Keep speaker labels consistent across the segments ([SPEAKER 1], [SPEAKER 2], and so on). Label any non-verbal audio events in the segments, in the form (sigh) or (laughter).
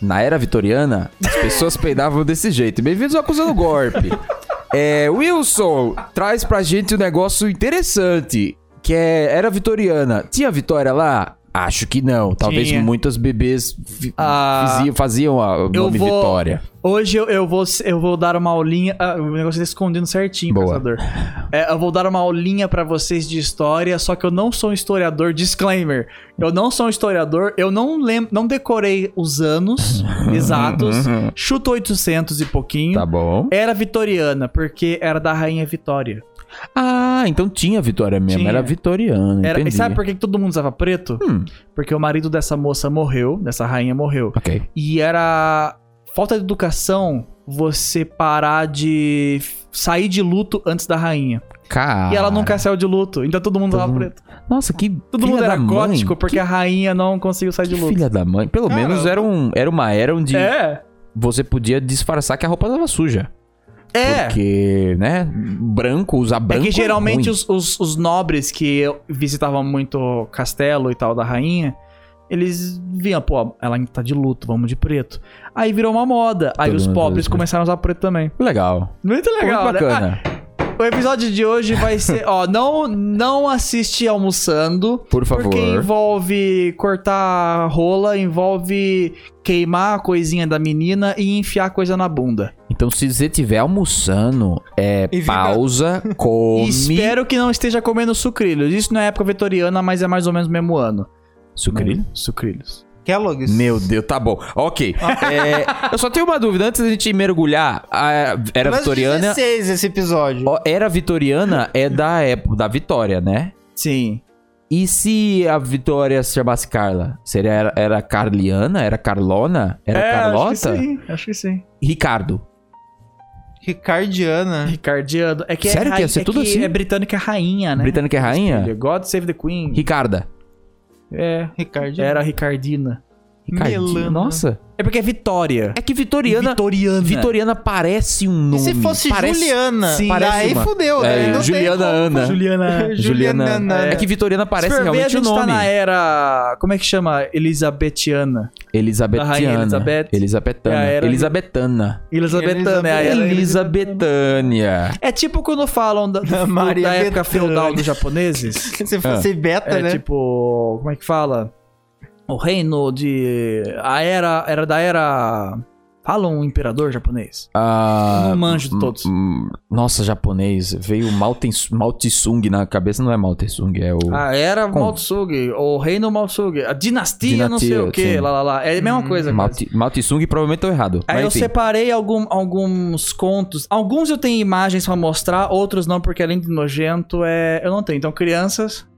[SPEAKER 1] na era vitoriana, as pessoas peidavam desse jeito. Bem-vindos ao Acusando Golpe. É, Wilson, traz pra gente um negócio interessante, que é era vitoriana. Tinha vitória lá? Acho que não. Talvez
[SPEAKER 2] Tinha.
[SPEAKER 1] muitos bebês fi-
[SPEAKER 2] Ah,
[SPEAKER 1] fiziam- faziam a- o
[SPEAKER 2] eu
[SPEAKER 1] nome
[SPEAKER 2] vou-
[SPEAKER 1] Vitória.
[SPEAKER 2] Hoje eu, eu vou, eu vou dar uma aulinha. ah, o negócio tá escondendo certinho,
[SPEAKER 1] Boa.
[SPEAKER 2] pensador. É, eu vou dar uma aulinha pra vocês de história, só que eu não sou um historiador. Disclaimer: eu não sou um historiador, eu não lembro, não decorei
[SPEAKER 1] (laughs)
[SPEAKER 2] os anos exatos. Chuto 800 e pouquinho.
[SPEAKER 1] Tá bom.
[SPEAKER 2] Era vitoriana, porque era da rainha Vitória.
[SPEAKER 1] Ah, então tinha Vitória mesmo.
[SPEAKER 2] Tinha.
[SPEAKER 1] Era vitoriana,
[SPEAKER 2] Era, e
[SPEAKER 1] entendi.
[SPEAKER 2] sabe por que que todo mundo usava preto?
[SPEAKER 1] Hum.
[SPEAKER 2] Porque o marido dessa moça morreu, dessa rainha morreu.
[SPEAKER 1] Ok.
[SPEAKER 2] E era falta de educação você parar de f- sair de luto antes da rainha.
[SPEAKER 1] Cara.
[SPEAKER 2] E ela nunca saiu de luto, então todo mundo
[SPEAKER 1] Todo
[SPEAKER 2] tava
[SPEAKER 1] mundo-
[SPEAKER 2] preto.
[SPEAKER 1] Nossa, que
[SPEAKER 2] Todo
[SPEAKER 1] filha
[SPEAKER 2] mundo
[SPEAKER 1] da
[SPEAKER 2] era
[SPEAKER 1] mãe.
[SPEAKER 2] gótico porque a rainha não conseguiu sair de
[SPEAKER 1] Que
[SPEAKER 2] luto.
[SPEAKER 1] filha da mãe. Pelo
[SPEAKER 3] Cara,
[SPEAKER 1] menos era, um, era uma era onde
[SPEAKER 2] É,
[SPEAKER 1] você podia disfarçar que a roupa tava suja.
[SPEAKER 2] é.
[SPEAKER 1] Porque, né? Branco, usar
[SPEAKER 2] É
[SPEAKER 1] branco.
[SPEAKER 2] que geralmente
[SPEAKER 1] ruim.
[SPEAKER 2] os, os- os nobres que visitavam muito o castelo e tal da rainha, eles vinham, pô, ela ainda tá de luto, vamos de preto. Aí virou uma moda. Aí
[SPEAKER 1] Todo
[SPEAKER 2] os
[SPEAKER 1] mundo
[SPEAKER 2] pobres
[SPEAKER 1] usa.
[SPEAKER 2] começaram a usar preto também.
[SPEAKER 1] Legal.
[SPEAKER 2] Muito legal,
[SPEAKER 1] Muito
[SPEAKER 2] né? Ah,
[SPEAKER 1] bacana.
[SPEAKER 2] O episódio de hoje vai ser, ó, não não assiste almoçando,
[SPEAKER 1] Por favor.
[SPEAKER 2] porque envolve cortar rola, envolve queimar a coisinha da menina e enfiar coisa na bunda.
[SPEAKER 1] Então, se você tiver almoçando, é
[SPEAKER 3] E vira-
[SPEAKER 1] pausa,
[SPEAKER 2] E
[SPEAKER 1] come.
[SPEAKER 2] espero que não esteja comendo sucrilhos. Isso não é época vitoriana, mas é mais ou menos o mesmo ano.
[SPEAKER 1] Sucrilho?
[SPEAKER 2] Não, Sucrilhos.
[SPEAKER 3] Kellogg's.
[SPEAKER 1] Meu Deus, tá bom. Ok. É, eu só tenho uma dúvida antes da gente mergulhar. A era
[SPEAKER 3] Mas
[SPEAKER 2] é
[SPEAKER 1] vitoriana.
[SPEAKER 3] 16 esse episódio.
[SPEAKER 1] ó, Era vitoriana é da época da Vitória, né?
[SPEAKER 2] Sim.
[SPEAKER 1] E se a Vitória se chamasse Carla? Seria era, era Carliana? Era Carlona? Era
[SPEAKER 2] É, Acho
[SPEAKER 1] É Carlota?
[SPEAKER 2] que sim, acho que sim.
[SPEAKER 1] Ricardo.
[SPEAKER 3] Ricardiana.
[SPEAKER 2] Ricardiano. É que
[SPEAKER 1] Sério
[SPEAKER 2] é
[SPEAKER 1] que ia ser tudo assim?
[SPEAKER 2] É britânica rainha, né?
[SPEAKER 1] Britânica é rainha?
[SPEAKER 2] God save the queen.
[SPEAKER 1] Ricarda.
[SPEAKER 2] É,
[SPEAKER 3] Ricardiana.
[SPEAKER 2] era Ricardina.
[SPEAKER 1] Ricardinho.
[SPEAKER 3] Melana.
[SPEAKER 1] Nossa.
[SPEAKER 2] É porque é Vitória.
[SPEAKER 1] É que Vitoriana.
[SPEAKER 2] Vitoriana.
[SPEAKER 1] Vitoriana parece um
[SPEAKER 3] E
[SPEAKER 1] nome.
[SPEAKER 3] se fosse
[SPEAKER 1] parece...
[SPEAKER 3] Juliana?
[SPEAKER 1] Sim,
[SPEAKER 3] daí
[SPEAKER 1] parece uma.
[SPEAKER 3] fudeu,
[SPEAKER 1] É,
[SPEAKER 3] daí não tem
[SPEAKER 1] Juliana
[SPEAKER 3] como.
[SPEAKER 1] Ana.
[SPEAKER 2] Juliana.
[SPEAKER 1] Juliana.
[SPEAKER 3] Juliana.
[SPEAKER 1] É que Vitoriana Né? (laughs) parece
[SPEAKER 2] Se for ver,
[SPEAKER 1] realmente
[SPEAKER 2] a
[SPEAKER 1] o
[SPEAKER 2] gente
[SPEAKER 1] nome.
[SPEAKER 2] tá na era. Como é que chama? Elizabetiana.
[SPEAKER 1] Elizabethana.
[SPEAKER 2] Da rainha Elizabeth.
[SPEAKER 1] Elizabethana.
[SPEAKER 2] É, era-
[SPEAKER 1] Elizabethana.
[SPEAKER 2] Elizabetana é a era.
[SPEAKER 1] Elizabethânia.
[SPEAKER 2] É tipo quando
[SPEAKER 1] (laughs)
[SPEAKER 2] falam da,
[SPEAKER 3] Da
[SPEAKER 2] do-
[SPEAKER 3] Maria
[SPEAKER 2] da época
[SPEAKER 3] Bethânia.
[SPEAKER 2] feudal dos japoneses.
[SPEAKER 3] Se fosse beta,
[SPEAKER 2] é
[SPEAKER 3] né?
[SPEAKER 2] tipo. Como é que fala? O reino de. A era. Era da era. Fala um imperador japonês.
[SPEAKER 1] Ah,
[SPEAKER 2] não manjo de
[SPEAKER 1] hum,
[SPEAKER 2] todos.
[SPEAKER 1] hum, Nossa, japonês. Veio Maltes- Maltisung na cabeça. Não é Maltisung, é o...
[SPEAKER 2] A Ah, era
[SPEAKER 1] Com-
[SPEAKER 2] Maltsugi, o reino Maltsugi, a dinastia, não sei
[SPEAKER 1] Dinastia,
[SPEAKER 2] o que,
[SPEAKER 1] sim. Hum,
[SPEAKER 2] lá lá lá. É a mesma coisa, cara.
[SPEAKER 1] Malti- Maltisung provavelmente tô errado. mas
[SPEAKER 2] Aí eu
[SPEAKER 1] enfim.
[SPEAKER 2] separei algum- alguns contos. Alguns eu tenho imagens pra mostrar, outros não, porque além de nojento, é... eu não tenho. Então, crianças,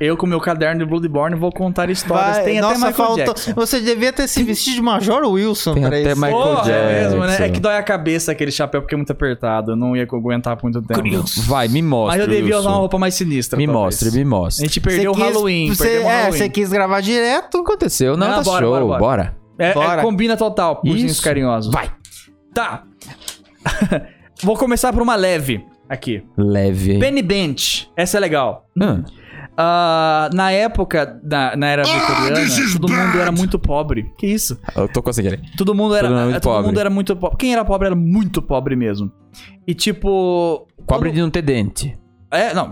[SPEAKER 2] eu com meu caderno de Bloodborne vou contar histórias.
[SPEAKER 3] Vai,
[SPEAKER 2] tem até
[SPEAKER 3] nossa,
[SPEAKER 2] Michael
[SPEAKER 3] faltou.
[SPEAKER 2] Jackson.
[SPEAKER 3] Você devia ter se vestido de Major Wilson
[SPEAKER 1] Tem
[SPEAKER 3] pra
[SPEAKER 1] até
[SPEAKER 3] isso.
[SPEAKER 1] mais- Michael
[SPEAKER 2] Porra, é mesmo, né?
[SPEAKER 1] Jackson.
[SPEAKER 2] É que dói a cabeça aquele chapéu, porque é muito apertado. Eu não ia aguentar por muito tempo.
[SPEAKER 1] Vai, me mostra,
[SPEAKER 2] Mas eu devia
[SPEAKER 1] Wilson.
[SPEAKER 2] usar um uma roupa mais sinistra,
[SPEAKER 1] Me
[SPEAKER 2] Então, talvez.
[SPEAKER 1] mostre, me
[SPEAKER 2] A
[SPEAKER 1] mostre.
[SPEAKER 2] gente perdeu
[SPEAKER 3] Você
[SPEAKER 2] o
[SPEAKER 3] quis-
[SPEAKER 2] Halloween,
[SPEAKER 3] você-
[SPEAKER 2] perdeu o
[SPEAKER 3] é,
[SPEAKER 2] Halloween.
[SPEAKER 3] você quis gravar direto.
[SPEAKER 1] Aconteceu, não,
[SPEAKER 2] Não,
[SPEAKER 1] tá
[SPEAKER 2] bora,
[SPEAKER 1] show.
[SPEAKER 2] bora, bora. É, é
[SPEAKER 3] Bora.
[SPEAKER 2] combina total, pudinhos
[SPEAKER 1] Isso.
[SPEAKER 2] carinhosos.
[SPEAKER 1] Vai.
[SPEAKER 2] Tá. (laughs) Vou começar por uma leve aqui.
[SPEAKER 1] Leve.
[SPEAKER 2] Penny Bench. Essa é legal.
[SPEAKER 1] Ah,
[SPEAKER 2] Ah, na época, na, na era vitoriana, todo mundo era muito pobre. Que isso?
[SPEAKER 1] eu tô conseguindo.
[SPEAKER 2] Todo mundo era,
[SPEAKER 1] Todo mundo
[SPEAKER 2] todo
[SPEAKER 1] era muito pobre.
[SPEAKER 2] mundo era muito pobre. Quem era pobre era muito pobre mesmo. E tipo...
[SPEAKER 1] Cobre
[SPEAKER 2] quando-
[SPEAKER 1] de não ter dente.
[SPEAKER 2] É, não.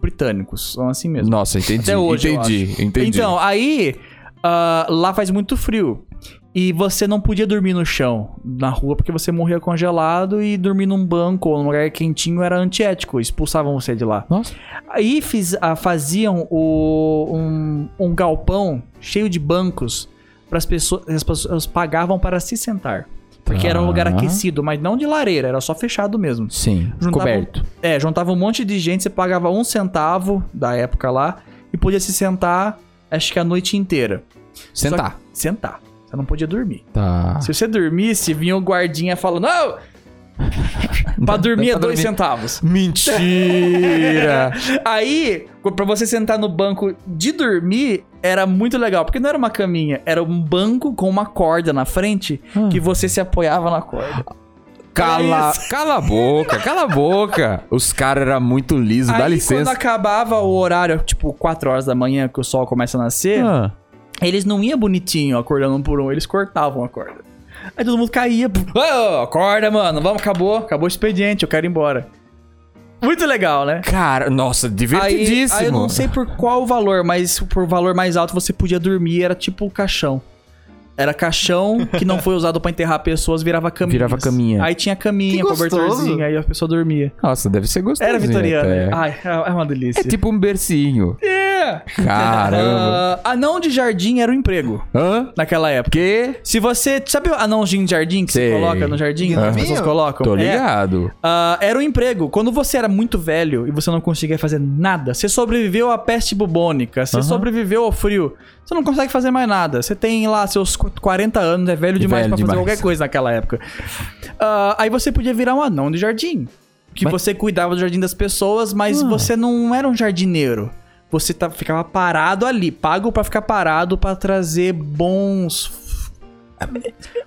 [SPEAKER 2] Britânicos, são assim mesmo.
[SPEAKER 1] Nossa, entendi.
[SPEAKER 2] Até hoje, eu
[SPEAKER 1] entendi, entendi.
[SPEAKER 2] Então, aí, ah, lá faz muito frio. E você não podia dormir no chão, na rua, porque você morria congelado e dormir num banco ou num lugar quentinho era antiético, expulsavam você de lá.
[SPEAKER 1] Nossa.
[SPEAKER 2] Aí fiz- ah, faziam o- um, um galpão cheio de bancos para as pessoas, as pessoas pagavam para se sentar. Porque era um lugar
[SPEAKER 1] Tá.
[SPEAKER 2] aquecido, mas não de lareira, era só fechado mesmo.
[SPEAKER 1] Sim,
[SPEAKER 2] Juntava-
[SPEAKER 1] coberto.
[SPEAKER 2] É, juntava um monte de gente, você pagava um centavo da época lá e podia se sentar, acho que a noite inteira.
[SPEAKER 1] Sentar.
[SPEAKER 2] Sentar. Você não podia dormir.
[SPEAKER 1] Tá.
[SPEAKER 2] Se você dormisse, vinha o guardinha falando: Não!
[SPEAKER 1] (laughs)
[SPEAKER 2] pra dormir é
[SPEAKER 1] Pra dormir.
[SPEAKER 2] dois centavos.
[SPEAKER 1] Mentira!
[SPEAKER 2] (laughs) Aí, pra você sentar no banco de dormir, era muito legal, porque não era uma caminha, era um banco com uma corda na frente
[SPEAKER 1] Ah.
[SPEAKER 2] que você se apoiava na corda.
[SPEAKER 1] (laughs)
[SPEAKER 2] É
[SPEAKER 1] Cala, cala a boca, cala a boca. Os caras eram muito lisos, dá
[SPEAKER 2] Aí,
[SPEAKER 1] licença.
[SPEAKER 2] (laughs) quando acabava o horário, tipo 4 horas da manhã que o sol começa a nascer,
[SPEAKER 1] Ah,
[SPEAKER 2] Eles não iam bonitinho acordando um por um, eles cortavam a corda. Aí todo mundo caía. "Ô, acorda, mano. Vamos, acabou. Acabou o expediente, eu quero ir embora. Muito legal, né?
[SPEAKER 1] Cara, nossa,
[SPEAKER 2] Aí,
[SPEAKER 1] divertidíssimo.
[SPEAKER 2] aí eu não sei por qual valor, mas por valor mais alto você podia dormir, era tipo o caixão.
[SPEAKER 1] (laughs)
[SPEAKER 2] Era caixão que não foi usado pra enterrar pessoas, virava caminha.
[SPEAKER 1] Virava caminha.
[SPEAKER 2] Aí tinha caminha,
[SPEAKER 3] Que gostoso.
[SPEAKER 2] cobertorzinho, aí a pessoa dormia.
[SPEAKER 1] Nossa, deve ser gostoso.
[SPEAKER 2] Era vitoriana.
[SPEAKER 1] até.
[SPEAKER 2] Ai, é uma delícia.
[SPEAKER 1] É tipo um
[SPEAKER 2] (laughs)
[SPEAKER 1] bercinho.
[SPEAKER 2] É.
[SPEAKER 1] Caramba.
[SPEAKER 2] Ah, anão de jardim era um emprego
[SPEAKER 1] Hã?
[SPEAKER 2] naquela época.
[SPEAKER 1] Que?
[SPEAKER 2] Se você. Sabe o anãozinho de jardim que
[SPEAKER 1] Sei.
[SPEAKER 2] você coloca no jardim?
[SPEAKER 3] Aham.
[SPEAKER 2] As pessoas colocam?
[SPEAKER 1] Tô
[SPEAKER 2] É.
[SPEAKER 1] ligado.
[SPEAKER 2] Ah, era um emprego. Quando você era muito velho e você não conseguia fazer nada, você sobreviveu à peste bubônica, você
[SPEAKER 1] Aham.
[SPEAKER 2] sobreviveu ao frio, você não consegue fazer mais nada. Você tem lá seus qu- 40 anos, é velho demais
[SPEAKER 1] Velho
[SPEAKER 2] pra fazer
[SPEAKER 1] demais.
[SPEAKER 2] qualquer coisa naquela época. Ah, aí você podia virar um anão de jardim. Que
[SPEAKER 1] Mas-
[SPEAKER 2] você cuidava do jardim das pessoas, mas
[SPEAKER 1] Ah.
[SPEAKER 2] você não era um jardineiro. Você tá- ficava parado ali, pago pra ficar parado pra trazer bons.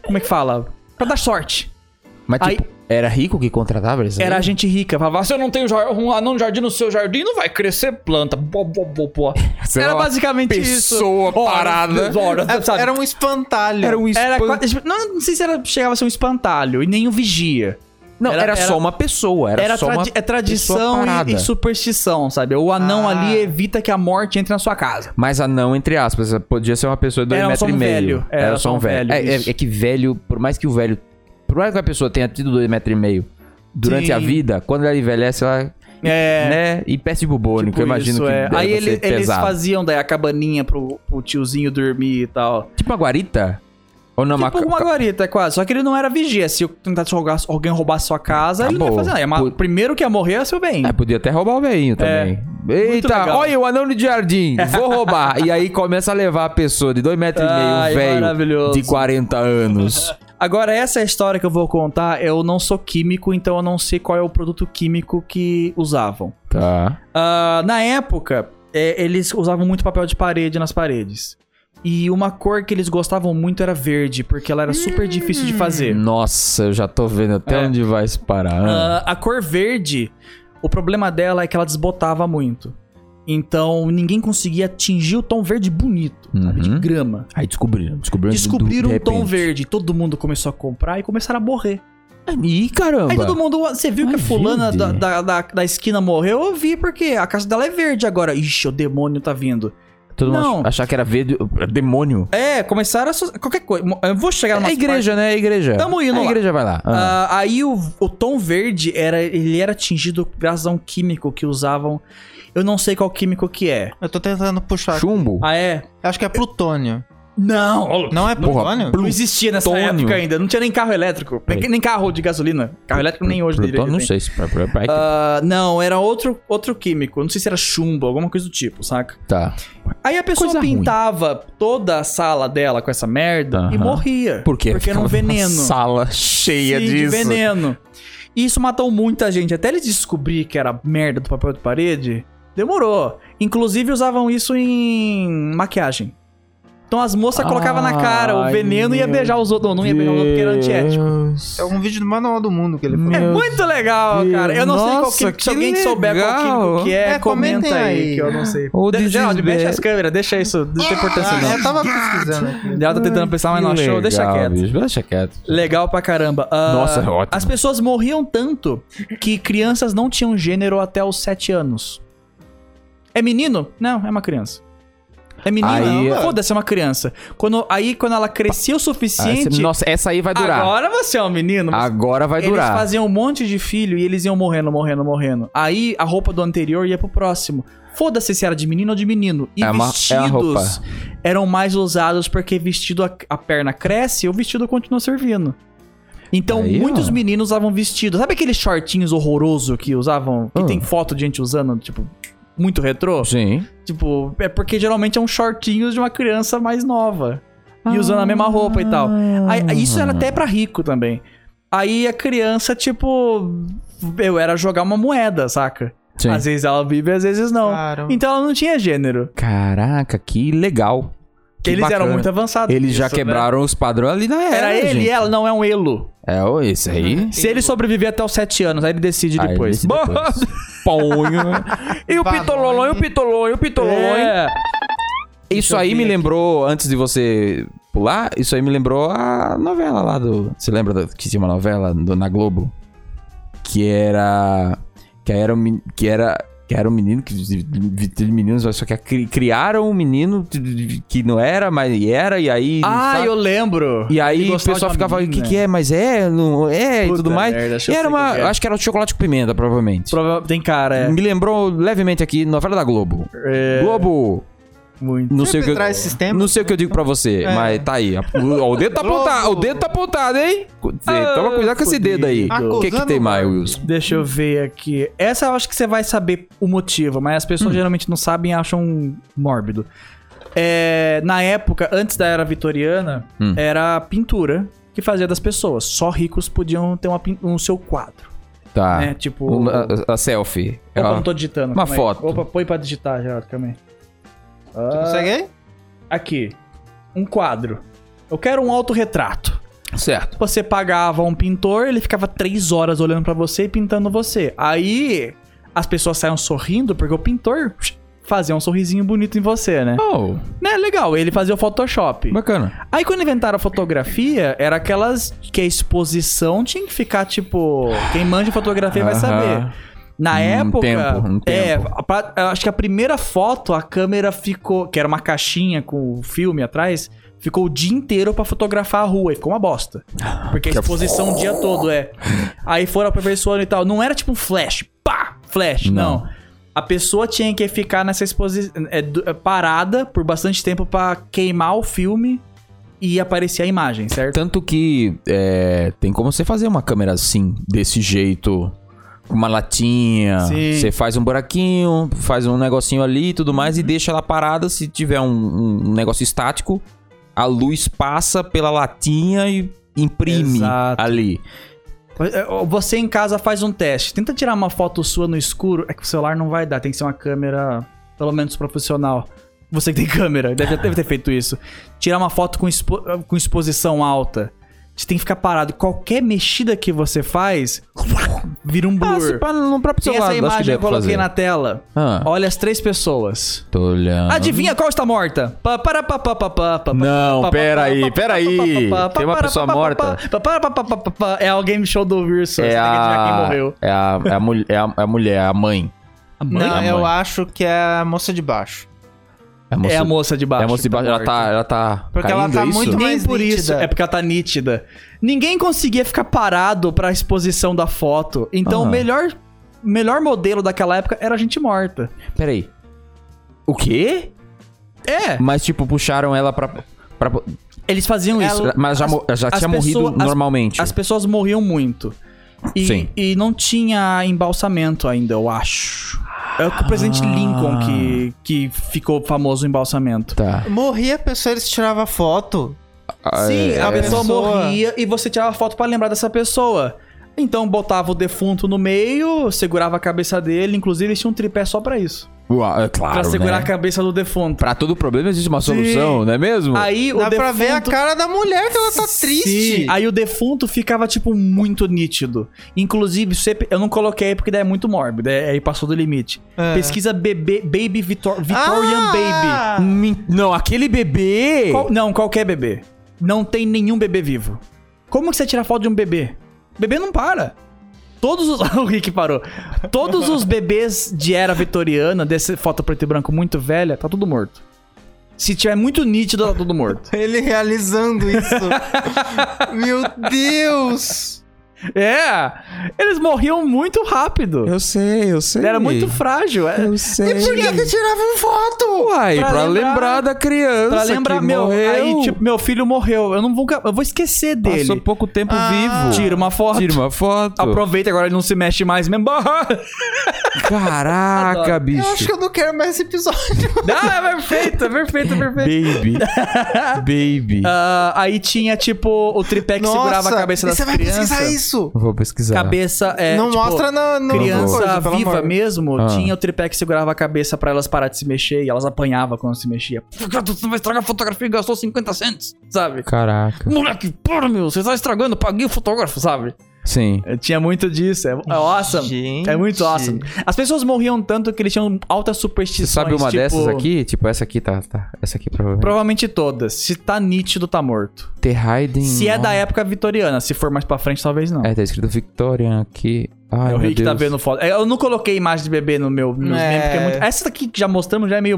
[SPEAKER 2] Como é que fala? Pra dar sorte.
[SPEAKER 1] Mas
[SPEAKER 2] Aí-
[SPEAKER 1] tipo, era rico que contratava eles? é aí?
[SPEAKER 2] Era gente rica. Falava, se eu não tenho jar- um anão de jardim no seu jardim, não vai crescer planta. Bó, bó, bó, (laughs) bó.
[SPEAKER 1] Sei
[SPEAKER 2] Era
[SPEAKER 1] lá,
[SPEAKER 2] basicamente isso.
[SPEAKER 1] pessoa parada.
[SPEAKER 2] Ora,
[SPEAKER 3] É,
[SPEAKER 2] sabe?
[SPEAKER 3] Era um espantalho.
[SPEAKER 1] Era um
[SPEAKER 2] Era
[SPEAKER 1] espan-
[SPEAKER 2] quase- não, não sei se era, chegava a ser um espantalho e nem um vigia.
[SPEAKER 1] Não, era,
[SPEAKER 2] era-
[SPEAKER 1] só uma pessoa. Era,
[SPEAKER 2] Era,
[SPEAKER 1] só uma
[SPEAKER 2] tradi- é
[SPEAKER 1] pessoa
[SPEAKER 2] tradição
[SPEAKER 1] parada.
[SPEAKER 2] e, e superstição, sabe? O anão
[SPEAKER 3] Ah.
[SPEAKER 2] ali evita que a morte entre na sua casa.
[SPEAKER 1] Mas anão, entre aspas, é, podia ser uma pessoa de dois
[SPEAKER 2] Era
[SPEAKER 1] metros
[SPEAKER 2] só um
[SPEAKER 1] e meio.
[SPEAKER 2] velho.
[SPEAKER 1] Era, só um velho. é,
[SPEAKER 2] isso.
[SPEAKER 1] é- é que velho, por mais que o velho. Por mais que a pessoa tenha tido dois metros e meio durante
[SPEAKER 2] Sim.
[SPEAKER 1] a vida, quando ela envelhece, ela.
[SPEAKER 2] É.
[SPEAKER 1] Né? E peste bubônica,
[SPEAKER 2] Tipo
[SPEAKER 1] eu imagino
[SPEAKER 2] isso,
[SPEAKER 1] que.
[SPEAKER 2] é.
[SPEAKER 1] deve
[SPEAKER 2] Aí
[SPEAKER 1] ser
[SPEAKER 2] ele- eles
[SPEAKER 1] pesado.
[SPEAKER 2] faziam daí a cabaninha pro, pro tiozinho dormir e tal.
[SPEAKER 1] Tipo uma guarita? Ou não,
[SPEAKER 2] tipo uma
[SPEAKER 1] ca-
[SPEAKER 2] guarita, quase. Só que ele não era vigia. Se eu tentasse jogar, alguém roubar sua casa, ele não ia
[SPEAKER 1] Acabou.
[SPEAKER 2] fazer nada. Ia ma-
[SPEAKER 1] Pu-
[SPEAKER 2] Primeiro que ia morrer é seu bem.
[SPEAKER 1] Ah, podia até roubar o veinho também. Eita,
[SPEAKER 2] É. legal.
[SPEAKER 1] olha o anão de jardim, vou
[SPEAKER 2] (laughs)
[SPEAKER 1] roubar. e aí começa a levar a pessoa de dois metros
[SPEAKER 2] Ai,
[SPEAKER 1] e meio, um velho
[SPEAKER 2] maravilhoso.
[SPEAKER 1] de 40 anos.
[SPEAKER 2] Agora, essa é história que eu vou contar, eu não sou químico, então eu não sei qual é o produto químico que usavam.
[SPEAKER 1] tá.
[SPEAKER 2] Ah, na época, é, eles usavam muito papel de parede nas paredes. E uma cor que eles gostavam muito era verde, porque ela era super difícil de fazer.
[SPEAKER 1] Nossa, eu já tô vendo até
[SPEAKER 2] É.
[SPEAKER 1] onde vai se parar.
[SPEAKER 2] Ah, a cor verde, o problema dela é que ela desbotava muito. Então ninguém conseguia atingir o tom verde bonito, sabe? De
[SPEAKER 1] Uhum.
[SPEAKER 2] grama.
[SPEAKER 1] Aí descobriram, descobriram. do-
[SPEAKER 2] Descobriram
[SPEAKER 1] de
[SPEAKER 2] um tom
[SPEAKER 1] repente.
[SPEAKER 2] verde, todo mundo começou a comprar e começaram a morrer.
[SPEAKER 1] Ih, caramba.
[SPEAKER 2] Aí todo mundo, você viu que a
[SPEAKER 1] Mas
[SPEAKER 2] fulana da,
[SPEAKER 1] verde.
[SPEAKER 2] da, da, da esquina morreu? Eu vi, porque a casa dela é verde agora. Ixi, o demônio tá vindo.
[SPEAKER 1] Todo mundo
[SPEAKER 2] Não.
[SPEAKER 1] ach- achar que era verde, demônio.
[SPEAKER 2] É, começaram a. su- Qualquer coisa. Eu vou chegar
[SPEAKER 1] É
[SPEAKER 2] numa
[SPEAKER 1] a igreja, né? É a igreja.
[SPEAKER 2] Tamo indo
[SPEAKER 1] A
[SPEAKER 2] lá.
[SPEAKER 1] igreja vai lá. Ah.
[SPEAKER 2] Ah, aí o, o tom verde era ele era atingido graças a um químico que usavam. Eu não sei qual químico que é.
[SPEAKER 3] Eu tô tentando puxar.
[SPEAKER 1] Chumbo?
[SPEAKER 2] Ah é?
[SPEAKER 3] Acho que é plutônio.
[SPEAKER 2] Não.
[SPEAKER 3] Não é
[SPEAKER 1] Porra,
[SPEAKER 3] plutônio?
[SPEAKER 2] Não existia nessa
[SPEAKER 1] Plutônio.
[SPEAKER 2] época ainda. Não tinha nem carro elétrico, nem, nem carro de gasolina. Carro elétrico nem hoje.
[SPEAKER 1] Plutônio,
[SPEAKER 2] direito
[SPEAKER 1] Não
[SPEAKER 2] tem.
[SPEAKER 1] sei se... pra- pra- pra-
[SPEAKER 2] Ah, não, era outro outro químico. Não sei se era chumbo, alguma coisa do tipo, saca?
[SPEAKER 1] Tá.
[SPEAKER 2] Aí a pessoa
[SPEAKER 1] Coisa ruim.
[SPEAKER 2] pintava toda a sala dela com essa merda
[SPEAKER 1] Aham.
[SPEAKER 2] e morria.
[SPEAKER 1] Por quê?
[SPEAKER 2] Porque era um
[SPEAKER 1] Ficava numa
[SPEAKER 2] veneno.
[SPEAKER 1] é sala cheia
[SPEAKER 2] Sim, de
[SPEAKER 1] é disso.
[SPEAKER 2] veneno. E isso matou muita gente. Até eles descobrir que era merda do papel de parede, demorou. Inclusive usavam isso em maquiagem. Então as moças colocavam na cara o
[SPEAKER 1] Ai,
[SPEAKER 2] veneno e ia
[SPEAKER 1] meu
[SPEAKER 2] beijar os outros. Não, não ia beijar os outros porque era antiético.
[SPEAKER 1] Deus.
[SPEAKER 3] É um vídeo do Manual do Mundo que ele
[SPEAKER 1] Meu
[SPEAKER 2] É
[SPEAKER 3] falou.
[SPEAKER 2] muito legal,
[SPEAKER 1] Deus.
[SPEAKER 2] cara. Eu não sei qual
[SPEAKER 1] Nossa,
[SPEAKER 2] químico. Se
[SPEAKER 1] que
[SPEAKER 2] alguém souber qual
[SPEAKER 1] legal.
[SPEAKER 2] químico que é,
[SPEAKER 3] É,
[SPEAKER 2] comenta
[SPEAKER 3] comentem
[SPEAKER 2] aí,
[SPEAKER 3] aí.
[SPEAKER 2] que eu não sei.
[SPEAKER 1] Ou
[SPEAKER 2] De- Geraldo,
[SPEAKER 1] desespero.
[SPEAKER 2] mexe as câmeras, deixa isso. Não tem importância
[SPEAKER 3] Ah,
[SPEAKER 2] não.
[SPEAKER 3] eu tava pesquisando aqui.
[SPEAKER 2] Geraldo tá tentando pensar, mas não
[SPEAKER 1] Que
[SPEAKER 2] achou. Deixa
[SPEAKER 1] legal,
[SPEAKER 2] quieto.
[SPEAKER 1] bicho, Deixa quieto.
[SPEAKER 2] Legal pra caramba. Ah,
[SPEAKER 1] Nossa, é ótimo.
[SPEAKER 2] As pessoas morriam tanto que crianças não tinham gênero até os 7 anos. É menino? Não, é uma criança. É
[SPEAKER 1] Aí-
[SPEAKER 2] menino? Foda-se, é uma criança. Quando, aí, quando ela crescia o
[SPEAKER 1] Ah,
[SPEAKER 2] suficiente.
[SPEAKER 1] essa- nossa, essa aí vai durar. Agora,
[SPEAKER 2] agora você é um menino. mas
[SPEAKER 1] vai
[SPEAKER 2] eles
[SPEAKER 1] durar.
[SPEAKER 2] faziam um monte de filho e eles iam morrendo, morrendo, morrendo. Aí a roupa do anterior ia pro próximo. Foda-se se era de menino ou de menino. E
[SPEAKER 1] É uma- é a roupa.
[SPEAKER 2] vestidos eram mais usados porque vestido a, a perna cresce e o vestido continua servindo. Então
[SPEAKER 1] Aí, ó.
[SPEAKER 2] muitos meninos usavam vestido. Sabe aqueles shortinhos horroroso que usavam? Que
[SPEAKER 1] Ah.
[SPEAKER 2] tem foto de gente usando, tipo, muito retrô?
[SPEAKER 1] Sim.
[SPEAKER 2] Tipo, é porque geralmente é um shortinho de uma criança mais nova. E usando a mesma roupa e tal. Aí- aí isso é era até pra rico também. Aí a criança, tipo, eu era jogar uma moeda, saca?
[SPEAKER 1] Sim.
[SPEAKER 2] Às vezes ela vive, às vezes não.
[SPEAKER 3] Claro.
[SPEAKER 2] Então ela não tinha gênero.
[SPEAKER 1] Caraca, que legal. Que
[SPEAKER 2] Eles
[SPEAKER 1] bacana.
[SPEAKER 2] eram muito avançados.
[SPEAKER 1] Eles
[SPEAKER 2] nisso,
[SPEAKER 1] já
[SPEAKER 2] né?
[SPEAKER 1] quebraram os padrões ali na era.
[SPEAKER 2] Era ele
[SPEAKER 1] gente.
[SPEAKER 2] e ela, não é um elo.
[SPEAKER 1] É, ô, esse aí.
[SPEAKER 2] Se ele sobreviver até os 7 anos, aí ele decide
[SPEAKER 1] Aí ele
[SPEAKER 2] depois.
[SPEAKER 1] decide
[SPEAKER 2] Bom, (laughs)
[SPEAKER 1] depois. Ponho.
[SPEAKER 3] E o pitololó, e o
[SPEAKER 1] pitololô, e o pitololô.
[SPEAKER 2] é.
[SPEAKER 1] Isso
[SPEAKER 2] eu
[SPEAKER 1] aí
[SPEAKER 2] ver
[SPEAKER 1] me
[SPEAKER 2] aqui.
[SPEAKER 1] lembrou, antes de você pular, isso aí me lembrou a novela lá do. Você lembra do- que tinha uma novela do- na Globo? Que era. Que era um, men- que era, que era um menino que vi- vi- teve meninos, só que cri- criaram um menino que não era, mas era, e aí.
[SPEAKER 2] Ah,
[SPEAKER 1] sabe?
[SPEAKER 2] eu lembro.
[SPEAKER 1] E aí
[SPEAKER 2] Que
[SPEAKER 1] o
[SPEAKER 2] gostava
[SPEAKER 1] pessoal
[SPEAKER 2] de uma
[SPEAKER 1] ficava, o que,
[SPEAKER 2] menina.
[SPEAKER 1] que é? Mas é, não é, e
[SPEAKER 2] Puta
[SPEAKER 1] tudo mais.
[SPEAKER 2] merda, acho que
[SPEAKER 1] e
[SPEAKER 2] eu
[SPEAKER 1] era
[SPEAKER 2] sei
[SPEAKER 1] uma.
[SPEAKER 2] qual que é.
[SPEAKER 1] Acho que era o chocolate com pimenta, provavelmente.
[SPEAKER 2] Prova- Tem cara, é.
[SPEAKER 1] Me lembrou levemente aqui, novela da Globo. Globo,
[SPEAKER 2] Muito.
[SPEAKER 1] não sei o que.
[SPEAKER 3] Sempre
[SPEAKER 1] eu-
[SPEAKER 3] traz esses temas.
[SPEAKER 1] Não sei o que eu digo pra você,
[SPEAKER 3] É.
[SPEAKER 1] mas tá
[SPEAKER 2] (laughs)
[SPEAKER 1] aí. O, o dedo tá
[SPEAKER 3] Globo.
[SPEAKER 1] apontado, o dedo tá apontado, hein? Cu-
[SPEAKER 2] Ah,
[SPEAKER 1] Toma cuidado com esse
[SPEAKER 2] fodido.
[SPEAKER 1] dedo aí. O que que
[SPEAKER 3] Acusando
[SPEAKER 1] tem
[SPEAKER 3] o
[SPEAKER 1] mais,
[SPEAKER 3] Marvel.
[SPEAKER 1] Wilson?
[SPEAKER 2] Deixa eu ver aqui. Essa eu acho que você vai saber o motivo, mas as
[SPEAKER 1] Hum.
[SPEAKER 2] pessoas geralmente não sabem e acham mórbido. É, na época, antes da era vitoriana,
[SPEAKER 1] Hum.
[SPEAKER 2] era a pintura que fazia das pessoas. Só ricos podiam ter uma pin- um seu quadro.
[SPEAKER 1] Tá.
[SPEAKER 2] né? Tipo.
[SPEAKER 1] Um-
[SPEAKER 2] Opa,
[SPEAKER 1] a, a selfie. É, ó.
[SPEAKER 2] não tô digitando.
[SPEAKER 1] uma
[SPEAKER 2] calma aí.
[SPEAKER 1] foto.
[SPEAKER 2] Opa, põe pra digitar já, calma aí.
[SPEAKER 3] Tu
[SPEAKER 2] Ah,
[SPEAKER 3] consegue aí?
[SPEAKER 2] aqui. Um quadro. Eu quero um autorretrato.
[SPEAKER 1] Certo.
[SPEAKER 2] Você pagava um pintor, ele ficava três horas olhando pra você e pintando você. Aí as pessoas saiam sorrindo porque o pintor fazia um sorrisinho bonito em você, né?
[SPEAKER 1] Oh,
[SPEAKER 2] Né, legal, ele fazia o Photoshop.
[SPEAKER 1] bacana.
[SPEAKER 2] Aí quando inventaram a fotografia, era aquelas que a exposição tinha que ficar tipo. Quem manja fotografia vai
[SPEAKER 1] Aham.
[SPEAKER 2] saber. Na
[SPEAKER 1] Um
[SPEAKER 2] época.
[SPEAKER 1] tempo, um
[SPEAKER 2] É,
[SPEAKER 1] tempo.
[SPEAKER 2] a pra- eu acho que a primeira foto, a câmera ficou. Que era uma caixinha com o filme atrás. Ficou o dia inteiro pra fotografar a rua e ficou uma bosta. Porque a
[SPEAKER 1] Que
[SPEAKER 2] exposição o dia todo é. Aí foram aperfeiçoando e tal. Não era tipo um flash, pá, flash, não.
[SPEAKER 1] Não.
[SPEAKER 2] A pessoa tinha que ficar nessa exposição é, parada por bastante tempo pra queimar o filme e aparecer a imagem, certo?
[SPEAKER 1] Tanto que é, tem como você fazer uma câmera assim, desse jeito, com uma latinha.
[SPEAKER 2] Sim.
[SPEAKER 1] Você faz um buraquinho, faz um negocinho ali e tudo mais, e
[SPEAKER 2] Uhum.
[SPEAKER 1] deixa ela parada. Se tiver um, um negócio estático, a luz passa pela latinha e imprime
[SPEAKER 2] Exato.
[SPEAKER 1] ali.
[SPEAKER 2] É, Você em casa faz um teste. Tenta tirar uma foto sua no escuro. É que o celular não vai dar, tem que ser uma câmera, pelo menos profissional. Você que tem (laughs) câmera, deve, deve ter feito isso. Tirar uma foto com, expo- com exposição alta. Você tem que ficar parado. Qualquer mexida que você faz, vira um
[SPEAKER 1] Ah, se
[SPEAKER 2] blur.
[SPEAKER 1] pá, no próprio
[SPEAKER 2] Tem
[SPEAKER 1] celular,
[SPEAKER 2] essa
[SPEAKER 1] acho que
[SPEAKER 2] imagem
[SPEAKER 1] dá
[SPEAKER 2] que eu
[SPEAKER 1] pra
[SPEAKER 2] coloquei
[SPEAKER 1] fazer.
[SPEAKER 2] na tela.
[SPEAKER 1] Ah,
[SPEAKER 2] Olha as três pessoas.
[SPEAKER 1] tô olhando.
[SPEAKER 2] Tá Adivinha qual está morta? Pa- para- pa- pa- pa- pa- pa-
[SPEAKER 1] Não,
[SPEAKER 2] pa-
[SPEAKER 1] pera
[SPEAKER 2] pa-
[SPEAKER 1] aí,
[SPEAKER 2] pa- pa-
[SPEAKER 1] pera
[SPEAKER 2] pa-
[SPEAKER 1] aí.
[SPEAKER 2] pa- pa-
[SPEAKER 1] Tem uma
[SPEAKER 2] pa-
[SPEAKER 1] pessoa
[SPEAKER 2] pa- pa-
[SPEAKER 1] morta.
[SPEAKER 2] pa- pa- pa- pa- pa- pa- pa- É o game show do Wilson.
[SPEAKER 1] É
[SPEAKER 2] você tem que adivinhar quem
[SPEAKER 1] a,
[SPEAKER 2] morreu.
[SPEAKER 1] é, a, é, a, mul- é a- é a mulher, a mãe.
[SPEAKER 2] Mãe?
[SPEAKER 3] Não,
[SPEAKER 1] A
[SPEAKER 3] eu
[SPEAKER 1] mãe.
[SPEAKER 3] acho que é a moça de baixo.
[SPEAKER 1] É a moça,
[SPEAKER 2] É a moça de baixo.
[SPEAKER 1] é a moça de
[SPEAKER 2] que tá
[SPEAKER 1] baixo. Ela tá,
[SPEAKER 2] morta.
[SPEAKER 1] ela tá
[SPEAKER 3] Porque ela
[SPEAKER 1] caindo,
[SPEAKER 3] tá
[SPEAKER 1] é isso?
[SPEAKER 3] muito-
[SPEAKER 2] Nem
[SPEAKER 3] mais
[SPEAKER 2] por
[SPEAKER 3] nítida.
[SPEAKER 2] isso. É porque ela tá nítida. Ninguém conseguia ficar parado pra exposição da foto.
[SPEAKER 1] Ah.
[SPEAKER 2] Então o melhor, melhor modelo daquela época era a gente morta.
[SPEAKER 1] Peraí. O quê?
[SPEAKER 2] É,
[SPEAKER 1] Mas, tipo, puxaram ela pra. pra-
[SPEAKER 2] eles faziam isso.
[SPEAKER 1] mas já,
[SPEAKER 2] As-
[SPEAKER 1] mo- já
[SPEAKER 2] as
[SPEAKER 1] tinha morrido
[SPEAKER 2] pessoas- as-
[SPEAKER 1] normalmente.
[SPEAKER 2] As pessoas morriam muito. E,
[SPEAKER 1] Sim.
[SPEAKER 2] e não tinha embalsamento ainda, eu acho. É o presidente
[SPEAKER 1] Ah.
[SPEAKER 2] Lincoln que, que ficou famoso o embalsamento.
[SPEAKER 1] Tá.
[SPEAKER 3] Morria a pessoa, eles tiravam foto.
[SPEAKER 2] Sim,
[SPEAKER 1] É,
[SPEAKER 2] a pessoa
[SPEAKER 3] Pessoa.
[SPEAKER 2] morria e você tirava foto pra lembrar dessa pessoa. Então botava o defunto no meio, segurava a cabeça dele, inclusive eles tinham um tripé só pra isso.
[SPEAKER 1] Uau, é claro.
[SPEAKER 2] pra segurar a
[SPEAKER 1] né?
[SPEAKER 2] cabeça do defunto.
[SPEAKER 1] Pra todo problema existe uma
[SPEAKER 2] Sim.
[SPEAKER 1] solução, não é mesmo?
[SPEAKER 2] Aí o
[SPEAKER 3] Dá
[SPEAKER 2] defunto
[SPEAKER 3] pra ver a cara da mulher que ela tá triste.
[SPEAKER 2] Sim, Aí o defunto ficava, tipo, muito nítido. Inclusive, você- eu não coloquei porque daí é muito mórbido, é- aí passou do limite.
[SPEAKER 3] É.
[SPEAKER 2] Pesquisa bebê, Baby Victor- Victorian Baby.
[SPEAKER 3] Ah!
[SPEAKER 1] Min- Não, aquele bebê.
[SPEAKER 2] Qual- não, qualquer bebê. Não tem nenhum bebê vivo. Como que você tira foto de um bebê? Bebê não para. Todos os. (laughs) o Rick parou. Todos os bebês de era vitoriana, dessa foto preto e branco muito velha, tá tudo morto. Se tiver muito nítido, tá tudo morto.
[SPEAKER 3] Ele realizando isso. Meu Deus!
[SPEAKER 2] (laughs) É! Eles morriam muito rápido.
[SPEAKER 1] Eu sei, eu sei.
[SPEAKER 2] Era muito frágil. é.
[SPEAKER 1] Eu sei.
[SPEAKER 3] E por que que tiravam foto?
[SPEAKER 1] Uai, pra,
[SPEAKER 2] Pra
[SPEAKER 1] lembrar,
[SPEAKER 2] lembrar-
[SPEAKER 1] da criança.
[SPEAKER 2] Pra lembrar,
[SPEAKER 1] que
[SPEAKER 2] meu,
[SPEAKER 1] morreu,
[SPEAKER 2] aí, tipo, meu filho morreu. Eu não vou, eu vou esquecer dele.
[SPEAKER 1] Passou pouco tempo
[SPEAKER 3] Ah.
[SPEAKER 1] vivo.
[SPEAKER 2] Tira uma foto.
[SPEAKER 1] Tira uma foto.
[SPEAKER 2] Aproveita, agora ele não se mexe mais mesmo. (laughs) Ah,
[SPEAKER 1] Caraca, bicho.
[SPEAKER 3] Eu acho que eu não quero mais esse episódio.
[SPEAKER 2] ah, é perfeito, é perfeito, é perfeito. (laughs)
[SPEAKER 1] Baby. Baby.
[SPEAKER 2] Ah, aí tinha, tipo, o tripé que segurava a cabeça
[SPEAKER 3] e
[SPEAKER 2] das
[SPEAKER 3] você vai
[SPEAKER 2] crianças.
[SPEAKER 3] pesquisar isso.
[SPEAKER 1] Vou pesquisar.
[SPEAKER 2] Cabeça, é,
[SPEAKER 3] não
[SPEAKER 2] tipo,
[SPEAKER 3] mostra na, no
[SPEAKER 2] Criança
[SPEAKER 3] coisa, pelo
[SPEAKER 2] viva
[SPEAKER 3] amor.
[SPEAKER 2] mesmo,
[SPEAKER 1] Ah.
[SPEAKER 2] tinha o tripé que segurava a cabeça pra elas parar de se mexer e elas apanhavam quando se mexia. Tu não vai estragar a fotografia e gastou 50 centos, sabe?
[SPEAKER 1] Caraca.
[SPEAKER 2] Moleque, porra, meu, você tá estragando, paguei o fotógrafo, sabe?
[SPEAKER 1] Sim.
[SPEAKER 2] Eu Tinha muito disso. É é awesome.
[SPEAKER 3] Gente.
[SPEAKER 2] É muito awesome. As pessoas morriam tanto que eles tinham altas
[SPEAKER 1] Você
[SPEAKER 2] superstições.
[SPEAKER 1] sabe uma
[SPEAKER 2] tipo,
[SPEAKER 1] dessas aqui? Tipo, essa aqui tá. tá essa aqui provavelmente.
[SPEAKER 2] Provavelmente todas. Se tá nítido, tá morto.
[SPEAKER 1] The Hiding.
[SPEAKER 2] Se é da
[SPEAKER 1] Mountain.
[SPEAKER 2] época vitoriana, se for mais pra frente, talvez não.
[SPEAKER 1] É, tá escrito Victorian aqui. Ai,
[SPEAKER 2] É o
[SPEAKER 1] meu
[SPEAKER 2] Rick
[SPEAKER 1] Deus.
[SPEAKER 2] tá vendo foto. É, Eu não coloquei imagem de bebê no meu nos
[SPEAKER 3] É.
[SPEAKER 2] memes, porque é muito- Essa daqui que já mostramos já é meio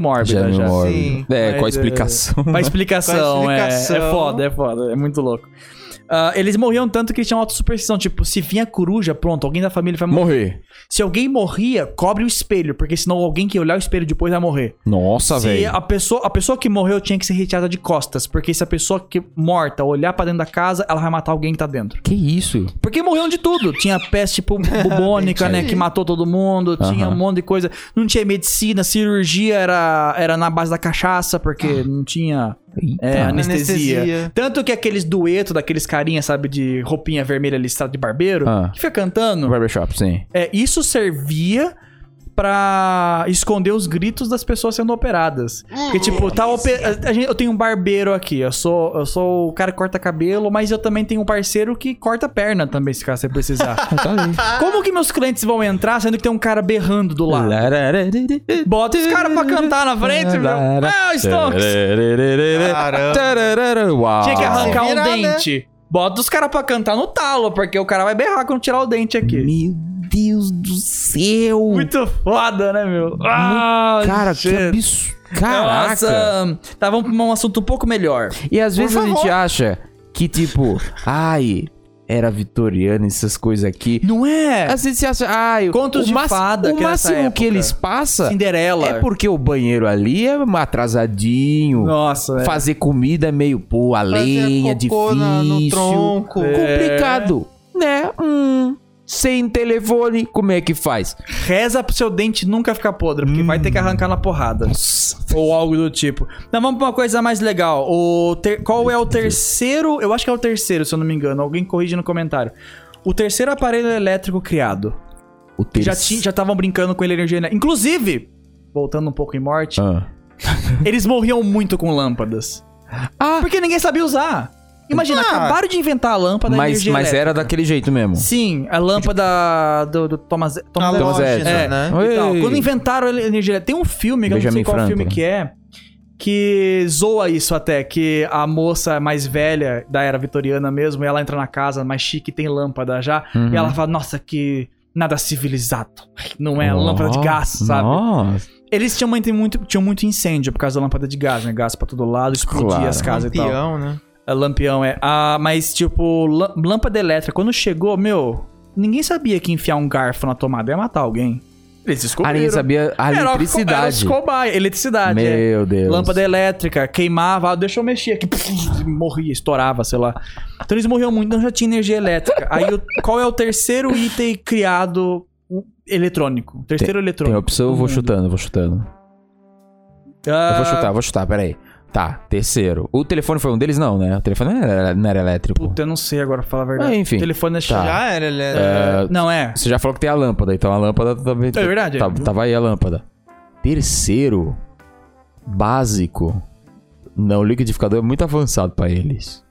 [SPEAKER 1] Já é
[SPEAKER 2] mórbida. Já
[SPEAKER 1] meio mórbido.
[SPEAKER 3] Sim.
[SPEAKER 1] É,
[SPEAKER 2] Mas,
[SPEAKER 1] qual a
[SPEAKER 2] é,
[SPEAKER 1] explicação?
[SPEAKER 2] (laughs) Pra explicação,
[SPEAKER 3] (laughs) Pra
[SPEAKER 2] é-
[SPEAKER 3] explicação.
[SPEAKER 2] É, foda, é foda, é muito louco. Ah, eles morriam tanto que eles tinham auto-superstição. Tipo, se vinha coruja, pronto, alguém da família vai morrer.
[SPEAKER 1] Morrer.
[SPEAKER 2] Se alguém morria, cobre o espelho, porque senão alguém que olhar o espelho depois vai morrer.
[SPEAKER 1] Nossa,
[SPEAKER 2] se
[SPEAKER 1] velho.
[SPEAKER 2] a pessoa, a pessoa que morreu tinha que ser retirada de costas, porque se a pessoa que morta olhar pra dentro da casa, ela vai matar alguém que tá dentro.
[SPEAKER 1] Que isso?
[SPEAKER 2] Porque morriam de tudo. Tinha peste
[SPEAKER 1] (laughs)
[SPEAKER 2] bu- bubônica, né? Que matou todo mundo. Tinha um
[SPEAKER 1] Aham.
[SPEAKER 2] monte de coisa. Não tinha medicina, cirurgia era, era na base da cachaça,
[SPEAKER 1] Ah.
[SPEAKER 2] porque não tinha é,
[SPEAKER 1] Eita.
[SPEAKER 2] anestesia.
[SPEAKER 3] Anestesia.
[SPEAKER 2] Tanto que aqueles duetos daqueles carinhas, sabe, de roupinha vermelha listrada de barbeiro,
[SPEAKER 1] Ah.
[SPEAKER 2] que fica cantando.
[SPEAKER 1] Barbershop, sim.
[SPEAKER 2] É, isso servia pra esconder os gritos das pessoas sendo operadas. Porque, tipo, tá ope-
[SPEAKER 1] é-
[SPEAKER 2] a- a gente- eu tenho um barbeiro aqui, eu sou, eu sou o cara que corta cabelo, mas eu também tenho um parceiro que corta perna também, se caso você
[SPEAKER 1] (laughs)
[SPEAKER 2] precisar.
[SPEAKER 1] Tá ali.
[SPEAKER 2] Como que meus clientes vão entrar sendo que tem um cara berrando do lado? Bota os caras pra cantar na frente, meu. Ah, Stonks!
[SPEAKER 3] Caramba.
[SPEAKER 1] Tararara, Uau.
[SPEAKER 2] Tinha que arrancar um
[SPEAKER 3] virar, né?
[SPEAKER 2] dente. Bota os caras pra cantar no talo, porque o cara vai berrar quando tirar o dente aqui.
[SPEAKER 1] Meu Deus do céu.
[SPEAKER 2] Muito foda, né, meu? Ah,
[SPEAKER 1] Cara, que
[SPEAKER 2] shit.
[SPEAKER 1] absurdo. Caraca.
[SPEAKER 2] Nossa, tá, vamos pra um assunto um pouco melhor.
[SPEAKER 1] E às
[SPEAKER 3] Por
[SPEAKER 1] vezes a gente
[SPEAKER 3] favor.
[SPEAKER 1] acha que, tipo, ai, era vitoriano, essas coisas aqui.
[SPEAKER 2] Não é?
[SPEAKER 1] Às vezes você acha, ai,
[SPEAKER 2] Contos
[SPEAKER 1] o
[SPEAKER 2] de fada
[SPEAKER 1] o
[SPEAKER 2] que é dessa
[SPEAKER 1] máximo que
[SPEAKER 2] época.
[SPEAKER 1] eles passam
[SPEAKER 2] Cinderela.
[SPEAKER 1] é porque o banheiro ali é atrasadinho.
[SPEAKER 2] Nossa, é.
[SPEAKER 1] Fazer comida é meio, pô, a lenha, é
[SPEAKER 3] Fazer cocô
[SPEAKER 1] difícil.
[SPEAKER 3] na- no tronco.
[SPEAKER 2] É.
[SPEAKER 1] Complicado, né? Hum, sem telefone, como é que faz?
[SPEAKER 2] reza pro seu dente nunca ficar podre, porque vai ter que arrancar na porrada. Ou algo do tipo. Então vamos pra uma coisa mais legal. O ter- Qual é o terceiro? Eu acho que é o terceiro, se eu não me engano. Alguém corrige no comentário. O terceiro aparelho elétrico criado.
[SPEAKER 1] O
[SPEAKER 2] Que já
[SPEAKER 1] terce-
[SPEAKER 2] estavam já tavam brincando com ele energia. elétrica. Inclusive, voltando um pouco em morte,
[SPEAKER 1] Ah.
[SPEAKER 2] eles morriam muito com lâmpadas.
[SPEAKER 1] Ah,
[SPEAKER 2] Porque ninguém sabia usar. Imagina,
[SPEAKER 3] Ah.
[SPEAKER 2] acabaram de inventar a lâmpada e a
[SPEAKER 1] mas,
[SPEAKER 2] energia
[SPEAKER 1] mas
[SPEAKER 2] elétrica.
[SPEAKER 1] era daquele jeito mesmo.
[SPEAKER 2] Sim, a lâmpada do, do Thomas,
[SPEAKER 3] A
[SPEAKER 2] Thomas Edison.
[SPEAKER 1] Thomas
[SPEAKER 3] lógica,
[SPEAKER 1] Edison.
[SPEAKER 3] Tá né?
[SPEAKER 1] Oi.
[SPEAKER 2] e tal. Quando inventaram a energia elétrica, tem um filme, que eu não sei
[SPEAKER 1] Benjamin
[SPEAKER 2] qual
[SPEAKER 1] Franklin.
[SPEAKER 2] filme que é, que zoa isso até, que a moça mais velha da era vitoriana mesmo, ela entra na casa mais chique, tem lâmpada já,
[SPEAKER 1] Uhum.
[SPEAKER 2] e ela fala, nossa, que nada civilizado. Não é
[SPEAKER 1] Oh,
[SPEAKER 2] lâmpada de gás, sabe?
[SPEAKER 1] Nossa.
[SPEAKER 2] Eles tinham muito, muito- tinham muito incêndio por causa da lâmpada de gás, né? Gás pra todo lado, explodia
[SPEAKER 1] Claro.
[SPEAKER 2] as casas e tal.
[SPEAKER 3] Campeão, né?
[SPEAKER 2] É, Lampião, é. Ah, mas, tipo, lã- lâmpada elétrica, quando chegou, meu, ninguém sabia que enfiar um garfo na tomada ia matar alguém. Eles
[SPEAKER 1] Ah,
[SPEAKER 2] descobriram.
[SPEAKER 1] ninguém sabia a
[SPEAKER 2] Era o- Era
[SPEAKER 1] eletricidade.
[SPEAKER 2] os cobaia, eletricidade, é.
[SPEAKER 1] Meu Deus.
[SPEAKER 2] Lâmpada elétrica, queimava, ah, deixa eu mexer aqui, (laughs) morria, estourava, sei lá. Então eles morriam muito, não já tinha energia elétrica. Aí o- qual é o terceiro item criado o- eletrônico? Terceiro
[SPEAKER 1] Tem
[SPEAKER 2] eletrônico.
[SPEAKER 1] opção, eu vou chutando, vou chutando. Eu
[SPEAKER 2] Hum. Ah,
[SPEAKER 1] vou chutar, vou chutar, peraí. Tá, terceiro. O telefone foi um deles, não, né? O telefone não era, não era elétrico.
[SPEAKER 2] Puta, eu não sei agora, pra falar a verdade.
[SPEAKER 1] Ah, enfim.
[SPEAKER 2] Telefone é chato.
[SPEAKER 1] Tá.
[SPEAKER 3] Já era, ele era.
[SPEAKER 1] É,
[SPEAKER 2] Não é.
[SPEAKER 1] Você já falou que tem a lâmpada, então a lâmpada também.
[SPEAKER 2] É verdade.
[SPEAKER 1] tá- tava aí a lâmpada. Terceiro, básico. Não, o liquidificador é muito avançado pra eles.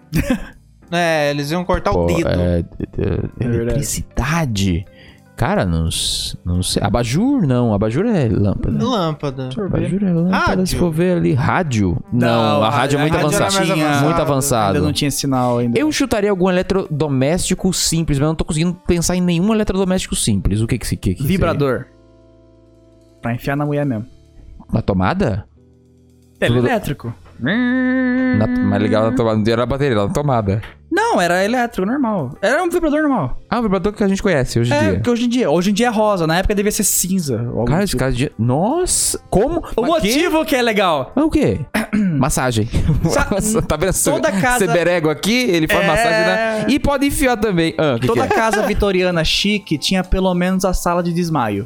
[SPEAKER 3] É, eles iam cortar
[SPEAKER 1] Pô,
[SPEAKER 3] o dedo.
[SPEAKER 1] é, é, é,
[SPEAKER 2] É verdade.
[SPEAKER 1] eletricidade. Cara, não, s- não sei. Abajur, não. Abajur é lâmpada.
[SPEAKER 3] Lâmpada.
[SPEAKER 1] Abajur é lâmpada, se
[SPEAKER 3] Rádio.
[SPEAKER 1] for ver ali. Rádio? Não, a rádio é muito
[SPEAKER 3] rádio era
[SPEAKER 1] avançada.
[SPEAKER 3] mais
[SPEAKER 2] tinha-
[SPEAKER 1] Muito
[SPEAKER 2] Ainda
[SPEAKER 1] avançado.
[SPEAKER 2] não tinha sinal ainda.
[SPEAKER 1] Eu chutaria algum eletrodoméstico simples, mas eu não tô conseguindo pensar em nenhum eletrodoméstico simples. O que que se que, que seria?
[SPEAKER 2] Vibrador. Pra enfiar na mulher mesmo.
[SPEAKER 1] Na tomada?
[SPEAKER 2] é Elétrico.
[SPEAKER 1] Na, mas ligava na tomada. Não era a bateria, era na tomada.
[SPEAKER 2] Não, era elétrico, normal. Era um vibrador normal.
[SPEAKER 1] Ah, o vibrador que a gente conhece hoje em
[SPEAKER 2] É,
[SPEAKER 1] dia.
[SPEAKER 2] porque hoje em dia. Hoje em dia é rosa, na época devia ser cinza. ou algo
[SPEAKER 1] Cara,
[SPEAKER 2] do
[SPEAKER 1] esse
[SPEAKER 2] tipo.
[SPEAKER 1] cara de. Nossa! Como?
[SPEAKER 2] O
[SPEAKER 1] Mas que-
[SPEAKER 2] motivo que é legal.
[SPEAKER 1] Mas o quê?
[SPEAKER 2] (coughs)
[SPEAKER 1] massagem. (laughs) Nossa, tá vendo? esse-
[SPEAKER 2] toda casa-
[SPEAKER 1] esse berego aqui, ele faz
[SPEAKER 2] É.
[SPEAKER 1] massagem na... E pode enfiar também. Ah, que
[SPEAKER 2] Toda
[SPEAKER 1] que é?
[SPEAKER 2] casa
[SPEAKER 1] (laughs)
[SPEAKER 2] vitoriana chique tinha pelo menos a sala de desmaio.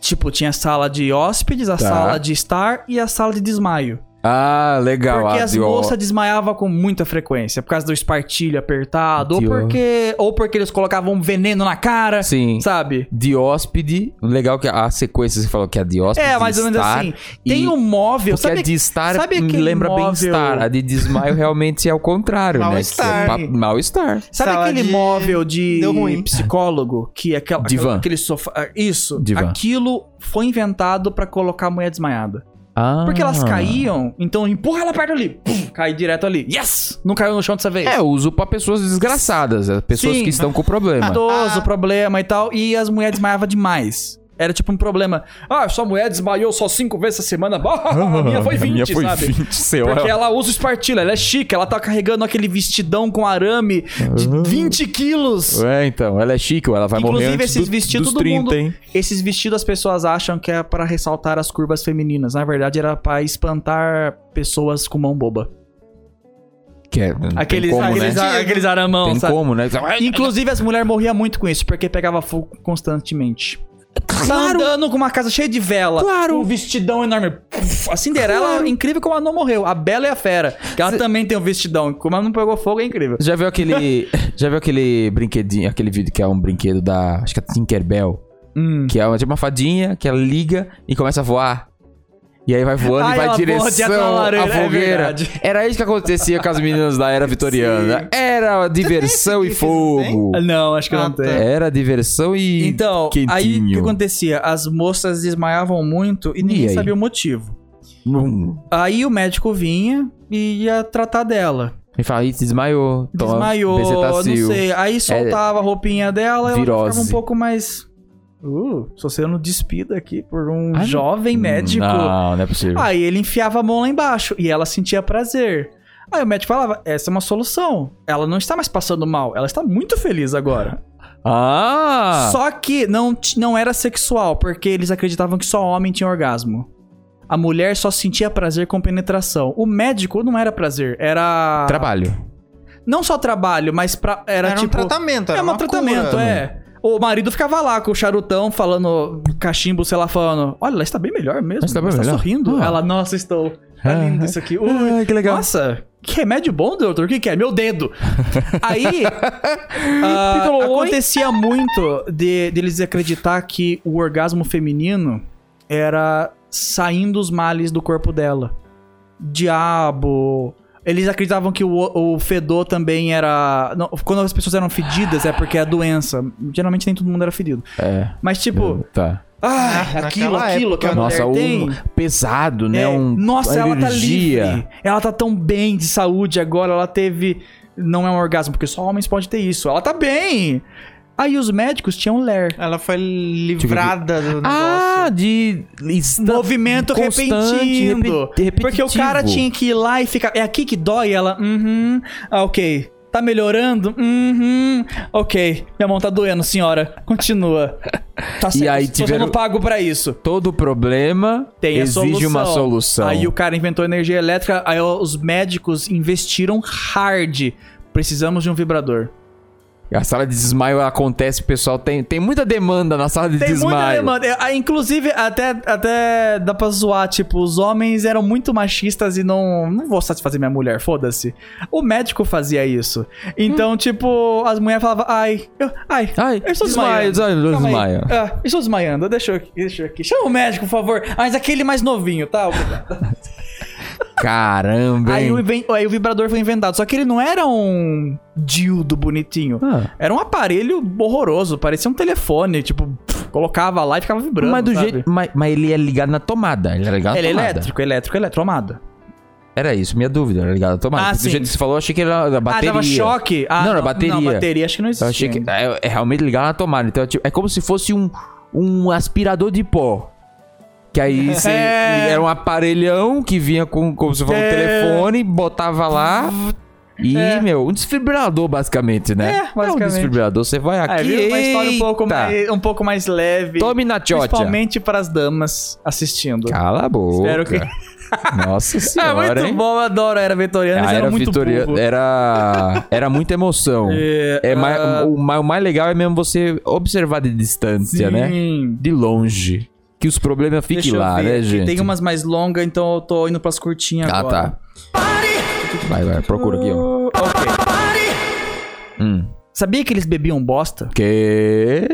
[SPEAKER 2] Tipo, tinha a sala de hóspedes, a
[SPEAKER 1] Tá.
[SPEAKER 2] sala de estar e a sala de desmaio.
[SPEAKER 1] Ah, legal.
[SPEAKER 2] Porque
[SPEAKER 1] a
[SPEAKER 2] as
[SPEAKER 1] Dior.
[SPEAKER 2] moças desmaiavam com muita frequência, por causa do espartilho apertado, ou
[SPEAKER 1] Dior.
[SPEAKER 2] porque, ou porque eles colocavam veneno na cara,
[SPEAKER 1] Sim.
[SPEAKER 2] sabe?
[SPEAKER 1] Dióspide. Legal que a sequência você falou que é a dióspide.
[SPEAKER 2] É, mais ou menos
[SPEAKER 1] estar,
[SPEAKER 2] assim. Tem
[SPEAKER 1] e-
[SPEAKER 2] um móvel,
[SPEAKER 1] Porque
[SPEAKER 2] sabe?
[SPEAKER 1] a de estar
[SPEAKER 2] sabe
[SPEAKER 1] me
[SPEAKER 2] aquele
[SPEAKER 1] lembra
[SPEAKER 2] móvel-
[SPEAKER 1] bem-estar. A de desmaio realmente é o contrário, né? Que você é
[SPEAKER 3] Mal-estar.
[SPEAKER 1] pa- Mal-estar.
[SPEAKER 2] Sabe
[SPEAKER 3] Sala
[SPEAKER 2] aquele
[SPEAKER 3] de-
[SPEAKER 2] móvel de
[SPEAKER 3] Deu ruim.
[SPEAKER 2] psicólogo que é aquela,
[SPEAKER 1] Divã.
[SPEAKER 2] aquele sofá, ah, isso,
[SPEAKER 1] Divã.
[SPEAKER 2] aquilo foi inventado pra colocar a mulher desmaiada.
[SPEAKER 1] Ah.
[SPEAKER 2] Porque elas caíam, então empurra ela perto ali, pum, cai direto ali. Yes! Não caiu no chão dessa vez.
[SPEAKER 1] É, eu uso pra pessoas desgraçadas, é, pessoas
[SPEAKER 2] Sim.
[SPEAKER 1] que estão com problema.
[SPEAKER 2] Idoso, problema e tal, e as mulheres desmaiavam demais. Era tipo um problema. Ah, sua mulher desmaiou só cinco vezes essa semana. (laughs) Ah,
[SPEAKER 1] Ah,
[SPEAKER 2] A minha foi 20, sabe?
[SPEAKER 1] 20, seu.
[SPEAKER 2] Porque ela usa espartilha, ela é chique, ela tá carregando aquele vestidão com arame de 20 quilos.
[SPEAKER 1] Ah. É, então, ela é chique, ou ela vai
[SPEAKER 2] Inclusive,
[SPEAKER 1] morrer antes
[SPEAKER 2] esses
[SPEAKER 1] do-
[SPEAKER 2] vestidos
[SPEAKER 1] dos
[SPEAKER 2] do
[SPEAKER 1] 30,
[SPEAKER 2] mundo-
[SPEAKER 1] hein?
[SPEAKER 2] Esses vestidos as pessoas acham que é pra ressaltar as curvas femininas. Na verdade, era pra espantar pessoas com mão boba.
[SPEAKER 1] Que é, não
[SPEAKER 2] Aqueles,
[SPEAKER 1] tem como,
[SPEAKER 2] aqueles,
[SPEAKER 1] né?
[SPEAKER 2] a- aqueles aramão,
[SPEAKER 1] Tem
[SPEAKER 2] sabe? Tá
[SPEAKER 1] como, né?
[SPEAKER 2] Inclusive, as mulheres morriam muito com isso, porque pegava fogo constantemente. Tá
[SPEAKER 1] Claro.
[SPEAKER 2] andando com uma casa cheia de vela.
[SPEAKER 1] Claro.
[SPEAKER 2] Um vestidão enorme. Puf, A Cinderela,
[SPEAKER 1] Claro.
[SPEAKER 2] incrível como ela não morreu. A Bela e a Fera. Que ela também tem um vestidão. Como ela não pegou fogo, é incrível.
[SPEAKER 1] Já viu aquele. (laughs) já viu aquele brinquedinho, aquele vídeo que é um brinquedo da. Acho que é Tinkerbell.
[SPEAKER 2] Hum.
[SPEAKER 1] Que é uma, tipo uma fadinha que ela liga e começa a voar. E aí vai voando
[SPEAKER 2] Ah,
[SPEAKER 1] e vai
[SPEAKER 2] ela
[SPEAKER 1] em
[SPEAKER 2] voa direto na
[SPEAKER 1] direção à
[SPEAKER 2] lareira, é
[SPEAKER 1] fogueira.
[SPEAKER 2] verdade.
[SPEAKER 1] Era isso que acontecia com as meninas da
[SPEAKER 2] (laughs)
[SPEAKER 1] era vitoriana. Era diversão
[SPEAKER 3] esse
[SPEAKER 1] e
[SPEAKER 3] gif, não tem?
[SPEAKER 1] fogo.
[SPEAKER 2] Não, acho que
[SPEAKER 3] Ah,
[SPEAKER 2] não tem.
[SPEAKER 3] tá.
[SPEAKER 1] Era diversão e.
[SPEAKER 2] Então, aí o que
[SPEAKER 1] quentinho.
[SPEAKER 2] acontecia? As moças desmaiavam muito e ninguém
[SPEAKER 1] aí?
[SPEAKER 2] sabia o motivo.
[SPEAKER 1] Hum.
[SPEAKER 2] Aí o médico vinha e ia tratar dela.
[SPEAKER 1] E fala, "Ih, desmaiou. Toma
[SPEAKER 2] Desmaiou, não
[SPEAKER 1] bezetacil."
[SPEAKER 2] sei. Aí soltava a roupinha dela e ela já
[SPEAKER 1] tá É, Virose.
[SPEAKER 2] ficava um pouco mais. Uh, sou sendo despida aqui por um
[SPEAKER 1] Ah, não.
[SPEAKER 2] jovem médico. Ah,
[SPEAKER 1] Não, não é possível.
[SPEAKER 2] Aí ele enfiava a mão lá embaixo e ela sentia prazer. Aí o médico falava: essa é uma solução. Ela não está mais passando mal, ela está muito feliz agora.
[SPEAKER 1] Ah!
[SPEAKER 2] Só que não, ti- não era sexual, porque eles acreditavam que só homem tinha orgasmo. A mulher só sentia prazer com penetração. O médico não era prazer, era.
[SPEAKER 1] Trabalho.
[SPEAKER 2] Não só trabalho, mas pra, era,
[SPEAKER 3] Era, um
[SPEAKER 2] tipo.
[SPEAKER 3] tratamento, era
[SPEAKER 2] é um
[SPEAKER 3] uma
[SPEAKER 2] tratamento,
[SPEAKER 3] cura.
[SPEAKER 2] é. O marido ficava lá com o charutão, falando, cachimbo, sei lá, falando: Olha, ela está bem melhor mesmo.
[SPEAKER 1] Está
[SPEAKER 2] Está,
[SPEAKER 1] bem melhor."
[SPEAKER 2] sorrindo.
[SPEAKER 1] Ah.
[SPEAKER 2] Ela, nossa, estou. Tá
[SPEAKER 1] Ah.
[SPEAKER 2] lindo isso aqui. Ui,
[SPEAKER 1] Ah, que legal.
[SPEAKER 2] Nossa, que remédio bom, doutor. O que, que é? Meu
[SPEAKER 1] (laughs)
[SPEAKER 2] dedo. Aí. ah,
[SPEAKER 1] Picolou, hein?
[SPEAKER 2] acontecia muito de, deles acreditar que o orgasmo feminino era saindo os males do corpo dela. Diabo. Eles acreditavam que o, o fedor também era. não, quando as pessoas eram fedidas é porque é doença. Geralmente nem todo mundo era fedido.
[SPEAKER 1] É.
[SPEAKER 2] Mas tipo,
[SPEAKER 1] Tá.
[SPEAKER 2] ah,
[SPEAKER 3] Na-
[SPEAKER 2] aquilo,
[SPEAKER 3] naquela
[SPEAKER 2] aquilo que a
[SPEAKER 3] época,
[SPEAKER 2] mulher
[SPEAKER 1] Nossa,
[SPEAKER 2] tem.
[SPEAKER 1] um pesado, né?
[SPEAKER 2] É,
[SPEAKER 1] Um,
[SPEAKER 2] nossa,
[SPEAKER 1] uma
[SPEAKER 2] ela tá
[SPEAKER 1] energia.
[SPEAKER 2] livre. Ela tá tão bem de saúde agora. Ela teve. Não é um orgasmo, porque só homens podem ter isso. Ela tá bem. Aí os médicos tinham um ler.
[SPEAKER 3] Ela foi livrada do negócio.
[SPEAKER 1] Tipo, Ah, de. estampa-
[SPEAKER 2] Movimento
[SPEAKER 1] constante,
[SPEAKER 2] repentino.
[SPEAKER 1] repe- repetitivo.
[SPEAKER 2] Porque o cara tinha que ir lá e ficar. É aqui que dói ela. Uhum. Ah, ok. Tá melhorando? Uhum. Ok. Minha mão tá doendo, senhora. Continua.
[SPEAKER 1] (laughs)
[SPEAKER 2] Tá certo.
[SPEAKER 1] aí
[SPEAKER 2] Só
[SPEAKER 1] tiveram-
[SPEAKER 2] não pago pra isso.
[SPEAKER 1] Todo problema
[SPEAKER 2] Tem a
[SPEAKER 1] exige uma solução.
[SPEAKER 2] Aí o cara inventou energia elétrica, aí os médicos investiram hard. Precisamos de um vibrador.
[SPEAKER 1] A sala de desmaio acontece, pessoal. Tem, tem muita demanda na sala de
[SPEAKER 2] Tem
[SPEAKER 1] desmaio.
[SPEAKER 2] muita demanda. É, ah, Inclusive, até, até dá pra zoar, tipo, os homens eram muito machistas e não. Não vou satisfazer minha mulher, foda-se. O médico fazia isso. Então, tipo, as mulheres falavam, ai, eu, ai,
[SPEAKER 1] Hum. Ai,
[SPEAKER 2] eu estou
[SPEAKER 1] desmaio,
[SPEAKER 2] desmaiando.
[SPEAKER 1] desmaio,
[SPEAKER 2] Calma aí.
[SPEAKER 1] desmaio.
[SPEAKER 2] Ah, eu estou desmaiando, deixa eu, deixa eu aqui. Chama o médico, por favor. Ah, Mas aquele mais novinho, tá? Obrigado.
[SPEAKER 1] Caramba,
[SPEAKER 2] Aí o,
[SPEAKER 1] hein?
[SPEAKER 2] inven- aí o vibrador foi inventado. Só que ele não era um dildo bonitinho.
[SPEAKER 1] Ah,
[SPEAKER 2] Era um aparelho horroroso. Parecia um telefone. Tipo, pff, colocava lá e ficava vibrando.
[SPEAKER 1] mas do
[SPEAKER 2] sabe?
[SPEAKER 1] jeito. Mas, mas ele é ligado na tomada. Ele é ligado na
[SPEAKER 2] Ele é
[SPEAKER 1] tomada.
[SPEAKER 2] elétrico, elétrico, eletromada.
[SPEAKER 1] Era isso, minha dúvida. Era ligado na tomada.
[SPEAKER 2] Ah,
[SPEAKER 1] Porque do
[SPEAKER 2] sim.
[SPEAKER 1] jeito que você falou, eu achei que era da bateria.
[SPEAKER 2] Ah, dava choque? Ah,
[SPEAKER 1] Não, era bateria.
[SPEAKER 2] Não, bateria acho que não
[SPEAKER 1] Eu achei
[SPEAKER 2] existia.
[SPEAKER 1] que é, é realmente ligado na tomada. Então, é tipo, é como se fosse um, um aspirador de pó. Que
[SPEAKER 2] (laughs)
[SPEAKER 1] aí você-
[SPEAKER 2] É.
[SPEAKER 1] era um aparelhão que vinha com, como se fosse um
[SPEAKER 2] É.
[SPEAKER 1] telefone, botava lá. E,
[SPEAKER 2] É.
[SPEAKER 1] meu, um desfibrilador, basicamente, né?
[SPEAKER 2] É,
[SPEAKER 1] um
[SPEAKER 2] basicamente.
[SPEAKER 1] desfibrilador. Você vai
[SPEAKER 2] Ah,
[SPEAKER 1] aqui.
[SPEAKER 2] viu? Uma história um pouco,
[SPEAKER 1] eita,
[SPEAKER 2] mais, um pouco mais leve.
[SPEAKER 1] Tome na tchotcha.
[SPEAKER 2] principalmente para as damas assistindo.
[SPEAKER 1] Cala a boca.
[SPEAKER 2] Espero que-
[SPEAKER 1] Nossa
[SPEAKER 2] (laughs) É
[SPEAKER 1] senhora.
[SPEAKER 2] muito
[SPEAKER 1] hein?
[SPEAKER 2] bom, eu adoro a Era
[SPEAKER 1] A
[SPEAKER 2] Vitoriana. eles
[SPEAKER 1] era
[SPEAKER 2] eram muito
[SPEAKER 1] Vitoria-
[SPEAKER 2] burro.
[SPEAKER 1] era era muita emoção.
[SPEAKER 2] (laughs) É,
[SPEAKER 1] É mais-
[SPEAKER 2] ah,
[SPEAKER 1] o, mais- o mais legal é mesmo você observar de distância, né?
[SPEAKER 2] sim.
[SPEAKER 1] De longe. que os problemas fiquem
[SPEAKER 2] Deixa eu
[SPEAKER 1] lá,
[SPEAKER 2] ver
[SPEAKER 1] né,
[SPEAKER 2] aqui.
[SPEAKER 1] gente?
[SPEAKER 2] Tem umas mais longas, então eu tô indo pras curtinhas
[SPEAKER 1] Ah,
[SPEAKER 2] agora.
[SPEAKER 1] tá. Vai, vai, procura aqui, ó.
[SPEAKER 2] Uh, ok.
[SPEAKER 1] Hum.
[SPEAKER 2] Sabia que eles bebiam bosta?
[SPEAKER 1] Que?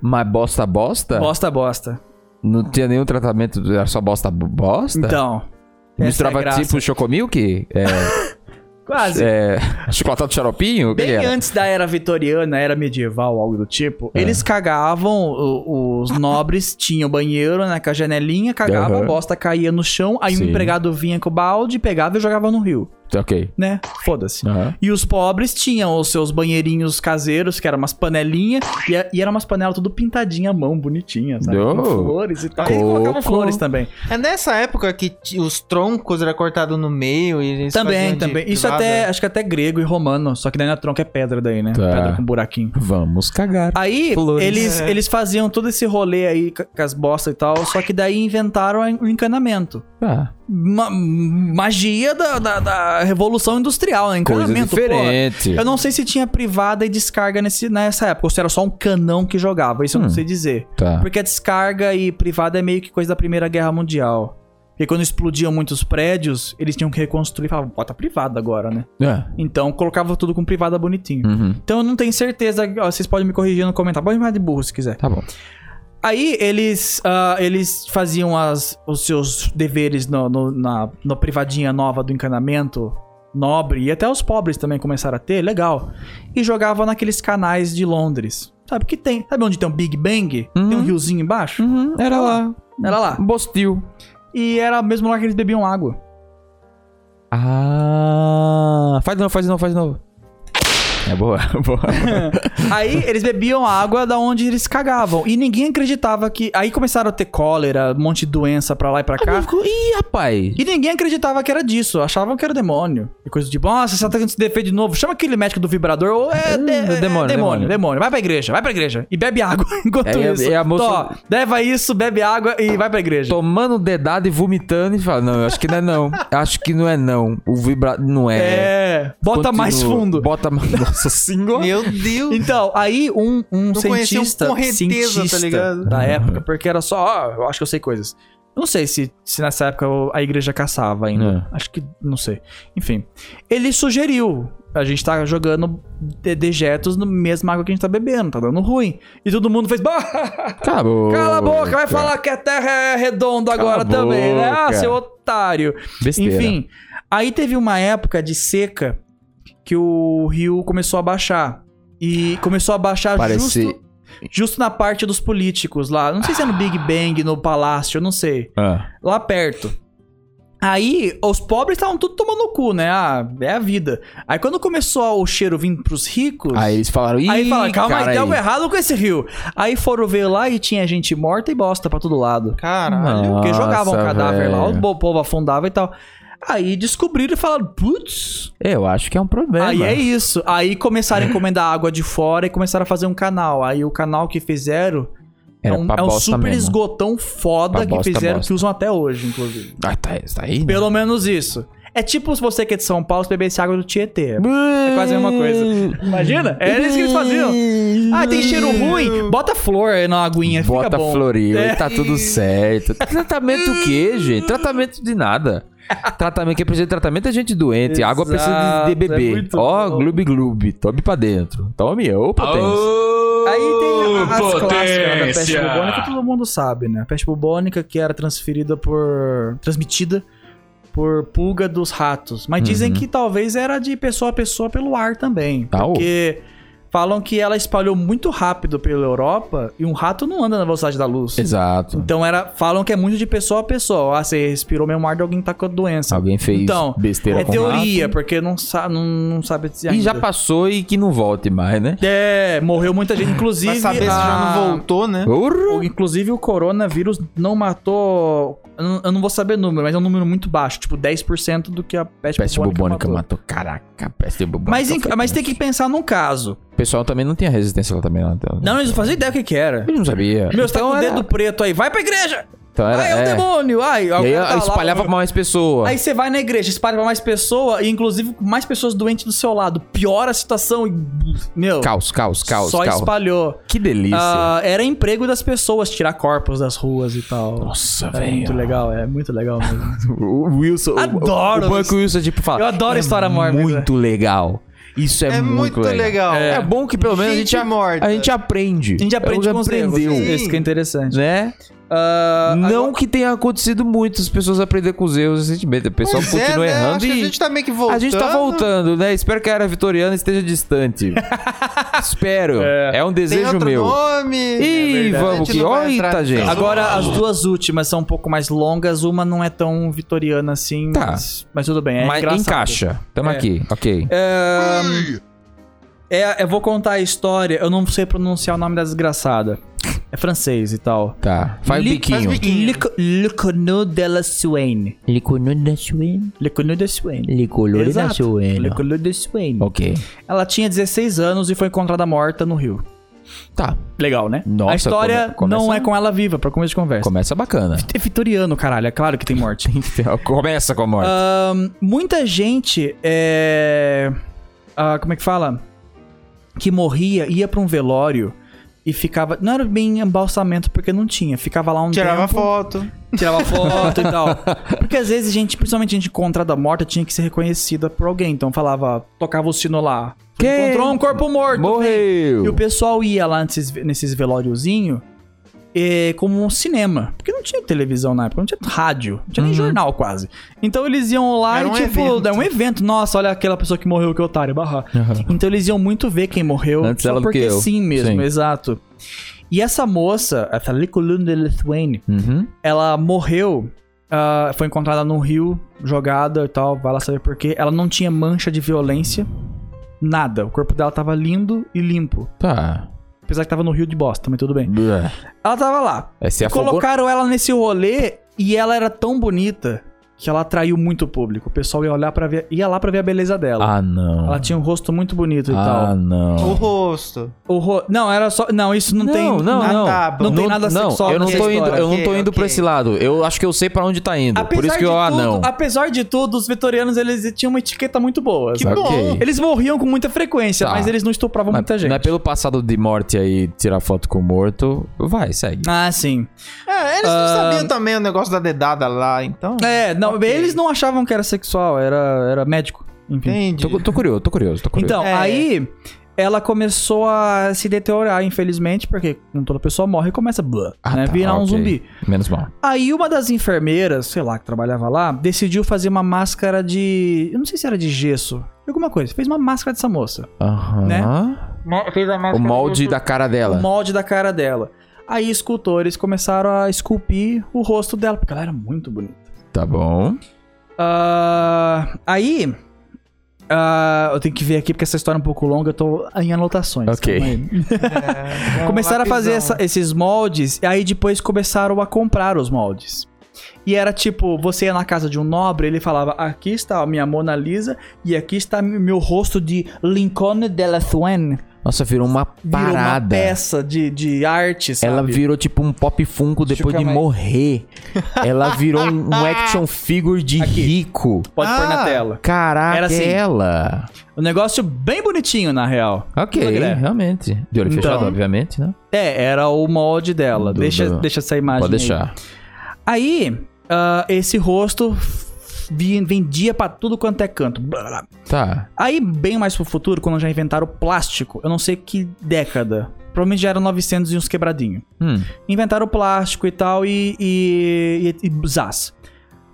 [SPEAKER 1] Mas bosta, bosta?
[SPEAKER 2] Bosta, bosta.
[SPEAKER 1] Não tinha nenhum tratamento, era só bosta, bosta?
[SPEAKER 2] Então. essa é a
[SPEAKER 1] Misturava
[SPEAKER 2] graça.
[SPEAKER 1] tipo chocomilk? É,
[SPEAKER 2] Quase.
[SPEAKER 1] é, chocolatado xaropinho? O que que
[SPEAKER 2] Bem
[SPEAKER 1] era?
[SPEAKER 2] antes da era vitoriana, era medieval, algo do tipo,
[SPEAKER 1] É.
[SPEAKER 2] eles cagavam, o- os nobres tinham banheiro, né, com a janelinha, cagavam,
[SPEAKER 1] Aham.
[SPEAKER 2] a bosta caía no chão, aí
[SPEAKER 1] Sim.
[SPEAKER 2] um empregado vinha com o balde, pegava e jogava no rio,
[SPEAKER 1] Ok.
[SPEAKER 2] né? Foda-se.
[SPEAKER 1] Aham.
[SPEAKER 2] E os pobres tinham os seus banheirinhos caseiros, que eram umas panelinhas, e, a- e eram umas panelas tudo pintadinha à mão, bonitinha, sabe? Com
[SPEAKER 1] Oh.
[SPEAKER 2] flores e tal. Eles colocavam
[SPEAKER 1] Coco.
[SPEAKER 2] flores também.
[SPEAKER 3] É nessa época que t- os troncos eram cortados no meio e eles faziam
[SPEAKER 2] também,
[SPEAKER 3] de
[SPEAKER 2] também. Isso
[SPEAKER 3] privada.
[SPEAKER 2] até, acho que até grego e romano, só que daí na tronca é pedra daí, né?
[SPEAKER 1] Tá.
[SPEAKER 2] Pedra com buraquinho.
[SPEAKER 1] Vamos cagar.
[SPEAKER 2] Aí
[SPEAKER 1] Flores.
[SPEAKER 2] eles,
[SPEAKER 3] É.
[SPEAKER 2] eles faziam todo esse rolê aí ca- com as bostas e tal, só que daí inventaram o encanamento.
[SPEAKER 1] Ah,
[SPEAKER 2] Ma- magia da, da, da revolução industrial, né?
[SPEAKER 1] coisa
[SPEAKER 2] Encanamento, porra.
[SPEAKER 1] diferente.
[SPEAKER 2] Eu não sei se tinha privada e descarga nesse, nessa época, ou se era só um canão que jogava, isso eu
[SPEAKER 1] Hum.
[SPEAKER 2] não sei dizer.
[SPEAKER 1] Tá.
[SPEAKER 2] Porque a descarga e privada é meio que coisa da Primeira Guerra Mundial. Porque quando explodiam muitos prédios, eles tinham que reconstruir e falavam, bota privada agora, né?
[SPEAKER 1] É.
[SPEAKER 2] Então colocava tudo com privada bonitinho.
[SPEAKER 1] Uhum.
[SPEAKER 2] Então eu não tenho certeza. ó, Vocês podem me corrigir no comentário. Pode me chamar de burro se quiser.
[SPEAKER 1] Tá bom.
[SPEAKER 2] Aí eles, ah, eles faziam as- os seus deveres no, no- na, na privadinha nova do encanamento nobre. E até os pobres também começaram a ter. Legal. E jogavam naqueles canais de Londres. Sabe que tem? Sabe onde tem um Big Bang? Tem
[SPEAKER 1] Uhum.
[SPEAKER 2] um riozinho embaixo?
[SPEAKER 1] Uhum, era lá.
[SPEAKER 2] Era lá.
[SPEAKER 1] Bostil.
[SPEAKER 2] E era mesmo lá que eles bebiam água.
[SPEAKER 1] Ah. Faz de novo, faz de novo, faz de novo. É
[SPEAKER 2] (laughs)
[SPEAKER 1] boa, boa.
[SPEAKER 2] Aí eles bebiam água da onde eles cagavam. E ninguém acreditava que. Aí começaram a ter cólera, um monte de doença pra lá e pra cá.
[SPEAKER 1] Ih, rapaz.
[SPEAKER 2] E ninguém acreditava que era disso, achavam que era demônio. E coisa do tipo, nossa, você tá tentando se defender de novo, chama aquele médico do vibrador, ou é, de-
[SPEAKER 1] Hum,
[SPEAKER 2] é- é
[SPEAKER 1] demônio,
[SPEAKER 2] demônio,
[SPEAKER 1] demônio.
[SPEAKER 2] demônio, Vai pra igreja, vai pra igreja. E bebe água (laughs) enquanto
[SPEAKER 1] É, e a-
[SPEAKER 2] isso.
[SPEAKER 1] e a moça-
[SPEAKER 2] Tó, leva isso, bebe água e vai pra igreja.
[SPEAKER 1] Tomando dedada e vomitando e fala: Não, eu acho que não é não. Acho que não é não. O vibra. Não é.
[SPEAKER 2] É, bota
[SPEAKER 1] Continua.
[SPEAKER 2] mais fundo.
[SPEAKER 1] Bota mais. Nossa senhora.
[SPEAKER 3] Meu Deus.
[SPEAKER 2] Então, aí um, um
[SPEAKER 3] Não conhecia um
[SPEAKER 2] cientista,
[SPEAKER 3] correnteza, tá
[SPEAKER 2] cientista
[SPEAKER 3] ligado?
[SPEAKER 1] Uhum.
[SPEAKER 2] da época, porque era só, ó, eu acho que eu sei coisas. Eu Não sei se, se nessa época o- a igreja caçava ainda.
[SPEAKER 1] É.
[SPEAKER 2] Acho que, não sei. Enfim, ele sugeriu, a gente tá jogando de- dejetos no mesmo água que a gente tá bebendo, tá dando ruim. E todo mundo fez, "Bah,
[SPEAKER 1] Acabou.
[SPEAKER 2] cala a boca, vai falar que a terra é redonda
[SPEAKER 1] Cala
[SPEAKER 2] agora
[SPEAKER 1] a
[SPEAKER 2] também, né? Ah,
[SPEAKER 1] boca.
[SPEAKER 2] seu otário.
[SPEAKER 1] Besteira.
[SPEAKER 2] Enfim, aí teve uma época de seca que o rio começou a baixar. E começou a baixar
[SPEAKER 1] Parece-
[SPEAKER 2] tá justo, justo na parte dos políticos lá. Não sei se é no Big Bang, no Palácio, eu não sei.
[SPEAKER 1] Ah,
[SPEAKER 2] Lá perto. Aí, os pobres estavam tudo tomando o cu, né? Ah, é a vida. Aí, quando começou o cheiro vindo pros ricos...
[SPEAKER 1] Aí eles falaram: Ih,
[SPEAKER 2] Aí fala, calma aí,
[SPEAKER 1] cara,
[SPEAKER 2] tem algo errado com esse rio. Aí foram ver lá e tinha gente morta e bosta pra todo lado.
[SPEAKER 3] Caralho.
[SPEAKER 2] Porque jogavam um
[SPEAKER 1] Nossa,
[SPEAKER 2] cadáver lá,
[SPEAKER 1] velho.
[SPEAKER 2] o povo afundava e tal. Aí descobriram e falaram, putz,
[SPEAKER 1] Eu acho que é um problema.
[SPEAKER 2] aí é isso. Aí começaram a encomendar água de fora e começaram a fazer um canal. Aí o canal que fizeram é
[SPEAKER 1] Era
[SPEAKER 2] um,
[SPEAKER 1] pra
[SPEAKER 2] é um
[SPEAKER 1] bosta
[SPEAKER 2] super
[SPEAKER 1] mesmo.
[SPEAKER 2] esgotão foda
[SPEAKER 1] Pra
[SPEAKER 2] que
[SPEAKER 1] bosta,
[SPEAKER 2] fizeram,
[SPEAKER 1] bosta.
[SPEAKER 2] que usam até hoje, inclusive.
[SPEAKER 1] Ah, tá, isso aí. né?
[SPEAKER 2] Pelo menos isso. É tipo se você que é de São Paulo se bebesse água do Tietê.
[SPEAKER 1] É
[SPEAKER 2] quase a mesma coisa. Imagina? Era isso que eles faziam. Ah, tem cheiro ruim? Bota flor aí na aguinha, fica
[SPEAKER 1] Bota
[SPEAKER 2] bom.
[SPEAKER 1] Floril
[SPEAKER 2] É.
[SPEAKER 1] e tá tudo certo. Tratamento o quê, gente? Tratamento de nada. Tratamento, quem precisa de tratamento é gente doente. Água precisa de, de
[SPEAKER 2] Exato, é
[SPEAKER 1] beber.
[SPEAKER 2] muito
[SPEAKER 1] Ó,
[SPEAKER 2] bom.
[SPEAKER 1] glube glube. Tome pra dentro. Tome, ô potência.
[SPEAKER 2] Aí tem as clássicas da peste
[SPEAKER 4] potência.
[SPEAKER 2] bubônica, todo mundo sabe, né? A peste bubônica que era transferida por. transmitida por pulga dos ratos. Mas dizem
[SPEAKER 3] Uhum.
[SPEAKER 2] que talvez era de pessoa a pessoa pelo ar também.
[SPEAKER 3] Tá.
[SPEAKER 1] Ah, ô.
[SPEAKER 2] Porque falam que ela espalhou muito rápido pela Europa e um rato não anda na velocidade da luz.
[SPEAKER 1] Exato.
[SPEAKER 2] Então era, falam que é muito de pessoa a pessoa. Ah, você respirou o mesmo ar de alguém que tá com a
[SPEAKER 3] Ah,
[SPEAKER 2] doença.
[SPEAKER 1] Alguém fez
[SPEAKER 2] Então,
[SPEAKER 1] besteira
[SPEAKER 2] É
[SPEAKER 3] um
[SPEAKER 1] com
[SPEAKER 2] teoria, porque não, sa não, não sabe se
[SPEAKER 1] rato. E já
[SPEAKER 2] ainda.
[SPEAKER 1] passou e que não volte mais, né?
[SPEAKER 2] É, morreu muita gente, inclusive.
[SPEAKER 3] Vai saber se já
[SPEAKER 2] a-
[SPEAKER 1] ah,
[SPEAKER 3] não voltou, né?
[SPEAKER 1] Urra.
[SPEAKER 2] o- Inclusive o coronavírus não matou. Eu não, eu não vou saber o número, mas é um número muito baixo, tipo 10% do que a peste,
[SPEAKER 1] Peste bubônica matou.
[SPEAKER 2] matou.
[SPEAKER 1] Caraca, peste bubônica.
[SPEAKER 2] Mas, em-
[SPEAKER 1] foi-
[SPEAKER 2] mas tem que pensar num caso.
[SPEAKER 1] O pessoal também não tinha resistência lá também. Lá,
[SPEAKER 2] Não, eles não faziam ideia o que, que era.
[SPEAKER 1] Eles não sabia.
[SPEAKER 2] Meu, você tá com o
[SPEAKER 1] Então era-
[SPEAKER 2] dedo preto aí, vai pra igreja!
[SPEAKER 1] Então era.
[SPEAKER 2] ah, é um
[SPEAKER 1] é.
[SPEAKER 2] demônio! Ai,
[SPEAKER 1] E aí
[SPEAKER 2] alguém tá lá,
[SPEAKER 1] espalhava pra mais pessoas.
[SPEAKER 2] Aí você vai na igreja, espalha pra mais pessoas, e inclusive mais pessoas doentes do seu lado. Piora a situação e. Meu,
[SPEAKER 1] Caos, caos, caos,
[SPEAKER 2] só
[SPEAKER 1] caos.
[SPEAKER 2] espalhou.
[SPEAKER 1] Que delícia.
[SPEAKER 2] Ah, era emprego das pessoas tirar corpos das ruas e tal.
[SPEAKER 1] Nossa,
[SPEAKER 2] é muito legal, é muito legal mesmo.
[SPEAKER 1] O Wilson. o-
[SPEAKER 2] Adoro
[SPEAKER 1] O, o Punk Wilson, tipo, fala.
[SPEAKER 2] Eu adoro
[SPEAKER 1] "É
[SPEAKER 2] história mórbida."
[SPEAKER 1] Muito legal. Isso é,
[SPEAKER 3] É muito legal.
[SPEAKER 1] É. É bom que pelo menos a
[SPEAKER 3] Gente
[SPEAKER 1] gente, a-
[SPEAKER 3] morta.
[SPEAKER 1] a gente aprende.
[SPEAKER 2] A gente aprende com os erros.
[SPEAKER 1] aprendeu,
[SPEAKER 3] Sim.
[SPEAKER 2] Isso que é interessante.
[SPEAKER 1] né?
[SPEAKER 2] Ah,
[SPEAKER 1] não
[SPEAKER 2] agora-
[SPEAKER 1] que tenha acontecido muito as pessoas aprender com os erros recentemente. O pessoal
[SPEAKER 3] Pois é,
[SPEAKER 1] continua
[SPEAKER 3] né?
[SPEAKER 1] errando
[SPEAKER 3] Acho
[SPEAKER 1] e
[SPEAKER 3] que a gente tá meio que voltando.
[SPEAKER 1] a gente tá voltando, né? Espero que a era vitoriana esteja
[SPEAKER 2] (laughs)
[SPEAKER 1] distante. Espero. É, um
[SPEAKER 3] Tem
[SPEAKER 1] desejo
[SPEAKER 3] outro
[SPEAKER 1] meu.
[SPEAKER 3] nome. É
[SPEAKER 1] Ih,
[SPEAKER 3] verdade. A
[SPEAKER 1] vamos
[SPEAKER 3] gente
[SPEAKER 1] que.
[SPEAKER 3] não vai
[SPEAKER 2] tá,
[SPEAKER 3] entrar
[SPEAKER 1] Eita,
[SPEAKER 3] nisso.
[SPEAKER 1] gente.
[SPEAKER 2] Agora, as duas últimas são um pouco mais longas. Uma não é tão vitoriana assim,
[SPEAKER 1] Tá.
[SPEAKER 2] mas, mas tudo bem. É
[SPEAKER 1] Mas
[SPEAKER 2] engraçado.
[SPEAKER 1] encaixa. Tamo
[SPEAKER 2] É.
[SPEAKER 1] aqui. Ok.
[SPEAKER 2] É, eu vou contar a história. Eu não sei pronunciar o nome da desgraçada. É francês e tal.
[SPEAKER 1] Tá. Faz o
[SPEAKER 2] Li-
[SPEAKER 1] biquinho.
[SPEAKER 3] faz biquinho.
[SPEAKER 2] Lic- Liconu de la Suene.
[SPEAKER 4] L'économie de Suède,
[SPEAKER 2] Liconu de Suene.
[SPEAKER 4] l'économie de
[SPEAKER 2] Exato.
[SPEAKER 4] Suède.
[SPEAKER 2] Liconu de Suene.
[SPEAKER 1] Ok.
[SPEAKER 2] Ela tinha 16 anos e foi encontrada morta no rio.
[SPEAKER 1] Tá.
[SPEAKER 2] Legal, né?
[SPEAKER 1] Nossa,
[SPEAKER 2] a história
[SPEAKER 1] come- começa-
[SPEAKER 2] não é com ela viva, pra começo de conversa.
[SPEAKER 1] Começa
[SPEAKER 2] (laughs)
[SPEAKER 1] bacana.
[SPEAKER 2] É vitoriano, caralho. É claro que tem morte.
[SPEAKER 1] Então. Começa com a morte.
[SPEAKER 2] Ah, Ahn, muita gente é. ah, como é que fala? Que morria, ia pra um velório e ficava. Não era bem embalsamento, porque não tinha. Ficava lá um
[SPEAKER 3] Tirava
[SPEAKER 2] tempo,
[SPEAKER 3] foto.
[SPEAKER 2] tirava foto e
[SPEAKER 3] (laughs)
[SPEAKER 2] tal. Porque às vezes gente, principalmente gente encontrada morta, tinha que ser reconhecida por alguém. Então falava, tocava o sino lá.
[SPEAKER 1] Quem?
[SPEAKER 2] Encontrou um corpo morto. E o
[SPEAKER 1] Morreu.
[SPEAKER 2] pessoal ia lá nesses, nesses velóriozinho é, como um cinema. Porque não tinha televisão na época, não tinha rádio, não tinha
[SPEAKER 1] Uhum.
[SPEAKER 2] nem jornal quase. Então eles iam lá
[SPEAKER 3] Era
[SPEAKER 2] e
[SPEAKER 3] um
[SPEAKER 2] tipo,
[SPEAKER 3] evento.
[SPEAKER 2] é um evento. Nossa, olha aquela pessoa que morreu, que otário, barra.
[SPEAKER 1] Uhum.
[SPEAKER 2] Então eles iam muito ver quem morreu,
[SPEAKER 1] Antes
[SPEAKER 2] só
[SPEAKER 1] ela do
[SPEAKER 2] porque
[SPEAKER 1] que eu.
[SPEAKER 2] sim
[SPEAKER 1] Sim.
[SPEAKER 2] mesmo, exato. E essa moça, essa Licolune de Lithuane,
[SPEAKER 1] Uhum.
[SPEAKER 2] ela morreu, ah, foi encontrada num rio, jogada e tal, vai lá saber por quê. Ela não tinha mancha de violência, nada. O corpo dela tava lindo e limpo.
[SPEAKER 1] Tá.
[SPEAKER 2] Apesar que tava no Rio de Bosta, mas tudo bem.
[SPEAKER 1] Bleh.
[SPEAKER 2] Ela tava lá.
[SPEAKER 1] É se afogou.
[SPEAKER 2] Colocaram ela nesse rolê e ela era tão bonita que ela atraiu muito o público. O pessoal ia olhar para ver, ia lá pra ver a beleza dela.
[SPEAKER 1] Ah, não.
[SPEAKER 2] Ela tinha um rosto muito bonito e
[SPEAKER 1] Ah,
[SPEAKER 2] tal.
[SPEAKER 3] O
[SPEAKER 1] não.
[SPEAKER 3] rosto.
[SPEAKER 2] O ro... Não, era só. Não, isso não, tem.
[SPEAKER 3] Ah, tá, bom.
[SPEAKER 2] não tem nada
[SPEAKER 1] não,
[SPEAKER 2] sexual
[SPEAKER 1] Eu não
[SPEAKER 2] nessa
[SPEAKER 1] tô indo,
[SPEAKER 2] história.
[SPEAKER 1] eu não tô
[SPEAKER 3] Ok,
[SPEAKER 1] indo pra
[SPEAKER 3] ok.
[SPEAKER 1] esse lado. Eu acho que eu sei pra onde tá indo.
[SPEAKER 2] Apesar
[SPEAKER 1] Por isso que
[SPEAKER 2] de
[SPEAKER 1] eu, ah,
[SPEAKER 2] tudo,
[SPEAKER 1] não.
[SPEAKER 2] Apesar de tudo, os vitorianos eles tinham uma etiqueta muito boa.
[SPEAKER 3] Que
[SPEAKER 2] sabe?
[SPEAKER 3] bom.
[SPEAKER 1] Ok.
[SPEAKER 2] Eles morriam com muita frequência,
[SPEAKER 1] Tá.
[SPEAKER 2] mas eles não estupravam
[SPEAKER 1] Mas- é
[SPEAKER 2] muita gente.
[SPEAKER 1] Mas pelo passado de morte aí, tirar foto com o morto, vai, segue.
[SPEAKER 2] Ah, sim.
[SPEAKER 3] É, eles não
[SPEAKER 1] Ah.
[SPEAKER 3] sabiam também o negócio da dedada lá, então.
[SPEAKER 2] É, não,
[SPEAKER 3] Ok.
[SPEAKER 2] eles não achavam que era sexual, era, era médico. Enfim.
[SPEAKER 3] Entende?
[SPEAKER 1] Tô, tô curioso, tô curioso, tô curioso.
[SPEAKER 2] Então,
[SPEAKER 3] É.
[SPEAKER 2] aí ela começou a se deteriorar, infelizmente, porque como toda pessoa morre e começa a
[SPEAKER 1] Ah,
[SPEAKER 2] né,
[SPEAKER 1] tá,
[SPEAKER 2] virar um
[SPEAKER 1] ok.
[SPEAKER 2] zumbi.
[SPEAKER 1] Menos mal.
[SPEAKER 2] Aí uma das enfermeiras, sei lá, que trabalhava lá, decidiu fazer uma máscara de. Eu não sei se era de gesso, alguma coisa. Fez uma máscara dessa moça.
[SPEAKER 1] Aham.
[SPEAKER 2] Né?
[SPEAKER 1] O molde da cara
[SPEAKER 2] O
[SPEAKER 1] dela.
[SPEAKER 2] molde da cara dela. Aí escultores começaram a esculpir o rosto dela, porque ela era muito bonita.
[SPEAKER 1] Tá bom.
[SPEAKER 2] Ah, aí. ah, eu tenho que ver aqui porque essa história é um pouco longa, eu tô em anotações.
[SPEAKER 1] Ok.
[SPEAKER 2] calma aí.
[SPEAKER 3] É, é um
[SPEAKER 2] Começaram a fazer
[SPEAKER 3] lapisão.
[SPEAKER 2] essa- esses moldes, e aí depois começaram a comprar os moldes. E era tipo, você ia na casa de um nobre, ele falava: aqui está a minha Mona Lisa e aqui está m- meu rosto de Lincoln de la Thuane.
[SPEAKER 1] Nossa, virou uma
[SPEAKER 2] Virou uma
[SPEAKER 1] parada.
[SPEAKER 2] peça de, de arte, sabe?
[SPEAKER 1] Ela virou tipo um pop funko depois
[SPEAKER 2] eu
[SPEAKER 1] de
[SPEAKER 2] ver. (laughs)
[SPEAKER 1] morrer. Ela virou um, um action figure de
[SPEAKER 2] Aqui.
[SPEAKER 1] rico.
[SPEAKER 2] Pode pôr na
[SPEAKER 3] Ah.
[SPEAKER 2] tela.
[SPEAKER 1] Caraca, é
[SPEAKER 2] Era assim.
[SPEAKER 1] ela.
[SPEAKER 2] Um negócio bem bonitinho, na real.
[SPEAKER 1] Ok,
[SPEAKER 2] Tudo grande.
[SPEAKER 1] realmente. De olho
[SPEAKER 2] Então.
[SPEAKER 1] fechado, obviamente, né?
[SPEAKER 2] É, era o molde dela.
[SPEAKER 1] Do-
[SPEAKER 2] deixa,
[SPEAKER 1] do-
[SPEAKER 2] deixa essa imagem.
[SPEAKER 1] Pode
[SPEAKER 2] aí.
[SPEAKER 1] deixar.
[SPEAKER 2] Aí, ah, esse rosto vi- vendia pra tudo quanto é canto. Blá, blá, blá.
[SPEAKER 1] Tá.
[SPEAKER 2] Aí, bem mais pro futuro, quando já inventaram o plástico, eu não sei que década. Provavelmente já era 900 e uns quebradinho.
[SPEAKER 1] Hum.
[SPEAKER 2] Inventaram o plástico e tal e. e. e, e zaz.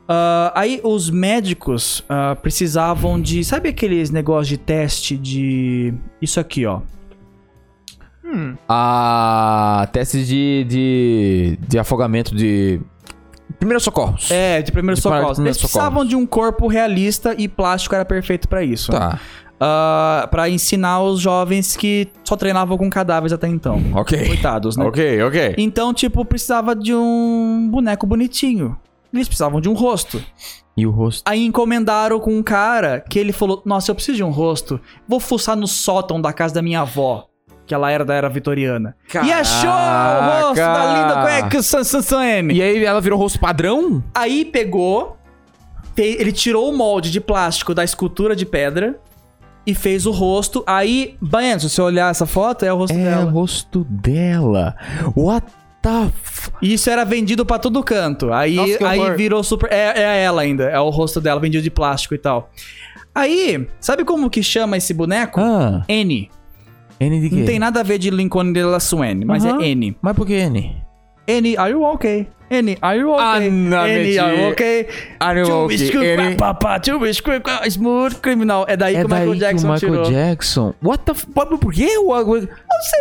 [SPEAKER 2] Ah, aí os médicos ah, precisavam de. Sabe aqueles negócios de teste de. Isso aqui, ó.
[SPEAKER 3] Hum,
[SPEAKER 1] Ah, teste de, de, de afogamento de. Primeiros socorros.
[SPEAKER 2] É, de primeiro
[SPEAKER 1] De par-
[SPEAKER 2] socorro.
[SPEAKER 1] primeiro
[SPEAKER 2] Eles precisavam
[SPEAKER 1] socorro.
[SPEAKER 2] de um corpo realista e plástico era perfeito pra isso. né?
[SPEAKER 1] Tá,
[SPEAKER 2] Ah, Pra ensinar os jovens que só treinavam com cadáveres até então.
[SPEAKER 1] ok.
[SPEAKER 2] Coitados, né?
[SPEAKER 1] Ok, ok.
[SPEAKER 2] Então, tipo, precisava de um boneco bonitinho. Eles precisavam de um rosto.
[SPEAKER 1] E o rosto?
[SPEAKER 2] Aí encomendaram com um cara que ele falou: Nossa, eu preciso de um rosto. Vou fuçar no sótão da casa da minha avó. que ela era da era vitoriana. E
[SPEAKER 5] Caraca!
[SPEAKER 2] achou o rosto da linda cueca San- San- San M.
[SPEAKER 1] E aí ela virou rosto padrão?
[SPEAKER 2] Aí pegou, te- ele tirou o molde de plástico da escultura de pedra e fez o rosto. Aí, Baiano, se você olhar essa foto, é o rosto
[SPEAKER 1] É o
[SPEAKER 2] dela.
[SPEAKER 1] rosto dela. What the f...
[SPEAKER 2] E isso era vendido pra todo canto. Aí,
[SPEAKER 3] Nossa, que
[SPEAKER 2] aí
[SPEAKER 3] horror.
[SPEAKER 2] virou super. É, é ela ainda, é o rosto dela, vendido de plástico e tal. Aí, sabe como que chama esse boneco?
[SPEAKER 1] Ah,
[SPEAKER 2] N.
[SPEAKER 1] N de quê?
[SPEAKER 2] Não tem nada a ver de Lincoln de la Suene, mas
[SPEAKER 1] é? Aham.
[SPEAKER 2] é N.
[SPEAKER 1] Mas por que N?
[SPEAKER 2] N, are you okay? N, are you okay?
[SPEAKER 5] Ah, não,
[SPEAKER 2] N,
[SPEAKER 5] mentira.
[SPEAKER 2] are you okay?
[SPEAKER 1] Ah,
[SPEAKER 5] Are you
[SPEAKER 2] Two
[SPEAKER 5] okay?
[SPEAKER 2] biscuit,
[SPEAKER 5] N.
[SPEAKER 2] pá, pá, pá, two biscuit, pá, é Smooth criminal. É daí
[SPEAKER 1] é
[SPEAKER 2] que o
[SPEAKER 1] daí
[SPEAKER 2] Michael
[SPEAKER 1] que
[SPEAKER 2] Jackson
[SPEAKER 1] o Michael
[SPEAKER 2] tirou.
[SPEAKER 1] Jackson... What the f... Mas Por que o...
[SPEAKER 2] Eu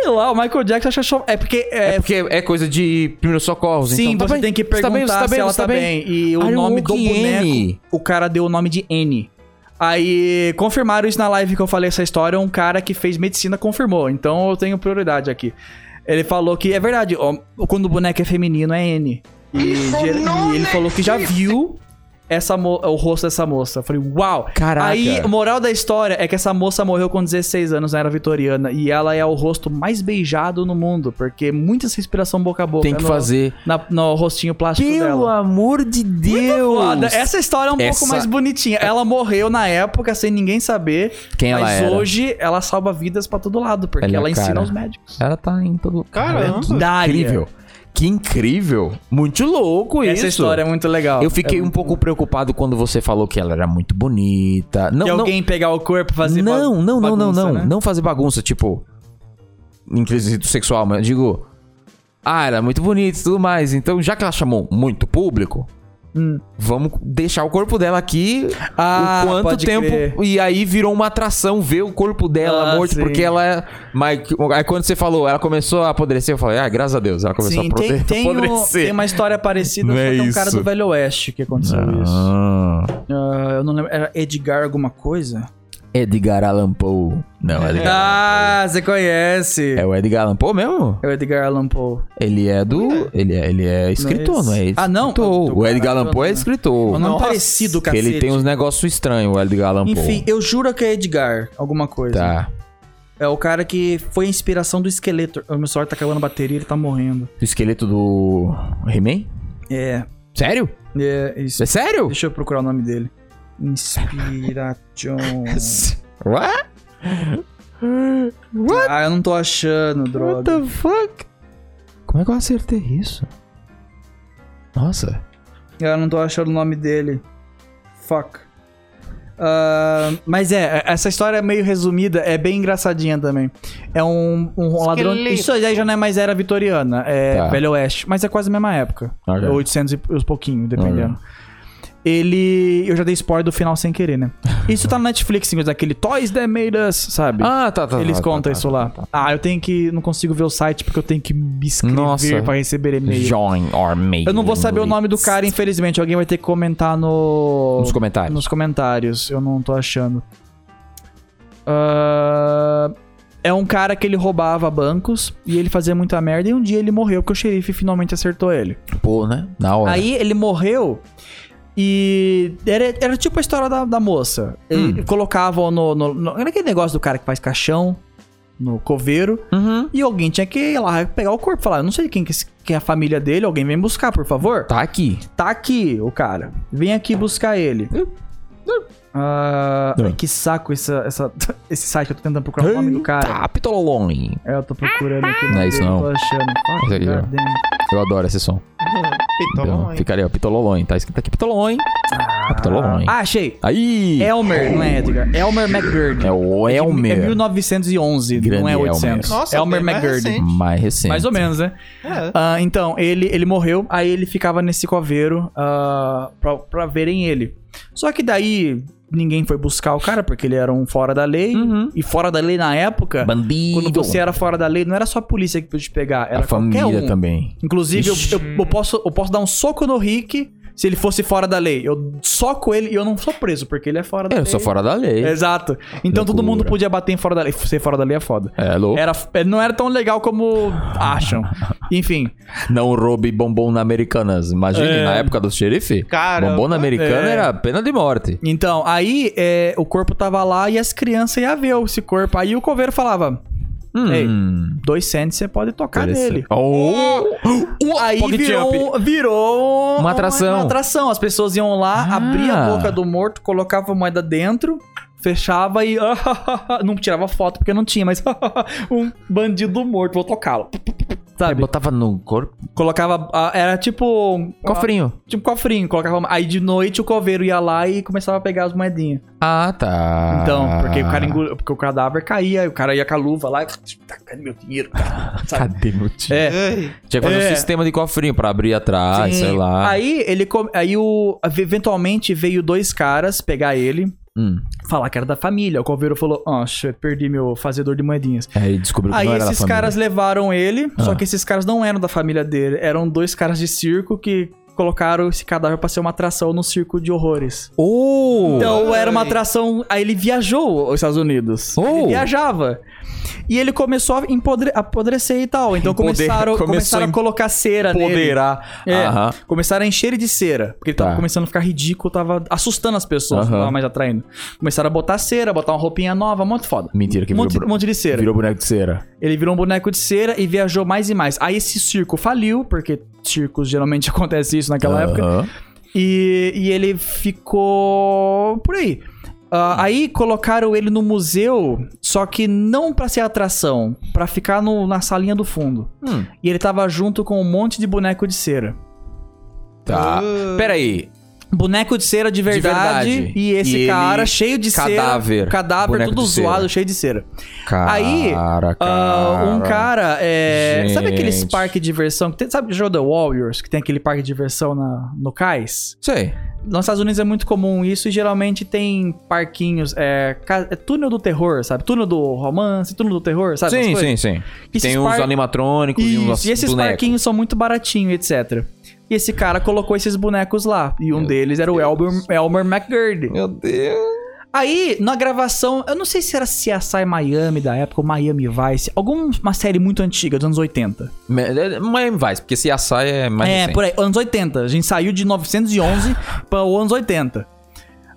[SPEAKER 2] sei lá, o Michael Jackson acha show. É porque. É,
[SPEAKER 5] É porque é coisa de primeiros socorros,
[SPEAKER 2] sim,
[SPEAKER 5] então.
[SPEAKER 2] você tem que
[SPEAKER 5] Você tá bem? Você tá
[SPEAKER 2] perguntar se
[SPEAKER 5] bem?
[SPEAKER 2] ela
[SPEAKER 5] Você
[SPEAKER 2] tá bem. E o
[SPEAKER 5] Are you
[SPEAKER 2] nome do
[SPEAKER 5] okay,
[SPEAKER 2] boneco,
[SPEAKER 5] N?
[SPEAKER 2] o cara deu o nome de N. Aí confirmaram isso na live que eu falei essa história. Um cara que fez medicina confirmou. Então eu tenho prioridade aqui. Ele falou que é verdade, ó, quando o boneco é feminino é N. E, e ele falou que já viu essa mo- o rosto dessa moça. Eu falei, uau!
[SPEAKER 1] Caraca.
[SPEAKER 2] Aí, o moral da história é que essa moça morreu com 16 anos na era vitoriana e ela é o rosto mais beijado no mundo, porque muita essa inspiração boca a boca.
[SPEAKER 1] Tem que
[SPEAKER 2] no,
[SPEAKER 1] fazer.
[SPEAKER 2] na- no rostinho plástico
[SPEAKER 1] Pelo
[SPEAKER 2] dela.
[SPEAKER 1] amor de Deus!
[SPEAKER 2] Foda. Essa história é um
[SPEAKER 1] Essa-
[SPEAKER 2] pouco mais bonitinha. Ela morreu na época sem ninguém saber,
[SPEAKER 1] Quem ela
[SPEAKER 2] mas
[SPEAKER 1] era?
[SPEAKER 2] hoje ela salva vidas pra todo lado, porque
[SPEAKER 1] Olha,
[SPEAKER 2] ela ensina
[SPEAKER 1] cara.
[SPEAKER 2] os médicos.
[SPEAKER 1] Ela tá em todo...
[SPEAKER 3] Caramba.
[SPEAKER 1] Que Incrível. Que incrível. Muito louco isso.
[SPEAKER 2] Essa história é muito legal.
[SPEAKER 1] Eu fiquei
[SPEAKER 2] É
[SPEAKER 1] um
[SPEAKER 2] muito-
[SPEAKER 1] pouco preocupado quando você falou que ela era muito bonita. Não,
[SPEAKER 2] E
[SPEAKER 1] não,
[SPEAKER 2] alguém pegar o corpo e fazer ba-
[SPEAKER 1] não, não, não, não,
[SPEAKER 2] bagunça,
[SPEAKER 1] não,
[SPEAKER 2] né?
[SPEAKER 1] não fazer bagunça, tipo, em quesito sexual, mas eu digo, ah, ela é muito bonita e tudo mais, então já que ela chamou muito público,
[SPEAKER 2] Hum.
[SPEAKER 1] vamos deixar o corpo dela aqui
[SPEAKER 2] Ah,
[SPEAKER 1] o quanto
[SPEAKER 2] pode
[SPEAKER 1] tempo,
[SPEAKER 2] crer.
[SPEAKER 1] e aí virou uma atração ver o corpo dela
[SPEAKER 2] Ah,
[SPEAKER 1] morto,
[SPEAKER 2] sim.
[SPEAKER 1] porque ela é, mas aí quando você falou, ela começou a apodrecer, eu falei, ah, graças a Deus, ela começou
[SPEAKER 2] Sim,
[SPEAKER 1] a (laughs) apodre-
[SPEAKER 2] tem, tem, um-
[SPEAKER 1] apodrecer.
[SPEAKER 2] tem uma história parecida,
[SPEAKER 1] Não
[SPEAKER 2] só
[SPEAKER 1] é
[SPEAKER 2] que é um cara
[SPEAKER 1] isso.
[SPEAKER 2] do Velho Oeste que aconteceu isso.
[SPEAKER 1] Ah,
[SPEAKER 2] Ah, eu não lembro, era Edgar alguma coisa?
[SPEAKER 1] Edgar Allan Poe.
[SPEAKER 2] É.
[SPEAKER 1] Não, Edgar.
[SPEAKER 2] Ah, você conhece.
[SPEAKER 1] É o Edgar Allan Poe mesmo?
[SPEAKER 2] É o Edgar Allan Poe.
[SPEAKER 1] Ele é do. Ele é, ele é escritor,
[SPEAKER 2] Mas-
[SPEAKER 1] não é? Ele
[SPEAKER 2] Ah, não?
[SPEAKER 1] Escritor.
[SPEAKER 2] Eu tô-
[SPEAKER 1] O Edgar Allan Poe é
[SPEAKER 2] eu-
[SPEAKER 1] escritor.
[SPEAKER 2] O um nome
[SPEAKER 3] Nossa,
[SPEAKER 2] parecido,
[SPEAKER 1] Que
[SPEAKER 2] cacete.
[SPEAKER 1] ele tem uns negócios estranhos, o Edgar Allan Poe.
[SPEAKER 2] Enfim, eu juro que é Edgar alguma coisa.
[SPEAKER 1] Tá.
[SPEAKER 2] É o cara que foi a inspiração do esqueleto. O meu celular tá acabando a bateria, ele tá morrendo.
[SPEAKER 1] O esqueleto do. He-Man?
[SPEAKER 2] É,
[SPEAKER 1] Sério?
[SPEAKER 2] é
[SPEAKER 1] Isso
[SPEAKER 2] isso.
[SPEAKER 1] é sério?
[SPEAKER 2] Deixa eu procurar o
[SPEAKER 1] (laughs)
[SPEAKER 2] nome dele. Inspiration.
[SPEAKER 1] What?
[SPEAKER 2] ah, eu não tô achando,
[SPEAKER 1] What
[SPEAKER 2] droga.
[SPEAKER 1] the fuck? Como é que eu acertei isso? Nossa.
[SPEAKER 2] Eu não tô achando o nome dele. Fuck. Ah, mas é, essa história é meio resumida, é bem engraçadinha também. É um, um ladrão.
[SPEAKER 3] Esqueleto.
[SPEAKER 2] Isso aí já não é mais era vitoriana, é
[SPEAKER 1] Tá.
[SPEAKER 2] Velho Oeste, mas é quase a mesma época.
[SPEAKER 1] Ok.
[SPEAKER 2] É 800 e uns pouquinho, dependendo. Ele. Eu já dei spoiler do final sem querer, né? Isso tá no Netflix, sim, mas aquele Toys That Made Us, sabe?
[SPEAKER 1] Ah, tá, tá.
[SPEAKER 2] Eles
[SPEAKER 1] tá, tá,
[SPEAKER 2] contam isso
[SPEAKER 1] tá,
[SPEAKER 2] lá.
[SPEAKER 1] tá, tá.
[SPEAKER 2] Ah, eu tenho que. Não consigo ver o site porque eu tenho que me inscrever
[SPEAKER 1] Nossa.
[SPEAKER 2] pra receber e-mail.
[SPEAKER 1] Join or mail.
[SPEAKER 2] Eu não vou saber o nome do cara, infelizmente. Alguém vai ter que comentar no...
[SPEAKER 1] Nos comentários.
[SPEAKER 2] nos comentários. Eu não tô achando. Ah, É um cara que ele roubava bancos e ele fazia muita merda. E um dia ele morreu porque o xerife finalmente acertou ele.
[SPEAKER 1] Pô, né? Na hora.
[SPEAKER 2] Aí ele morreu e era, era tipo a história da, da moça. Ele
[SPEAKER 1] Hum.
[SPEAKER 2] colocavam no, no, no- Era aquele negócio do cara que faz caixão no coveiro.
[SPEAKER 1] Uhum.
[SPEAKER 2] E alguém tinha que ir lá pegar o corpo e falar: Eu não sei quem que, esse- que é a família dele, alguém vem buscar, por favor.
[SPEAKER 1] Tá aqui.
[SPEAKER 2] Tá aqui o cara. Vem aqui buscar ele.
[SPEAKER 3] Hum.
[SPEAKER 2] Ah,
[SPEAKER 1] Não.
[SPEAKER 2] ai, que saco essa, essa- (laughs) esse site. Eu tô tentando procurar é o nome do cara.
[SPEAKER 1] Tá, Pitololone.
[SPEAKER 2] É, eu tô procurando aqui.
[SPEAKER 1] Não é isso,
[SPEAKER 2] eu
[SPEAKER 1] não.
[SPEAKER 2] Tô achando. Fuck,
[SPEAKER 1] Esse aqui, ó.
[SPEAKER 2] goddamn.
[SPEAKER 1] Eu adoro esse som.
[SPEAKER 3] Pitolão,
[SPEAKER 1] Então,
[SPEAKER 3] hein?
[SPEAKER 1] fica ali, ó. Pitololone. Tá escrito aqui Pitololone. Ah, Pitololone.
[SPEAKER 2] Ah, achei.
[SPEAKER 1] Aí!
[SPEAKER 2] Elmer, não é Edgar. Elmer McGurdy.
[SPEAKER 1] É o
[SPEAKER 2] É de-
[SPEAKER 1] Elmer.
[SPEAKER 2] É 1911, não
[SPEAKER 1] Grande
[SPEAKER 2] é
[SPEAKER 1] Elmer.
[SPEAKER 2] 800.
[SPEAKER 3] Nossa,
[SPEAKER 2] Elmer
[SPEAKER 3] bem mais
[SPEAKER 2] McGurdy.
[SPEAKER 3] recente.
[SPEAKER 1] Mais recente.
[SPEAKER 2] Mais ou menos, né?
[SPEAKER 3] É.
[SPEAKER 2] Ah, então, ele, ele morreu, aí ele ficava nesse coveiro ah, pra, pra verem ele. Só que daí ninguém foi buscar o cara, porque ele era um fora da lei.
[SPEAKER 1] Uhum.
[SPEAKER 2] E fora da lei na época,
[SPEAKER 1] Bandido.
[SPEAKER 2] quando você era fora da lei, não era só a polícia que podia te pegar, era
[SPEAKER 1] a família
[SPEAKER 2] qualquer um.
[SPEAKER 1] também.
[SPEAKER 2] Inclusive, eu,
[SPEAKER 1] Ixi.
[SPEAKER 2] eu- eu posso, eu posso dar um soco no Rick se ele fosse fora da lei. Eu soco ele e eu não sou preso, porque ele é fora da
[SPEAKER 1] Eu
[SPEAKER 2] lei.
[SPEAKER 1] sou fora da lei. É,
[SPEAKER 2] Exato. Então todo
[SPEAKER 1] Loucura.
[SPEAKER 2] mundo podia bater em fora da lei. Ser fora da lei é foda.
[SPEAKER 1] louco.
[SPEAKER 2] Era, é, não era tão legal como
[SPEAKER 1] (laughs)
[SPEAKER 2] acham. Enfim.
[SPEAKER 1] Não roube bombom na Americanas. Imagine,
[SPEAKER 2] É.
[SPEAKER 1] na época do xerife.
[SPEAKER 3] Cara,
[SPEAKER 1] bombom na Americana
[SPEAKER 2] é.
[SPEAKER 1] era pena de morte.
[SPEAKER 2] Então, aí é, o corpo tava lá e as crianças iam ver esse corpo. Aí o coveiro falava: Ei,
[SPEAKER 1] Hum,
[SPEAKER 2] dois cents você pode tocar nele.
[SPEAKER 1] interessante. Oh. Oh,
[SPEAKER 2] Aí
[SPEAKER 1] Pocket
[SPEAKER 2] virou, um, virou
[SPEAKER 1] Uma atração.
[SPEAKER 2] uma atração. As pessoas iam lá,
[SPEAKER 1] Ah.
[SPEAKER 2] abriam a boca do morto, colocavam a moeda dentro, fechava e. (laughs) não tirava foto porque não tinha, mas. (laughs) um bandido morto, vou tocá-lo.
[SPEAKER 1] (gasps) Sabe? Botava no corpo.
[SPEAKER 2] Colocava. ah, Era tipo. um-
[SPEAKER 1] Cofrinho.
[SPEAKER 2] Tipo cofrinho. Colocava, aí de noite o coveiro ia lá e começava a pegar as moedinhas.
[SPEAKER 1] Ah, tá.
[SPEAKER 2] Então, porque o cara engoliu, porque o cadáver caía, e o cara ia com a luva lá, e, "Tá, cadê meu dinheiro,
[SPEAKER 1] (laughs)
[SPEAKER 2] cara? Sabe?
[SPEAKER 1] Cadê meu tio?
[SPEAKER 2] É.
[SPEAKER 3] Ai,
[SPEAKER 1] Tinha que fazer
[SPEAKER 2] É.
[SPEAKER 1] um sistema de cofrinho pra abrir atrás,
[SPEAKER 2] Sim.
[SPEAKER 1] sei lá.
[SPEAKER 2] Aí ele come- aí o eventualmente veio dois caras pegar ele,
[SPEAKER 1] Hum.
[SPEAKER 2] falar que era da família. O coveiro falou: "Ah, shit, perdi meu fazedor de moedinhas".
[SPEAKER 1] Aí descobriu que
[SPEAKER 2] Aí
[SPEAKER 1] não era da
[SPEAKER 2] esses
[SPEAKER 1] família.
[SPEAKER 2] caras levaram ele, só
[SPEAKER 1] Ah.
[SPEAKER 2] que esses caras não eram da família dele, eram dois caras de circo que colocaram esse cadáver pra ser uma atração no circo de horrores.
[SPEAKER 1] Oh!
[SPEAKER 2] Então era uma
[SPEAKER 3] Ai.
[SPEAKER 2] atração. Aí ele viajou aos Estados Unidos.
[SPEAKER 1] Oh.
[SPEAKER 2] Ele viajava. E ele começou a empodre- apodrecer e tal. Então
[SPEAKER 1] Empoder-
[SPEAKER 2] começaram,
[SPEAKER 1] começou
[SPEAKER 2] começaram
[SPEAKER 1] a
[SPEAKER 2] a colocar cera nele.
[SPEAKER 1] Poderá.
[SPEAKER 2] É,
[SPEAKER 1] Aham.
[SPEAKER 2] começaram a encher ele de cera. Porque ele tava
[SPEAKER 1] Tá.
[SPEAKER 2] começando a ficar ridículo, tava assustando as pessoas, não
[SPEAKER 1] Aham.
[SPEAKER 2] tava mais atraindo. Começaram a botar cera, botar uma roupinha nova, muito foda.
[SPEAKER 1] Mentira que
[SPEAKER 2] Um monte,
[SPEAKER 1] virou,
[SPEAKER 2] um monte de cera.
[SPEAKER 1] virou boneco de cera.
[SPEAKER 2] Ele virou um boneco de cera e viajou mais e mais. Aí esse circo faliu, porque circos geralmente (laughs) acontece isso naquela época.
[SPEAKER 1] Aham.
[SPEAKER 2] E, e ele ficou por aí. Ah, aí colocaram ele no museu, só que não pra ser atração, pra ficar no- na salinha do fundo.
[SPEAKER 1] Hum.
[SPEAKER 2] E ele tava junto com um monte de boneco de cera.
[SPEAKER 1] Tá.
[SPEAKER 2] Ah.
[SPEAKER 1] Peraí.
[SPEAKER 2] Boneco de cera de verdade,
[SPEAKER 1] verdade.
[SPEAKER 2] e esse
[SPEAKER 1] E ele-
[SPEAKER 2] cara cheio de cera,
[SPEAKER 1] Cadáver.
[SPEAKER 2] cadáver
[SPEAKER 1] Boneco
[SPEAKER 2] todo
[SPEAKER 1] de cera.
[SPEAKER 2] zoado, cheio de cera.
[SPEAKER 1] Cara,
[SPEAKER 2] Aí, Ah,
[SPEAKER 1] cara.
[SPEAKER 2] um cara, é, sabe
[SPEAKER 1] Gente.
[SPEAKER 2] aqueles parques de diversão que tem, sabe o The Warriors, que tem aquele parque de diversão na, no cais?
[SPEAKER 1] Sei.
[SPEAKER 2] Nos Estados Unidos é muito comum isso e geralmente tem parquinhos, é, ca- é túnel do terror, sabe? Túnel do romance, túnel do terror, sabe?
[SPEAKER 1] Sim,
[SPEAKER 2] essas coisas?
[SPEAKER 1] sim, um sim.
[SPEAKER 2] E esses
[SPEAKER 1] Tem uns
[SPEAKER 2] par-
[SPEAKER 1] animatrônicos e uns
[SPEAKER 2] Isso, e esses
[SPEAKER 1] bonecos.
[SPEAKER 2] parquinhos são muito baratinhos, etc. E esse cara colocou esses bonecos lá. E um deles era o Elmer, Elmer McGurdy.
[SPEAKER 1] Meu Deus.
[SPEAKER 2] Aí, na gravação, eu não sei se era CSI Miami da época ou Miami Vice, alguma série muito antiga, dos anos 80.
[SPEAKER 1] Miami Vice, é porque se assai é mais
[SPEAKER 2] é,
[SPEAKER 1] recente.
[SPEAKER 2] por aí, anos 80. A gente saiu
[SPEAKER 1] (laughs)
[SPEAKER 2] de 911 para os anos 80.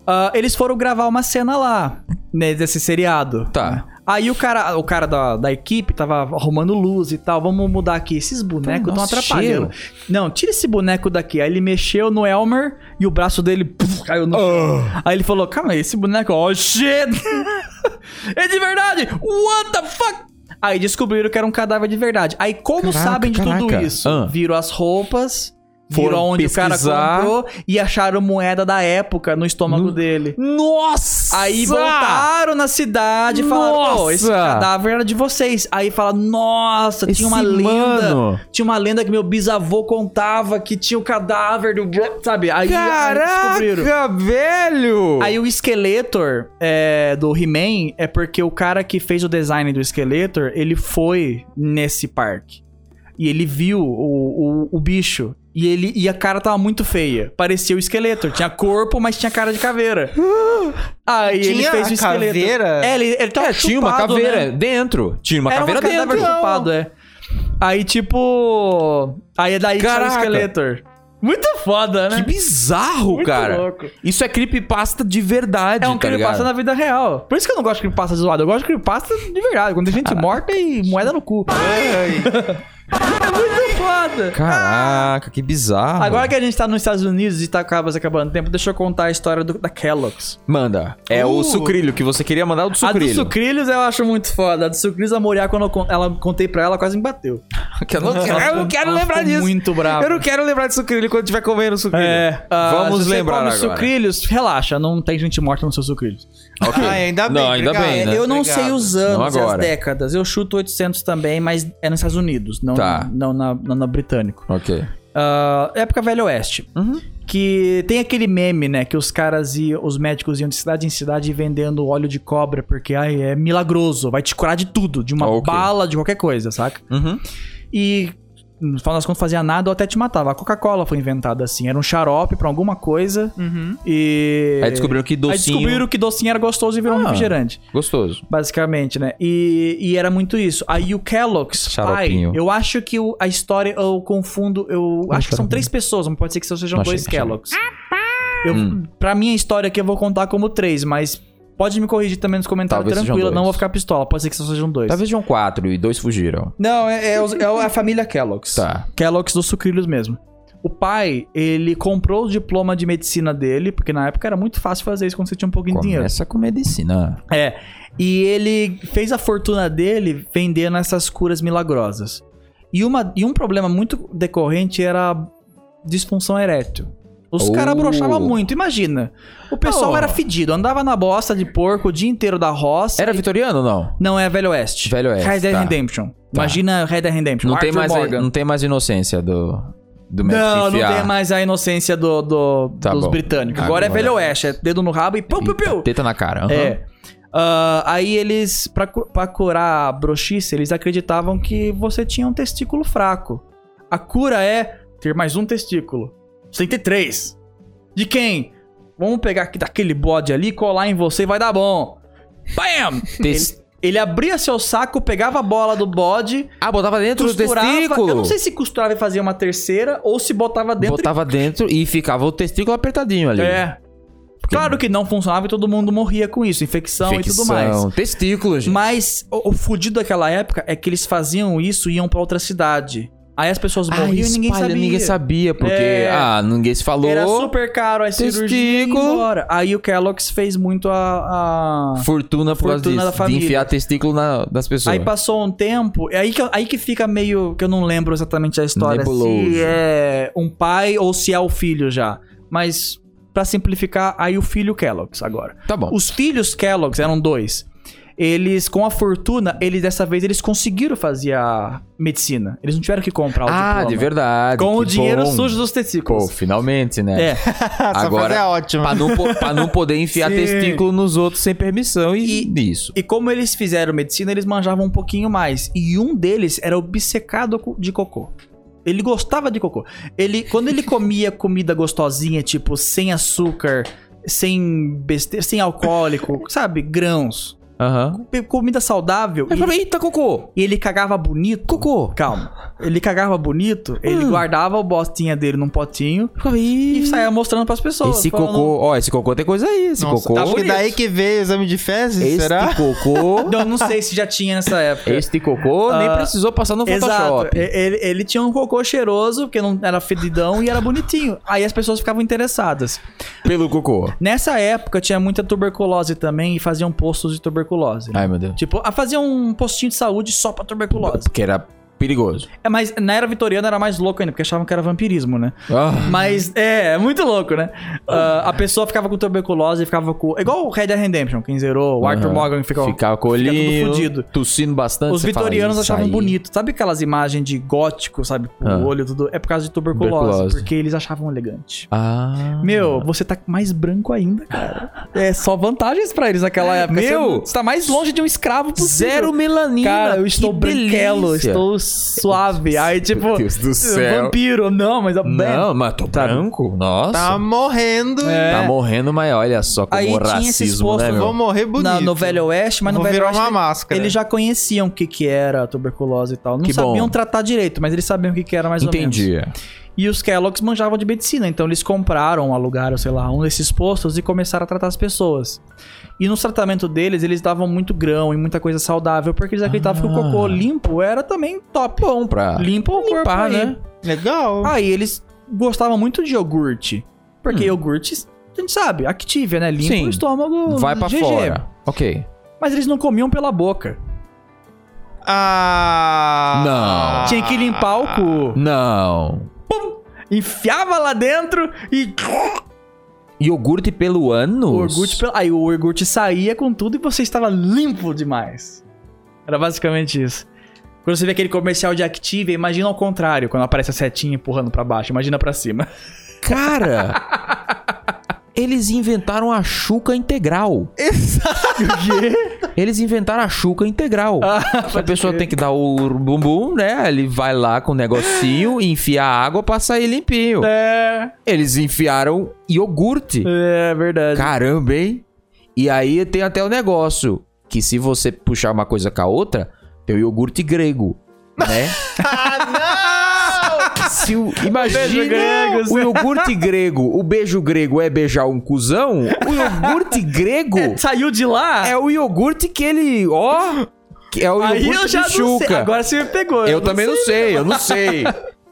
[SPEAKER 2] Ah, eles foram gravar uma cena lá, né, desse seriado. Né?
[SPEAKER 1] Tá.
[SPEAKER 2] Aí o cara, o cara da, da equipe tava arrumando luz e tal. Vamos mudar aqui. Esses bonecos estão
[SPEAKER 1] Nossa,
[SPEAKER 2] atrapalhando. Não, tira esse boneco daqui. Aí ele mexeu no Elmer e o braço dele puf, caiu
[SPEAKER 1] Ah.
[SPEAKER 2] no chão. Aí ele falou: Calma aí, esse boneco, oh shit! (laughs) é de verdade! What the fuck? Aí descobriram que era um cadáver de verdade. Aí, como
[SPEAKER 1] Caraca,
[SPEAKER 2] sabem de tudo
[SPEAKER 1] caraca.
[SPEAKER 2] isso?
[SPEAKER 1] Ah.
[SPEAKER 2] Viram as roupas, viram
[SPEAKER 1] Foram
[SPEAKER 2] onde o cara
[SPEAKER 1] pesquisar.
[SPEAKER 2] comprou e acharam moeda da época no estômago
[SPEAKER 1] No-
[SPEAKER 2] dele.
[SPEAKER 1] Nossa!
[SPEAKER 2] Aí voltaram na cidade e falaram: Pô, esse
[SPEAKER 1] Nossa!
[SPEAKER 2] cadáver era de vocês. Aí fala: Nossa, tinha uma
[SPEAKER 1] Esse
[SPEAKER 2] lenda.
[SPEAKER 1] mano.
[SPEAKER 2] Tinha uma lenda que meu bisavô contava que tinha o cadáver do. Sabe? Aí, aí descobriram.
[SPEAKER 1] Caraca, velho!
[SPEAKER 2] Aí o Skeletor é, do He-Man é porque o cara que fez o design do Skeletor, ele foi nesse parque. E ele viu o, o, o bicho. E, ele, e a cara tava muito feia. Parecia o Skeletor. Tinha corpo, mas tinha cara
[SPEAKER 1] (gasps)
[SPEAKER 2] de caveira. Aí ele
[SPEAKER 3] Tinha
[SPEAKER 2] fez o
[SPEAKER 3] a
[SPEAKER 2] Skeletor.
[SPEAKER 3] caveira?
[SPEAKER 2] É, ele, ele tava
[SPEAKER 1] É, tinha uma
[SPEAKER 2] chupado,
[SPEAKER 1] caveira
[SPEAKER 2] né?
[SPEAKER 1] dentro. Tinha uma
[SPEAKER 2] Era
[SPEAKER 1] caveira
[SPEAKER 2] uma cadáver
[SPEAKER 1] dentro.
[SPEAKER 2] chupado, é. Aí tipo... Aí é daí que saiu o
[SPEAKER 1] Caraca.
[SPEAKER 2] Skeletor. Muito foda, né?
[SPEAKER 1] Que bizarro,
[SPEAKER 2] Muito
[SPEAKER 1] cara.
[SPEAKER 2] louco.
[SPEAKER 1] Isso é creepypasta de verdade,
[SPEAKER 2] É um
[SPEAKER 1] tá ligado?
[SPEAKER 2] creepypasta na vida real. Por isso que eu não gosto de creepypasta zoado. Eu gosto de creepypasta de verdade. Quando tem gente morta e moeda no cu.
[SPEAKER 3] ai.
[SPEAKER 2] É muito foda.
[SPEAKER 1] Caraca, que bizarro.
[SPEAKER 2] Agora que a gente tá nos Estados Unidos e tá acabas acabando o tempo, deixa eu contar a história do- da Kellogg's.
[SPEAKER 1] Manda. É
[SPEAKER 3] Uh.
[SPEAKER 1] o sucrilho que você queria mandar o do
[SPEAKER 2] A dos
[SPEAKER 1] sucrilho.
[SPEAKER 2] sucrilhos eu acho muito foda. A do sucrilhos, a Moriá, quando eu con- ela contei pra ela, ela quase me bateu.
[SPEAKER 1] Que eu, não, quero- eu não quero
[SPEAKER 2] Ela
[SPEAKER 1] lembrar
[SPEAKER 2] ficou
[SPEAKER 1] disso.
[SPEAKER 2] muito brava.
[SPEAKER 1] Eu não quero lembrar de sucrilho quando estiver comendo sucrilho.
[SPEAKER 2] É, ah,
[SPEAKER 1] Vamos
[SPEAKER 2] se você
[SPEAKER 1] lembrar
[SPEAKER 2] come
[SPEAKER 1] agora.
[SPEAKER 2] sucrilhos, relaxa, não tem gente morta nos seus sucrilhos.
[SPEAKER 1] Ok.
[SPEAKER 3] Ah, ainda bem,
[SPEAKER 1] Não, ainda
[SPEAKER 3] obrigado.
[SPEAKER 1] bem, né?
[SPEAKER 2] É, Eu não
[SPEAKER 3] Obrigado.
[SPEAKER 2] sei os anos e
[SPEAKER 1] Não
[SPEAKER 2] as
[SPEAKER 1] agora.
[SPEAKER 2] décadas. Eu chuto 800 também, mas é nos Estados Unidos, não,
[SPEAKER 1] Tá.
[SPEAKER 2] não, na, não na britânico.
[SPEAKER 1] Ok.
[SPEAKER 2] Ah, época Velho Oeste.
[SPEAKER 1] Uhum.
[SPEAKER 2] Que tem aquele meme, né? Que os caras e os médicos iam de cidade em cidade vendendo óleo de cobra, porque ai, é milagroso, vai te curar de tudo, de uma
[SPEAKER 1] Ok.
[SPEAKER 2] bala, de qualquer coisa, saca?
[SPEAKER 1] Uhum.
[SPEAKER 2] E no final das contas fazia nada ou até te matava. A Coca-Cola foi inventada assim, era um xarope pra alguma coisa
[SPEAKER 3] Uhum.
[SPEAKER 2] e.
[SPEAKER 1] Aí descobriram que
[SPEAKER 2] Aí
[SPEAKER 1] docinho...
[SPEAKER 2] descobriram que docinho era gostoso e virou um
[SPEAKER 1] Ah.
[SPEAKER 2] refrigerante.
[SPEAKER 1] Gostoso.
[SPEAKER 2] Basicamente, né? E, e era muito isso. Aí o Kellogg's. Pai,
[SPEAKER 1] Xaropinho.
[SPEAKER 2] eu acho que o- a história eu confundo. Eu acho que são
[SPEAKER 1] xaropinho.
[SPEAKER 2] três pessoas, mas pode ser que sejam
[SPEAKER 1] Não,
[SPEAKER 2] dois
[SPEAKER 1] achei, achei. Hum.
[SPEAKER 2] Kellogg's. Eu, Pra minha história aqui eu vou contar como três, mas Pode me corrigir também nos comentários,
[SPEAKER 1] Talvez sejam
[SPEAKER 2] tranquilo, não
[SPEAKER 1] dois.
[SPEAKER 2] vou ficar pistola. Pode ser que só sejam dois.
[SPEAKER 1] Talvez sejam quatro e dois fugiram.
[SPEAKER 2] Não, é, é os- é a família Kellogg's.
[SPEAKER 1] Tá.
[SPEAKER 2] Kellogg's dos sucrilhos mesmo. O pai, ele comprou o diploma de medicina dele, porque na época era muito fácil fazer isso quando você tinha um pouquinho de dinheiro.
[SPEAKER 1] Começa com medicina.
[SPEAKER 2] É. E ele fez a fortuna dele vendendo essas curas milagrosas. E, uma, e um problema muito decorrente era a disfunção erétil. Os
[SPEAKER 1] Oh.
[SPEAKER 2] caras broxavam muito, imagina. O pessoal
[SPEAKER 1] Oh.
[SPEAKER 2] era fedido, andava na bosta de porco o dia inteiro da roça.
[SPEAKER 1] Era vitoriano ou não?
[SPEAKER 2] Não, é Velho Oeste.
[SPEAKER 1] Velho Oeste,
[SPEAKER 2] Red Dead
[SPEAKER 1] tá.
[SPEAKER 2] Redemption. Imagina Red Dead Redemption.
[SPEAKER 1] Não tem,
[SPEAKER 2] Arthur
[SPEAKER 1] mais a,
[SPEAKER 2] Morgan.
[SPEAKER 1] não tem mais inocência do, do Matt
[SPEAKER 2] Não, não
[SPEAKER 1] enfiar.
[SPEAKER 2] tem mais a inocência do, do-
[SPEAKER 1] Tá
[SPEAKER 2] dos
[SPEAKER 1] bom.
[SPEAKER 2] britânicos. Agora, é
[SPEAKER 1] Agora- Então,
[SPEAKER 2] Velho Oeste, é dedo no rabo e piu, piu, piu.
[SPEAKER 1] Teta na cara. aham.
[SPEAKER 2] É. Ah, aí eles, pra, cu- pra curar a broxice, eles acreditavam que você tinha um testículo fraco. A cura é ter mais um testículo. Você tem que ter três. De quem? Vamos pegar aqui daquele bode ali, colar em você e vai dar bom. Bam!
[SPEAKER 1] Tes-
[SPEAKER 2] Ele abria seu saco, pegava a bola do bode,
[SPEAKER 1] Ah, botava dentro do
[SPEAKER 2] costurava.
[SPEAKER 1] testículo.
[SPEAKER 2] Eu não sei se costurava e fazia uma terceira ou se botava dentro. e-
[SPEAKER 1] Botava dentro e ficava o testículo apertadinho ali.
[SPEAKER 2] É. Claro que não funcionava e todo mundo morria com isso, infecção, e tudo mais.
[SPEAKER 1] Infecção, Testículo, gente.
[SPEAKER 2] Mas o, o fudido daquela época é que eles faziam isso e iam pra outra cidade. Aí as pessoas
[SPEAKER 1] Ah,
[SPEAKER 2] morriam e ninguém
[SPEAKER 1] espalha,
[SPEAKER 2] sabia.
[SPEAKER 1] Ninguém sabia, porque...
[SPEAKER 2] É.
[SPEAKER 1] Ah, ninguém se falou.
[SPEAKER 2] Era super caro a cirurgia e ia
[SPEAKER 1] Testículo.
[SPEAKER 2] embora. Aí o Kellogg's fez muito a... a-
[SPEAKER 1] Fortuna por causa
[SPEAKER 2] Fortuna
[SPEAKER 1] disso,
[SPEAKER 2] da
[SPEAKER 1] de
[SPEAKER 2] família.
[SPEAKER 1] enfiar testículo na, das pessoas.
[SPEAKER 2] Aí passou um tempo, é aí que, aí que fica meio que eu não lembro exatamente a história.
[SPEAKER 1] Nebuloso.
[SPEAKER 2] Se é um pai ou se é o filho já. Mas, pra simplificar, aí o filho Kellogg's agora.
[SPEAKER 1] Tá bom.
[SPEAKER 2] Os filhos Kellogg's eram dois. Eles, com a fortuna, eles dessa vez eles conseguiram fazer a medicina. Eles não tiveram que comprar o
[SPEAKER 1] Ah,
[SPEAKER 2] diploma.
[SPEAKER 1] de verdade.
[SPEAKER 2] Com o
[SPEAKER 1] que
[SPEAKER 2] dinheiro
[SPEAKER 1] bom.
[SPEAKER 2] sujo dos
[SPEAKER 1] Pô,
[SPEAKER 2] testículos.
[SPEAKER 1] finalmente, né?
[SPEAKER 2] É.
[SPEAKER 3] (laughs) Essa
[SPEAKER 1] Agora-
[SPEAKER 3] frase é ótima.
[SPEAKER 1] Pra não, po- pra não poder enfiar
[SPEAKER 2] Sim.
[SPEAKER 1] testículo nos outros sem permissão e, isso.
[SPEAKER 2] E como eles fizeram medicina, eles manjavam um pouquinho mais. E um deles era obcecado co- de cocô. Ele gostava de cocô. Ele, quando ele comia (laughs) comida gostosinha, tipo sem açúcar, sem besteira, sem alcoólico, sabe, grãos,
[SPEAKER 1] Aham.
[SPEAKER 2] comida saudável,
[SPEAKER 1] Aí eu falei, eita, cocô.
[SPEAKER 2] e ele cagava bonito.
[SPEAKER 1] Cocô.
[SPEAKER 2] Calma. Ele cagava bonito, ele guardava o bostinha dele num potinho
[SPEAKER 1] Eu falei, "Ih,
[SPEAKER 2] e saía mostrando pras pessoas.
[SPEAKER 1] Esse
[SPEAKER 2] falando- tá
[SPEAKER 1] cocô, ó, esse cocô tem coisa aí, esse
[SPEAKER 3] Nossa,
[SPEAKER 1] cocô.
[SPEAKER 3] acho que
[SPEAKER 2] bonito.
[SPEAKER 3] daí que veio o exame de fezes,
[SPEAKER 1] Este
[SPEAKER 3] será?
[SPEAKER 2] (laughs)
[SPEAKER 1] cocô.
[SPEAKER 2] Não, não sei se já tinha nessa época.
[SPEAKER 1] este cocô nem
[SPEAKER 2] Ah,
[SPEAKER 1] precisou passar no
[SPEAKER 2] Exato.
[SPEAKER 1] Photoshop.
[SPEAKER 2] E- Ele, ele tinha um cocô cheiroso, porque não era fedidão e era bonitinho. Aí as pessoas ficavam interessadas.
[SPEAKER 1] Pelo cocô.
[SPEAKER 2] Nessa época tinha muita tuberculose também e faziam postos de tuberculose. né?
[SPEAKER 1] Ai, meu Deus.
[SPEAKER 2] Tipo, a fazer um postinho de saúde só pra tuberculose.
[SPEAKER 1] Porque era perigoso.
[SPEAKER 2] É, mas na era vitoriana era mais louco ainda, porque achavam que era vampirismo, né?
[SPEAKER 1] Ah,
[SPEAKER 2] Mas é, é muito louco, né? Ah, a pessoa ficava com tuberculose e ficava com. é Igual o Red Dead Redemption, quem zerou, o Arthur
[SPEAKER 1] Aham.
[SPEAKER 2] Morgan ficou.
[SPEAKER 1] ficava com o
[SPEAKER 2] fica tudo
[SPEAKER 1] olhinho,
[SPEAKER 2] fudido.
[SPEAKER 1] tossindo bastante.
[SPEAKER 2] Os
[SPEAKER 1] você fala,
[SPEAKER 2] vitorianos
[SPEAKER 1] "Isso
[SPEAKER 2] achavam
[SPEAKER 1] aí".
[SPEAKER 2] bonito. Sabe aquelas imagens de gótico, sabe? Com
[SPEAKER 1] Ah.
[SPEAKER 2] o olho tudo. É por causa de tuberculose,
[SPEAKER 1] Tuberculose.
[SPEAKER 2] Porque eles achavam elegante.
[SPEAKER 1] Ah.
[SPEAKER 2] Meu, você tá mais branco ainda, cara. É só vantagens pra eles naquela época.
[SPEAKER 1] Meu!
[SPEAKER 2] Você, você tá mais longe de um escravo possível.
[SPEAKER 1] Zero melanina.
[SPEAKER 2] Cara, eu
[SPEAKER 1] que
[SPEAKER 2] estou branquelo,
[SPEAKER 1] delícia.
[SPEAKER 2] estou suave. Aí, tipo,
[SPEAKER 1] Meu Deus do céu.
[SPEAKER 2] vampiro. Não, mas a
[SPEAKER 1] Não, mas tô branco. Nossa.
[SPEAKER 3] Tá
[SPEAKER 1] Tá,
[SPEAKER 3] morrendo.
[SPEAKER 2] É.
[SPEAKER 1] morrendo, mas olha só como
[SPEAKER 2] Aí
[SPEAKER 1] o
[SPEAKER 2] tinha esses
[SPEAKER 1] racismo, né,
[SPEAKER 2] postos,
[SPEAKER 1] meu?
[SPEAKER 3] Vou morrer bonito.
[SPEAKER 2] na, É. no Velho Oeste, mas no
[SPEAKER 3] Vou
[SPEAKER 2] Velho
[SPEAKER 3] virar
[SPEAKER 2] Oeste
[SPEAKER 3] uma máscara.
[SPEAKER 2] eles já conheciam o que, que era tuberculose e tal. Não
[SPEAKER 1] Que bom.
[SPEAKER 2] sabiam tratar direito, mas eles sabiam o que, que era mais ou menos.
[SPEAKER 1] Entendi.
[SPEAKER 2] E os Kellogg's manjavam de medicina, então eles compraram, alugaram, sei lá, um desses postos e começaram a tratar as pessoas. E no tratamento deles, eles davam muito grão e muita coisa saudável, porque eles acreditavam que o cocô limpo era também top. Bom
[SPEAKER 1] Ah. pra
[SPEAKER 2] Limpa o corpo
[SPEAKER 1] limpar,
[SPEAKER 2] aí.
[SPEAKER 1] né?
[SPEAKER 3] Legal.
[SPEAKER 2] Aí eles gostavam muito de iogurte, porque iogurte, a gente sabe, Activia, né? Limpa
[SPEAKER 1] Hum. Sim.
[SPEAKER 2] o estômago.
[SPEAKER 1] Vai pra
[SPEAKER 2] GG.
[SPEAKER 1] fora. Ok.
[SPEAKER 2] Mas eles não comiam pela boca.
[SPEAKER 3] Ah.
[SPEAKER 1] Não.
[SPEAKER 2] Tinha que limpar o cu.
[SPEAKER 1] Não.
[SPEAKER 2] Enfiava lá dentro e
[SPEAKER 1] Iogurte pelo ano?
[SPEAKER 2] O iogurte, pela- aí o iogurte saía com tudo e você estava limpo demais. Era basicamente isso. Quando você vê aquele comercial de Active, imagina ao contrário, quando aparece a setinha empurrando pra baixo, imagina pra cima. (laughs)
[SPEAKER 1] Cara! eles inventaram a chuca integral. Eles inventaram a chuca integral.
[SPEAKER 2] Ah,
[SPEAKER 1] a pessoa tem que dar o bumbum, né? Ele vai lá com o negocinho, enfia a água pra sair limpinho.
[SPEAKER 2] É,
[SPEAKER 1] Eles enfiaram iogurte.
[SPEAKER 2] é verdade.
[SPEAKER 1] Caramba, hein? E aí tem até o negócio que se você puxar uma coisa
[SPEAKER 2] (laughs)
[SPEAKER 1] com a outra, tem o iogurte grego, né?
[SPEAKER 3] Ah, não!
[SPEAKER 1] se o, imagina
[SPEAKER 2] grego,
[SPEAKER 1] o iogurte grego, o beijo grego é beijar um cuzão, o iogurte grego
[SPEAKER 2] Saiu de lá?
[SPEAKER 1] é o iogurte que ele, ó, que é o
[SPEAKER 2] aí
[SPEAKER 1] iogurte
[SPEAKER 2] eu já
[SPEAKER 1] de
[SPEAKER 2] não sei.
[SPEAKER 1] chuca.
[SPEAKER 2] Agora você me pegou.
[SPEAKER 1] eu também não sei, eu não sei.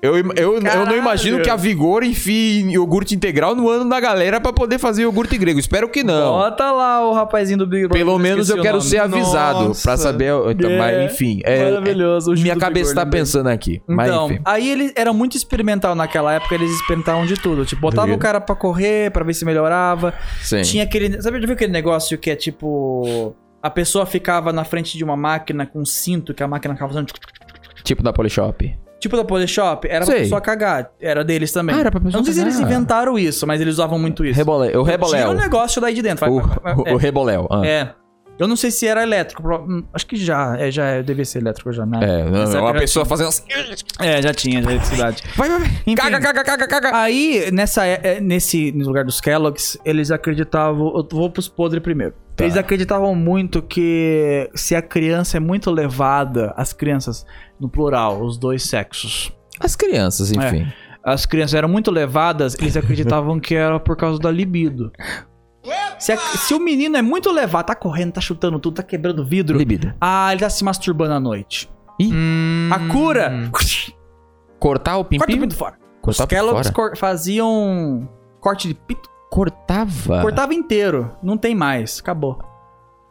[SPEAKER 1] Eu, im- eu, eu não
[SPEAKER 2] Caralho.
[SPEAKER 1] imagino que a Vigor enfie iogurte integral no ano da galera pra poder fazer iogurte grego. Espero que não.
[SPEAKER 2] Bota lá o rapazinho do Big Brother.
[SPEAKER 1] Pelo
[SPEAKER 2] que
[SPEAKER 1] menos
[SPEAKER 2] esqueci
[SPEAKER 1] eu
[SPEAKER 2] o
[SPEAKER 1] quero
[SPEAKER 2] nome.
[SPEAKER 1] ser avisado pra
[SPEAKER 3] Nossa.
[SPEAKER 1] saber. então,
[SPEAKER 2] Yeah.
[SPEAKER 1] Mas enfim, é- é-
[SPEAKER 2] Maravilhoso, o Gil
[SPEAKER 1] minha
[SPEAKER 2] do
[SPEAKER 1] cabeça
[SPEAKER 2] Vigor
[SPEAKER 1] tá
[SPEAKER 2] lembrei.
[SPEAKER 1] pensando aqui. Mas
[SPEAKER 2] Então,
[SPEAKER 1] enfim.
[SPEAKER 2] aí ele era muito experimental naquela época, eles experimentavam de tudo. Tipo, botava
[SPEAKER 1] Duvido.
[SPEAKER 2] o cara pra correr, pra ver se melhorava.
[SPEAKER 1] Sim.
[SPEAKER 2] Tinha aquele. Sabe, já viu aquele negócio que é tipo. A pessoa ficava na frente de uma máquina com um cinto, que a máquina ficava fazendo. tchuc, tchuc,
[SPEAKER 1] Tipo da Polishop.
[SPEAKER 2] Tipo da Polishop, era pra
[SPEAKER 1] Sei.
[SPEAKER 2] pessoa cagar. Era deles também.
[SPEAKER 1] Ah, era pra pessoa
[SPEAKER 2] Eu não sei se eles
[SPEAKER 1] cagar.
[SPEAKER 2] inventaram isso, mas eles usavam muito isso.
[SPEAKER 1] Rebole... O
[SPEAKER 2] Tira um
[SPEAKER 1] Reboléu.
[SPEAKER 2] negócio daí de dentro.
[SPEAKER 1] O,
[SPEAKER 2] Vai, vai, vai,
[SPEAKER 1] o, o Reboléu. ah.
[SPEAKER 2] é.
[SPEAKER 1] É,
[SPEAKER 2] é. Eu não sei se era elétrico. pro- hum, Acho que já. É, já é, devia ser elétrico já, né?
[SPEAKER 1] não,
[SPEAKER 2] Nessa
[SPEAKER 1] é uma
[SPEAKER 2] época já
[SPEAKER 1] pessoa fazendo assim.
[SPEAKER 2] É, já tinha, já eletricidade.
[SPEAKER 1] Vai, vai, vai.
[SPEAKER 2] Enfim.
[SPEAKER 1] Caga, caga, caga, caga.
[SPEAKER 2] Aí, nessa, é- é- nesse no lugar dos Kellogg's, eles acreditavam. Eu vou pros podres primeiro.
[SPEAKER 1] Tá.
[SPEAKER 2] Eles acreditavam muito que se a criança é muito levada, as crianças, no plural, os dois sexos.
[SPEAKER 1] As crianças,
[SPEAKER 2] É.
[SPEAKER 1] enfim.
[SPEAKER 2] As crianças eram muito
[SPEAKER 1] (laughs)
[SPEAKER 2] levadas, eles acreditavam que era por causa da libido. Se, a- se o menino é muito levado, tá correndo, tá chutando tudo, tá quebrando vidro.
[SPEAKER 1] Libido.
[SPEAKER 2] Ah, ele tá se masturbando à noite.
[SPEAKER 3] Hum.
[SPEAKER 1] Hum.
[SPEAKER 2] A cura.
[SPEAKER 1] Cortar o
[SPEAKER 2] Corta o
[SPEAKER 1] pimpim.
[SPEAKER 2] pinto fora. Os
[SPEAKER 1] Cortar Tá por
[SPEAKER 2] Kellogg's
[SPEAKER 1] fora.
[SPEAKER 2] cor- faziam corte de pinto
[SPEAKER 1] Cortava.
[SPEAKER 2] Cortava inteiro. Não tem mais. Acabou.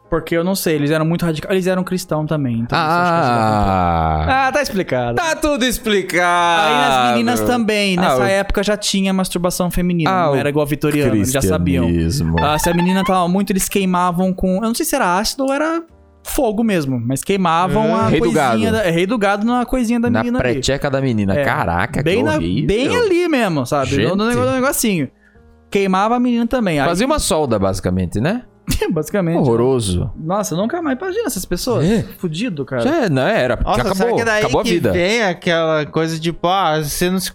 [SPEAKER 2] Porque eu não sei, eles eram muito radicais. Eles eram cristão também. Então isso eu acho que eles eram-
[SPEAKER 1] Ah.
[SPEAKER 2] ah, tá explicado.
[SPEAKER 1] Tá tudo explicado.
[SPEAKER 2] Aí nas meninas também.
[SPEAKER 1] Ah,
[SPEAKER 2] Nessa
[SPEAKER 1] o-
[SPEAKER 2] época já tinha masturbação feminina.
[SPEAKER 1] Ah,
[SPEAKER 2] não
[SPEAKER 1] o
[SPEAKER 2] era igual a vitoriana, eles já sabiam.
[SPEAKER 1] Cristianismo.
[SPEAKER 2] Ah, se a menina tava muito, eles queimavam com. Eu não sei se era ácido ou era fogo mesmo. Mas queimavam a
[SPEAKER 1] Ah, Rei do gado.
[SPEAKER 2] coisinha. Da, rei do gado na coisinha da
[SPEAKER 1] Na
[SPEAKER 2] menina ali.
[SPEAKER 1] precheca da menina.
[SPEAKER 2] É.
[SPEAKER 1] Caraca,
[SPEAKER 2] Bem,
[SPEAKER 1] que
[SPEAKER 2] na-
[SPEAKER 1] horrível.
[SPEAKER 2] bem ali mesmo, sabe? No, no
[SPEAKER 1] Gente.
[SPEAKER 2] nego- no negocinho. Queimava a menina também. Aí- (laughs)
[SPEAKER 1] Fazia uma solda, basicamente, né?
[SPEAKER 2] basicamente.
[SPEAKER 1] Horroroso.
[SPEAKER 2] Nossa, nunca mais. Imagina essas pessoas.
[SPEAKER 1] É.
[SPEAKER 2] Fudido, cara.
[SPEAKER 1] Já, é, não, era.
[SPEAKER 3] Nossa,
[SPEAKER 1] já
[SPEAKER 3] será
[SPEAKER 1] acabou.
[SPEAKER 3] que é daí
[SPEAKER 1] Acabou a
[SPEAKER 3] que
[SPEAKER 1] vida.
[SPEAKER 3] vem aquela coisa tipo, ah, se você não se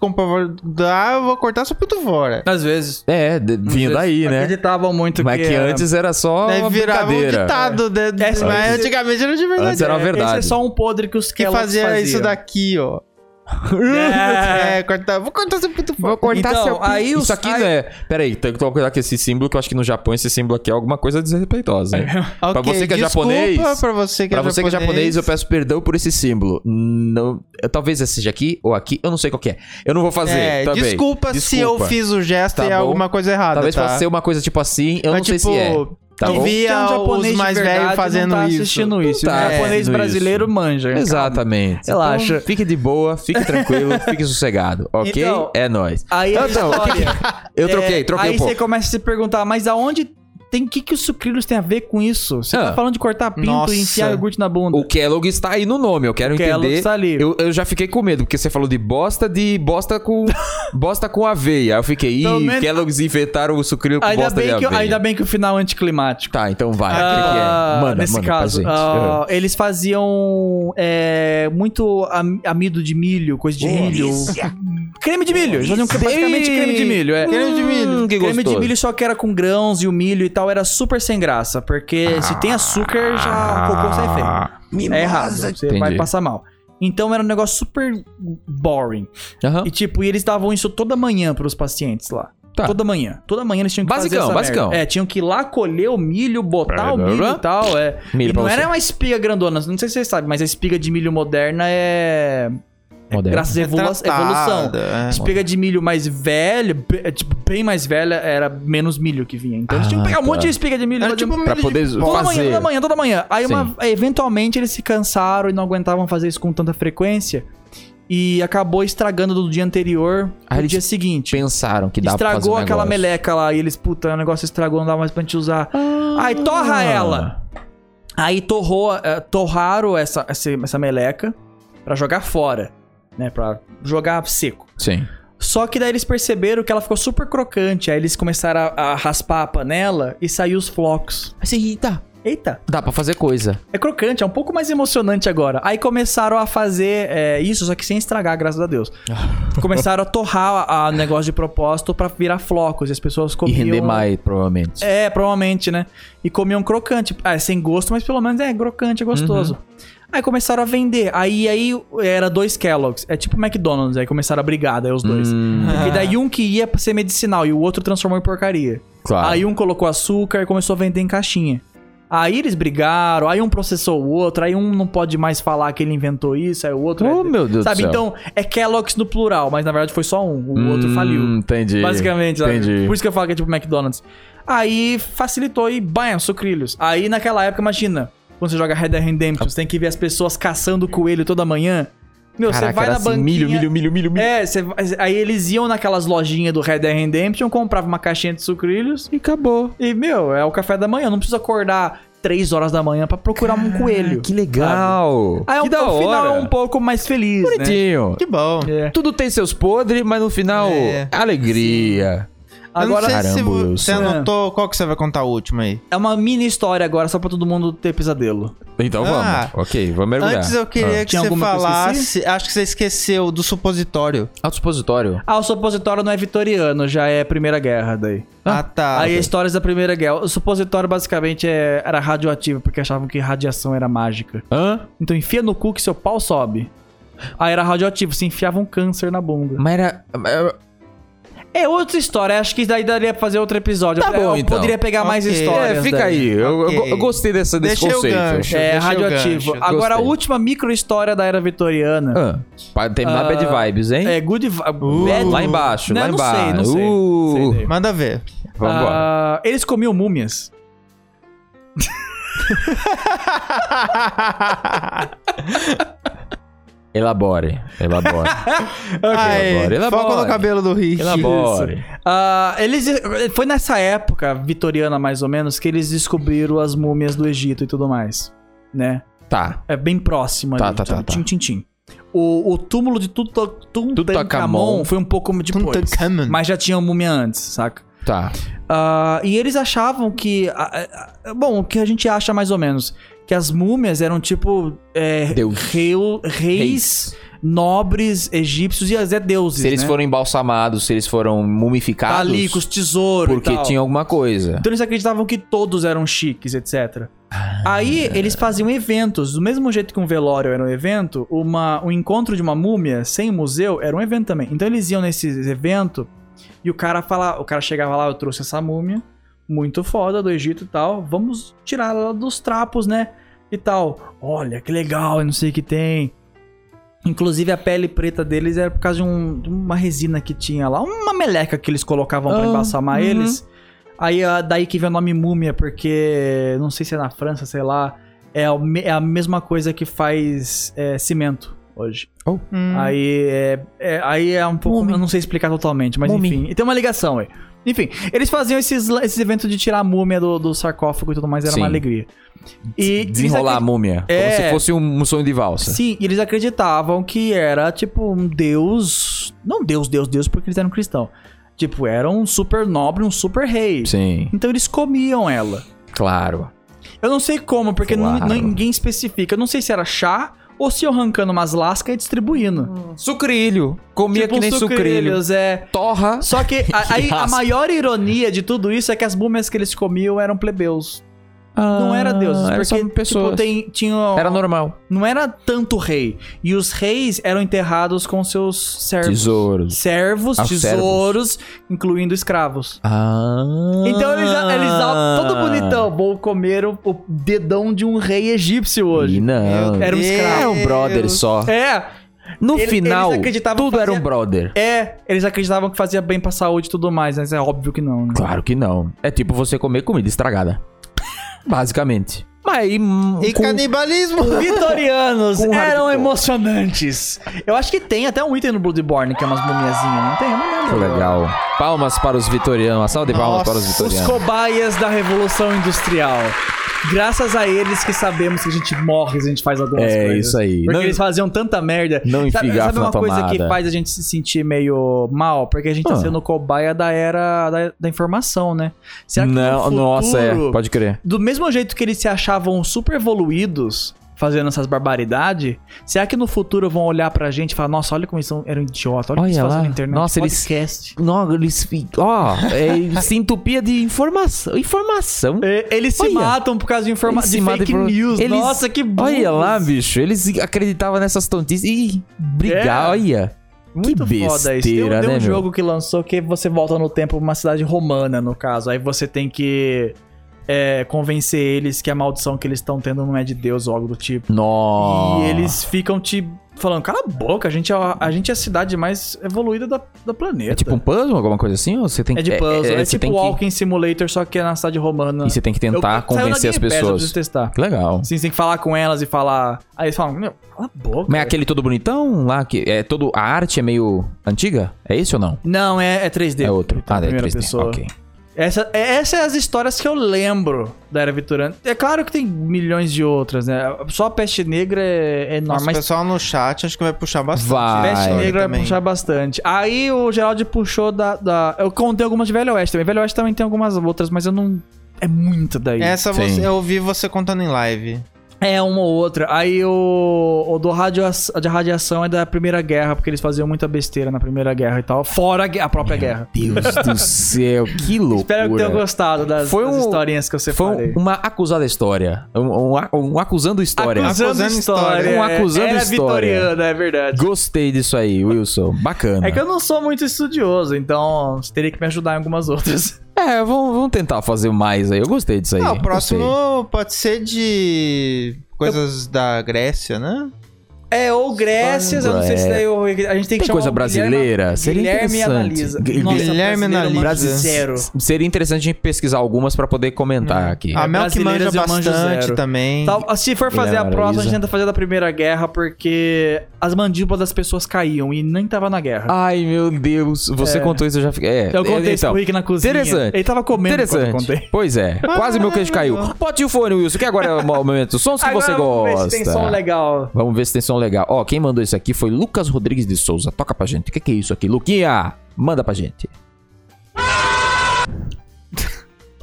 [SPEAKER 3] comportar, eu vou cortar seu pinto fora.
[SPEAKER 2] Às vezes.
[SPEAKER 1] É, de- vinha daí, né?
[SPEAKER 2] Acreditavam muito
[SPEAKER 1] Mas que
[SPEAKER 2] era-
[SPEAKER 1] antes era só
[SPEAKER 3] Daí
[SPEAKER 1] uma
[SPEAKER 3] virava um
[SPEAKER 1] brincadeira.
[SPEAKER 3] ditado, né?
[SPEAKER 2] Essa-
[SPEAKER 3] mas antigamente era de verdade.
[SPEAKER 1] Antes era uma
[SPEAKER 2] Esse é
[SPEAKER 1] verdade.
[SPEAKER 2] só um podre que os
[SPEAKER 3] que
[SPEAKER 2] Kellogg's
[SPEAKER 3] fazia
[SPEAKER 2] faziam.
[SPEAKER 3] isso daqui, ó.
[SPEAKER 2] (laughs) É.
[SPEAKER 3] É, cortar, vou cortar seu pinto fora.
[SPEAKER 1] Vou cortar
[SPEAKER 2] Então,
[SPEAKER 1] seu
[SPEAKER 2] aí os-
[SPEAKER 1] Isso aqui
[SPEAKER 2] aí-
[SPEAKER 1] não é... Pera aí, tem que tomar cuidado com esse símbolo, que eu acho que no Japão esse símbolo aqui é alguma coisa desrespeitosa. hein? Pra
[SPEAKER 3] Ok,
[SPEAKER 1] você que é
[SPEAKER 3] desculpa
[SPEAKER 1] japonês-
[SPEAKER 3] Pra você que
[SPEAKER 1] Pra
[SPEAKER 3] é
[SPEAKER 1] você que é japonês, eu peço perdão por esse símbolo. Não, eu- talvez esse seja aqui ou aqui, eu não sei qual que é. Eu não vou fazer
[SPEAKER 3] É,
[SPEAKER 1] também.
[SPEAKER 3] desculpa, se eu
[SPEAKER 1] Desculpa.
[SPEAKER 3] fiz o gesto
[SPEAKER 1] Tá
[SPEAKER 3] e é
[SPEAKER 1] bom.
[SPEAKER 3] alguma coisa errada.
[SPEAKER 1] Talvez
[SPEAKER 3] tá?
[SPEAKER 1] possa ser uma coisa tipo assim, eu
[SPEAKER 3] Mas,
[SPEAKER 1] não sei
[SPEAKER 3] tipo,
[SPEAKER 1] se é. Tá
[SPEAKER 3] eu
[SPEAKER 1] bom?
[SPEAKER 3] vi
[SPEAKER 2] Tem um
[SPEAKER 3] a-
[SPEAKER 2] japonês
[SPEAKER 3] os
[SPEAKER 2] de
[SPEAKER 3] mais
[SPEAKER 2] verdade
[SPEAKER 3] velhos
[SPEAKER 2] não
[SPEAKER 3] fazendo
[SPEAKER 2] tá
[SPEAKER 3] isso.
[SPEAKER 2] assistindo isso.
[SPEAKER 1] Não tá
[SPEAKER 2] o japonês
[SPEAKER 1] assistindo
[SPEAKER 2] brasileiro
[SPEAKER 1] isso.
[SPEAKER 2] manja.
[SPEAKER 1] Exatamente.
[SPEAKER 2] Relaxa.
[SPEAKER 1] Então, fique de boa, fique
[SPEAKER 2] (laughs)
[SPEAKER 1] tranquilo, fique sossegado, ok?
[SPEAKER 2] Então-
[SPEAKER 1] é nóis.
[SPEAKER 2] Aí a
[SPEAKER 1] Então, o que que-
[SPEAKER 2] história-
[SPEAKER 1] Eu
[SPEAKER 2] É,
[SPEAKER 1] troquei, troquei
[SPEAKER 2] Aí
[SPEAKER 1] um
[SPEAKER 2] você
[SPEAKER 1] pouco.
[SPEAKER 2] começa a se perguntar, mas aonde tem que que os sucrilhos tem a ver com isso? Você tá
[SPEAKER 1] Ah.
[SPEAKER 2] falando de cortar pinto
[SPEAKER 3] Nossa.
[SPEAKER 2] e enfiar iogurte na bunda.
[SPEAKER 1] O Kellogg está aí no nome, eu quero
[SPEAKER 2] Kellogg
[SPEAKER 1] entender.
[SPEAKER 2] está ali.
[SPEAKER 1] Eu, eu já fiquei com medo, porque você falou de bosta de bosta
[SPEAKER 2] (laughs)
[SPEAKER 1] com bosta com aveia. Aí eu fiquei,
[SPEAKER 2] Pelo
[SPEAKER 1] ih,
[SPEAKER 2] menos-
[SPEAKER 1] Kellogg's inventaram o sucrilho com
[SPEAKER 2] Ainda
[SPEAKER 1] bosta de
[SPEAKER 2] bem, que,
[SPEAKER 1] aveia.
[SPEAKER 2] ainda bem que o final é anticlimático.
[SPEAKER 1] Tá, então vai. o que que
[SPEAKER 2] Ah,
[SPEAKER 1] é? Manda,
[SPEAKER 2] nesse
[SPEAKER 1] manda
[SPEAKER 2] caso,
[SPEAKER 1] pra gente.
[SPEAKER 2] ah, eles faziam é, muito am- amido de milho, coisa de milho. Creme de milho, eles faziam praticamente creme de milho, é.
[SPEAKER 1] Creme de milho. Hum, que
[SPEAKER 2] creme de
[SPEAKER 1] gostoso.
[SPEAKER 2] milho só que era com grãos e o milho e tal, era super sem graça, porque se tem açúcar, já o cocô sai feio. É errado, você vai
[SPEAKER 1] Ah. Entendi.
[SPEAKER 2] passar mal. Então era um negócio super boring.
[SPEAKER 1] Aham.
[SPEAKER 2] E tipo, e eles davam isso toda manhã pros pacientes lá.
[SPEAKER 1] Tá.
[SPEAKER 2] Toda manhã. Toda manhã eles tinham que
[SPEAKER 1] Basicão,
[SPEAKER 2] fazer essa
[SPEAKER 1] basicão.
[SPEAKER 2] merda. É, tinham que ir lá colher o milho, botar o milho e tal, é.
[SPEAKER 1] Milho
[SPEAKER 2] e
[SPEAKER 1] pra
[SPEAKER 2] não era
[SPEAKER 1] você.
[SPEAKER 2] uma espiga grandona, não sei se vocês sabem, mas a espiga de milho moderna é...
[SPEAKER 1] Moderna.
[SPEAKER 2] Graças à evolu- evolução.
[SPEAKER 3] Tratada, é.
[SPEAKER 2] Espiga de milho mais velha, be- é, tipo, bem mais velha, era menos milho que vinha. Então eles tinham que
[SPEAKER 1] Ah,
[SPEAKER 2] pegar um
[SPEAKER 1] tá.
[SPEAKER 2] monte de espiga de milho
[SPEAKER 3] Era
[SPEAKER 2] fazer-
[SPEAKER 3] tipo
[SPEAKER 1] Pra
[SPEAKER 3] milho de
[SPEAKER 1] poder
[SPEAKER 2] Toda manhã,
[SPEAKER 1] fazer.
[SPEAKER 2] toda manhã, toda manhã. Aí,
[SPEAKER 1] Sim.
[SPEAKER 2] uma- eventualmente, eles se cansaram e não aguentavam fazer isso com tanta frequência. E acabou estragando do dia anterior
[SPEAKER 1] Aí
[SPEAKER 2] pro
[SPEAKER 1] eles
[SPEAKER 2] dia seguinte.
[SPEAKER 1] Pensaram que dá pra fazer
[SPEAKER 2] Estragou
[SPEAKER 1] um
[SPEAKER 2] aquela
[SPEAKER 1] negócio. Ah.
[SPEAKER 2] meleca lá. E eles, puta, o negócio estragou, não dá mais pra gente usar. Aí torra ela. Aí torrou, eh, torraram essa, essa, essa meleca pra jogar fora. Né, pra jogar seco.
[SPEAKER 1] Sim.
[SPEAKER 2] Só que daí eles perceberam que ela ficou super crocante. Aí eles começaram a, a raspar a panela e saiu os flocos.
[SPEAKER 1] Mas aí, tá.
[SPEAKER 2] Eita!
[SPEAKER 1] Dá pra fazer coisa.
[SPEAKER 2] É crocante, é um pouco mais emocionante agora. Aí começaram a fazer é, isso, só que sem estragar, graças
[SPEAKER 1] (laughs)
[SPEAKER 2] a Deus. começaram a torrar a, a negócio de propósito pra virar flocos. E as pessoas
[SPEAKER 1] E
[SPEAKER 2] comiam.
[SPEAKER 1] render mais, provavelmente.
[SPEAKER 2] É, provavelmente, né? E comiam crocante. Ah, é sem gosto, mas pelo menos é crocante, é gostoso.
[SPEAKER 1] Uhum.
[SPEAKER 2] Aí começaram a vender. Aí, aí era dois Kellogg's. É tipo McDonald's. Aí começaram a brigar, daí os dois.
[SPEAKER 1] Hum.
[SPEAKER 2] E daí um que ia pra ser medicinal e o outro transformou em porcaria.
[SPEAKER 1] Claro.
[SPEAKER 2] Aí um colocou açúcar e começou a vender em caixinha. Aí eles brigaram, aí um processou o outro, aí um não pode mais falar que ele inventou isso, aí o outro.
[SPEAKER 1] Oh,
[SPEAKER 2] é-
[SPEAKER 1] meu Deus do
[SPEAKER 2] Sabe,
[SPEAKER 1] céu.
[SPEAKER 2] então é Kellogg's no plural, mas na verdade foi só um. O outro
[SPEAKER 1] Hum,
[SPEAKER 2] faliu.
[SPEAKER 1] Entendi.
[SPEAKER 2] Basicamente, sabe?
[SPEAKER 1] Entendi.
[SPEAKER 2] Por isso que eu falo que é tipo McDonald's. Aí facilitou e banha, sucrilhos. Aí naquela época, imagina, quando você joga Red Dead Redemption, você tem que ver as pessoas caçando o coelho toda manhã. Meu, você
[SPEAKER 1] Caraca,
[SPEAKER 2] vai
[SPEAKER 1] era
[SPEAKER 2] na
[SPEAKER 1] assim,
[SPEAKER 2] banquinha...
[SPEAKER 1] milho, milho, milho, milho, milho.
[SPEAKER 2] É, você vai- aí eles iam naquelas lojinhas do Red Dead Redemption, comprava uma caixinha de sucrilhos
[SPEAKER 1] E acabou.
[SPEAKER 2] e, meu, é o café da manhã. Não precisa acordar 3 horas da manhã pra procurar um coelho.
[SPEAKER 1] Que legal.
[SPEAKER 2] Aí
[SPEAKER 1] que
[SPEAKER 2] o, o final é um pouco mais feliz, né?
[SPEAKER 1] Bonitinho.
[SPEAKER 3] Que bom.
[SPEAKER 2] É.
[SPEAKER 1] Tudo tem seus podres, mas no final,
[SPEAKER 3] É.
[SPEAKER 1] alegria.
[SPEAKER 2] Agora,
[SPEAKER 3] eu não sei se
[SPEAKER 1] Caramba,
[SPEAKER 3] vo-
[SPEAKER 1] Wilson.
[SPEAKER 3] você anotou qual que você vai contar o último aí.
[SPEAKER 2] é uma mini história agora, só pra todo mundo ter pesadelo.
[SPEAKER 1] Então
[SPEAKER 3] Ah.
[SPEAKER 1] vamos. Ok, vamos mergulhar.
[SPEAKER 3] Antes eu queria que
[SPEAKER 2] Tinha
[SPEAKER 3] você
[SPEAKER 2] alguma que eu
[SPEAKER 3] falasse. acho que você esqueceu do supositório.
[SPEAKER 1] Ah. Alto supositório.
[SPEAKER 2] Ah, o supositório não é vitoriano, já é Primeira Guerra daí.
[SPEAKER 3] Ah, tá.
[SPEAKER 2] Aí histórias da Primeira Guerra. O supositório basicamente é- era radioativo, porque achavam que radiação era mágica.
[SPEAKER 1] Hã?
[SPEAKER 2] Então enfia no cu que seu pau sobe. Aí era radioativo, se enfiava um câncer na bunda.
[SPEAKER 1] Mas era. era-
[SPEAKER 2] É outra história, acho que daí daria pra fazer outro episódio.
[SPEAKER 1] Tá
[SPEAKER 2] Eu-
[SPEAKER 1] bom,
[SPEAKER 2] eu
[SPEAKER 1] então.
[SPEAKER 2] poderia pegar mais
[SPEAKER 3] Ok.
[SPEAKER 2] histórias.
[SPEAKER 1] É, fica
[SPEAKER 2] daí.
[SPEAKER 1] aí. Eu, eu-
[SPEAKER 3] Ok.
[SPEAKER 1] eu gostei dessa, desse
[SPEAKER 3] Deixei o
[SPEAKER 1] conceito.
[SPEAKER 3] gancho.
[SPEAKER 2] É,
[SPEAKER 3] Deixa eu
[SPEAKER 2] radioativo.
[SPEAKER 3] gancho.
[SPEAKER 2] Agora, a
[SPEAKER 1] Gostei.
[SPEAKER 2] última micro-história da era vitoriana.
[SPEAKER 1] Ah, pra terminar
[SPEAKER 2] Ah,
[SPEAKER 1] bad vibes, hein? Uh.
[SPEAKER 2] É good... vi- bad-
[SPEAKER 1] Lá embaixo,
[SPEAKER 2] Não,
[SPEAKER 1] lá
[SPEAKER 2] não
[SPEAKER 1] embaixo.
[SPEAKER 2] sei, não sei.
[SPEAKER 1] Uh,
[SPEAKER 2] Sei daí.
[SPEAKER 3] Manda ver.
[SPEAKER 1] Vambora.
[SPEAKER 2] Ah, eles comiam múmias.
[SPEAKER 1] Elabore,
[SPEAKER 2] (laughs)
[SPEAKER 1] elabore. elabora,
[SPEAKER 3] Aí,
[SPEAKER 1] elabora.
[SPEAKER 3] foca no cabelo do Rick.
[SPEAKER 1] elabore.
[SPEAKER 2] Ah, eles foi nessa época vitoriana mais ou menos que eles descobriram as múmias do Egito e tudo mais, né?
[SPEAKER 1] Tá.
[SPEAKER 2] É bem próximo
[SPEAKER 1] Tá,
[SPEAKER 2] ali.
[SPEAKER 1] tá, tá,
[SPEAKER 2] tipo,
[SPEAKER 1] tá.
[SPEAKER 2] Tim, tim, tim. O, o túmulo de Tuta- Tutankhamon
[SPEAKER 1] Tutankhamon.
[SPEAKER 2] foi um pouco depois,
[SPEAKER 3] Tutankhamon.
[SPEAKER 2] mas já tinha múmia antes, saca?
[SPEAKER 1] Tá.
[SPEAKER 2] Ah, e eles achavam que. ah, ah, bom, o que a gente acha mais ou menos? Que as múmias eram tipo. é,
[SPEAKER 1] Deus.
[SPEAKER 2] reu- reis, nobres egípcios e até deuses.
[SPEAKER 1] Se eles
[SPEAKER 2] né?
[SPEAKER 1] foram embalsamados, se eles foram
[SPEAKER 2] Tá
[SPEAKER 1] mumificados.
[SPEAKER 2] ali com os tesouros. e
[SPEAKER 1] porque
[SPEAKER 2] tal.
[SPEAKER 1] tinha alguma coisa.
[SPEAKER 2] Então eles acreditavam que todos eram chiques, etc. Aí eles faziam eventos. Do mesmo jeito que um velório era um evento, uma, um encontro de uma múmia sem museu era um evento também. Então eles iam nesses eventos e o cara fala, o cara chegava lá, eu trouxe essa múmia, muito foda do Egito e tal. Vamos tirar ela dos trapos, né? E tal. Olha, que legal, eu não sei o que tem. Inclusive a pele preta deles era por causa de, um- de uma resina que tinha lá, uma meleca que eles colocavam pra
[SPEAKER 1] Ah,
[SPEAKER 2] embalsamar
[SPEAKER 1] uhum.
[SPEAKER 2] eles. Aí ah, daí que vem o nome múmia, porque não sei se é na França, sei lá, é, o me- é a mesma coisa que faz é, cimento hoje.
[SPEAKER 1] Oh.
[SPEAKER 3] Hum.
[SPEAKER 2] Aí é, é- aí é um pouco.
[SPEAKER 1] Múmia.
[SPEAKER 2] Eu não sei explicar totalmente, mas
[SPEAKER 1] Múmia.
[SPEAKER 2] enfim. E tem uma ligação aí. Enfim, eles faziam esses, esses eventos de tirar a múmia do, do sarcófago e tudo mais, era
[SPEAKER 1] Sim.
[SPEAKER 2] uma alegria. E
[SPEAKER 1] Desenrolar a
[SPEAKER 2] eles acre-
[SPEAKER 1] múmia.
[SPEAKER 2] É.
[SPEAKER 1] Como se fosse um, um sonho de valsa.
[SPEAKER 2] Sim, e eles acreditavam que era tipo um deus. Não deus, deus, deus, porque eles eram cristãos. Tipo, era um super nobre, um super rei.
[SPEAKER 1] Sim,
[SPEAKER 2] Então eles comiam ela.
[SPEAKER 1] claro.
[SPEAKER 2] Eu não sei como, porque nu-
[SPEAKER 1] Claro.
[SPEAKER 2] ninguém especifica. Eu não sei se era chá ou se eu arrancando umas lascas e distribuindo.
[SPEAKER 1] Sucrilho. Comia
[SPEAKER 2] tipo
[SPEAKER 1] que nem
[SPEAKER 2] uns
[SPEAKER 1] um sucrilho.
[SPEAKER 2] sucrilhos, é.
[SPEAKER 1] Torra.
[SPEAKER 2] Só que
[SPEAKER 1] (laughs)
[SPEAKER 2] a, aí a
[SPEAKER 1] asco.
[SPEAKER 2] maior ironia de tudo isso é que as múmias que eles comiam eram plebeus. Não era deuses,
[SPEAKER 1] Ah, era só
[SPEAKER 2] porque
[SPEAKER 1] pessoas.
[SPEAKER 2] tipo, tem, tinha,
[SPEAKER 1] Era normal.
[SPEAKER 2] não era tanto rei. E os reis eram enterrados com seus servos.
[SPEAKER 1] Tesouros.
[SPEAKER 2] Servos,
[SPEAKER 1] Ah, os
[SPEAKER 2] tesouros, incluindo escravos.
[SPEAKER 1] Ah.
[SPEAKER 2] Então eles, eles todo bonitão, vou comer o, o dedão de um rei egípcio hoje.
[SPEAKER 1] E não.
[SPEAKER 3] Meu
[SPEAKER 2] Era um escravo.
[SPEAKER 1] Era um brother só.
[SPEAKER 2] É,
[SPEAKER 1] No
[SPEAKER 2] Ele-
[SPEAKER 1] final,
[SPEAKER 2] eles acreditavam
[SPEAKER 1] tudo
[SPEAKER 2] que
[SPEAKER 1] era um
[SPEAKER 2] fazia-
[SPEAKER 1] brother.
[SPEAKER 2] é, eles acreditavam que fazia bem pra saúde e tudo mais, mas é óbvio que não, né?
[SPEAKER 1] Claro que não. É tipo você comer comida estragada. (laughs) Basicamente. Mas aí.
[SPEAKER 2] um
[SPEAKER 1] hum,
[SPEAKER 3] E
[SPEAKER 1] com-
[SPEAKER 3] canibalismo.
[SPEAKER 2] Vitorianos
[SPEAKER 1] Com hardcore.
[SPEAKER 2] eram emocionantes. Eu acho que tem até um item no Bloodborne que é umas mumiazinhas. Não tem? Eu não
[SPEAKER 1] Que
[SPEAKER 2] lembro.
[SPEAKER 1] legal. Palmas para os vitorianos. Uma salva de palmas
[SPEAKER 3] Nossa,
[SPEAKER 1] para os
[SPEAKER 2] Os
[SPEAKER 1] vitorianos.
[SPEAKER 2] cobaias da Revolução Industrial. Graças a eles que sabemos que a gente morre se a gente faz algumas
[SPEAKER 1] É,
[SPEAKER 2] coisas.
[SPEAKER 1] isso aí.
[SPEAKER 2] Porque
[SPEAKER 1] Não-
[SPEAKER 2] eles faziam tanta merda.
[SPEAKER 1] (laughs) Não
[SPEAKER 2] Sabe,
[SPEAKER 1] enfigar
[SPEAKER 2] sabe
[SPEAKER 1] na
[SPEAKER 2] uma coisa
[SPEAKER 1] tomada.
[SPEAKER 2] que faz a gente se sentir meio mal? Porque a gente tá
[SPEAKER 1] Ah.
[SPEAKER 2] sendo cobaia da era da, da informação, né? Será que no
[SPEAKER 1] Não, nossa, é.
[SPEAKER 2] futuro-
[SPEAKER 1] Pode crer.
[SPEAKER 2] do mesmo jeito que eles se achavam super evoluídos, fazendo essas barbaridades, será que no futuro vão olhar pra gente e falar, nossa, olha como eles são, eram idiota, olha, o
[SPEAKER 1] Olha
[SPEAKER 2] que eles fazem
[SPEAKER 1] lá.
[SPEAKER 2] na internet.
[SPEAKER 1] Nossa, eles-
[SPEAKER 2] podcast.
[SPEAKER 1] Não, eles. fi- Ó, é, se entupia de informação. Informação.
[SPEAKER 2] É, Eles se
[SPEAKER 1] Olha.
[SPEAKER 2] matam por causa de, informa...
[SPEAKER 1] Eles
[SPEAKER 2] de
[SPEAKER 1] se matam
[SPEAKER 2] fake
[SPEAKER 1] por-
[SPEAKER 2] news.
[SPEAKER 1] Eles-
[SPEAKER 2] Nossa, que burro.
[SPEAKER 1] Olha lá, bicho. Eles acreditavam nessas tontices. Ih,
[SPEAKER 2] É.
[SPEAKER 1] brigar, olha.
[SPEAKER 2] Muito
[SPEAKER 1] que
[SPEAKER 2] foda isso. Tem, um-
[SPEAKER 1] besteira,
[SPEAKER 2] tem um
[SPEAKER 1] né, meu?
[SPEAKER 2] jogo que lançou que você volta no tempo pra uma cidade romana, no caso. Aí você tem que é, convencer eles que a maldição que eles estão tendo não é de Deus ou algo do tipo.
[SPEAKER 1] Nossa.
[SPEAKER 2] E eles ficam te falando, cala a boca, a gente é a, a gente é a cidade mais evoluída da, do planeta.
[SPEAKER 1] É tipo um puzzle, alguma coisa assim? Ou você tem que.
[SPEAKER 2] É de puzzle, é,
[SPEAKER 1] você
[SPEAKER 2] tipo
[SPEAKER 1] tem que...
[SPEAKER 2] Walking Simulator, só que é na cidade romana.
[SPEAKER 1] E você tem que
[SPEAKER 2] Eu-
[SPEAKER 1] tentar
[SPEAKER 2] saiu na
[SPEAKER 1] convencer as
[SPEAKER 2] Game Pass, eu
[SPEAKER 1] pessoas.
[SPEAKER 2] preciso testar.
[SPEAKER 1] Que legal.
[SPEAKER 2] Sim, você tem que falar com elas e falar... Aí eles falam, meu, cala a boca.
[SPEAKER 1] Mas é aquele todo bonitão lá, que é todo. A arte é meio antiga? É esse ou não?
[SPEAKER 2] Não, é, é 3D.
[SPEAKER 1] É outro.
[SPEAKER 2] Então,
[SPEAKER 1] ah, é
[SPEAKER 2] primeira
[SPEAKER 1] 3D.
[SPEAKER 2] pessoa.
[SPEAKER 1] Ok.
[SPEAKER 2] Essa, é- essas são as histórias que eu lembro da Era Vitoriana. É claro que tem milhões de outras, né? Só a Peste Negra é, é
[SPEAKER 3] Nossa,
[SPEAKER 2] enorme,
[SPEAKER 3] o
[SPEAKER 2] mas
[SPEAKER 3] pessoal no chat acho que vai puxar bastante.
[SPEAKER 1] Vai.
[SPEAKER 2] Peste
[SPEAKER 1] Ah,
[SPEAKER 3] Olha
[SPEAKER 2] Negra vai
[SPEAKER 3] também.
[SPEAKER 2] puxar bastante. Aí o Geraldo puxou da, da- Eu contei algumas de Velho Oeste também. Velho Oeste também tem algumas outras, mas eu não. É muita daí. É,
[SPEAKER 3] Essa
[SPEAKER 1] Sim.
[SPEAKER 3] você- eu ouvi você contando em live.
[SPEAKER 2] uma ou outra. Aí o, o do radio, a de radiação é da Primeira Guerra, porque eles faziam muita besteira na Primeira Guerra e tal. Fora a, gue- a própria guerra.
[SPEAKER 1] Deus
[SPEAKER 2] (laughs)
[SPEAKER 1] do céu, que loucura.
[SPEAKER 2] Espero que tenham gostado das,
[SPEAKER 1] Foi
[SPEAKER 2] das
[SPEAKER 1] um-
[SPEAKER 2] historinhas que eu
[SPEAKER 1] Foi
[SPEAKER 2] separei.
[SPEAKER 1] um- uma acusada história. Um, um a- um acusando história.
[SPEAKER 2] Acusando,
[SPEAKER 3] Acusando
[SPEAKER 2] história.
[SPEAKER 3] história.
[SPEAKER 2] é.
[SPEAKER 1] Um acusando
[SPEAKER 2] Era
[SPEAKER 1] história.
[SPEAKER 2] vitoriana, é verdade.
[SPEAKER 1] Gostei disso aí, Wilson. Bacana.
[SPEAKER 2] É que eu não sou muito estudioso, então você teria que me ajudar em algumas outras.
[SPEAKER 1] É, vamos, vamos tentar fazer mais aí. Eu gostei disso aí.
[SPEAKER 3] Ah, o próximo
[SPEAKER 1] Gostei.
[SPEAKER 3] pode ser de coisas da Grécia, né?
[SPEAKER 2] É, ou Grécias, eu não sei se daí eu, a gente tem que
[SPEAKER 1] Tem
[SPEAKER 2] chamar
[SPEAKER 1] coisa
[SPEAKER 2] o Guilherme-
[SPEAKER 1] brasileira? Seria
[SPEAKER 2] Guilherme
[SPEAKER 1] interessante.
[SPEAKER 2] analisa.
[SPEAKER 1] Gu-
[SPEAKER 2] Nossa,
[SPEAKER 3] Guilherme
[SPEAKER 2] brasileiro é eu manjo
[SPEAKER 3] analisa.
[SPEAKER 2] Zero.
[SPEAKER 1] Seria interessante a gente pesquisar algumas pra poder
[SPEAKER 2] Hum.
[SPEAKER 1] comentar aqui.
[SPEAKER 3] a Mel que manja
[SPEAKER 2] brasileiras eu manjo
[SPEAKER 3] bastante
[SPEAKER 2] zero. Tá
[SPEAKER 3] também.
[SPEAKER 2] Tal- se for fazer a
[SPEAKER 1] Guilherme
[SPEAKER 2] próxima, a
[SPEAKER 1] analisa.
[SPEAKER 2] gente tenta fazer da Primeira Guerra, porque as mandíbulas das pessoas caíam e nem tava na guerra.
[SPEAKER 1] Ai, meu Deus. Você contou isso, eu já fiquei... É,
[SPEAKER 2] eu contei
[SPEAKER 1] é,
[SPEAKER 2] isso
[SPEAKER 1] Ah, então,
[SPEAKER 2] pro Rick na cozinha.
[SPEAKER 1] interessante.
[SPEAKER 2] Ele tava comendo enquanto eu contei.
[SPEAKER 1] Interessante. Pois é. Quase meu queijo caiu.
[SPEAKER 2] (laughs)
[SPEAKER 1] Bote o fone, Wilson, que agora é o momento. dos Sons que
[SPEAKER 2] Agora
[SPEAKER 1] você
[SPEAKER 2] vamos
[SPEAKER 1] gosta.
[SPEAKER 2] ver se tem som legal.
[SPEAKER 1] Vamos ver se tem som legal. Ó, quem mandou isso aqui foi Lucas Rodrigues de Souza. Toca pra gente. O que, que é isso aqui? Luquinha, manda pra gente.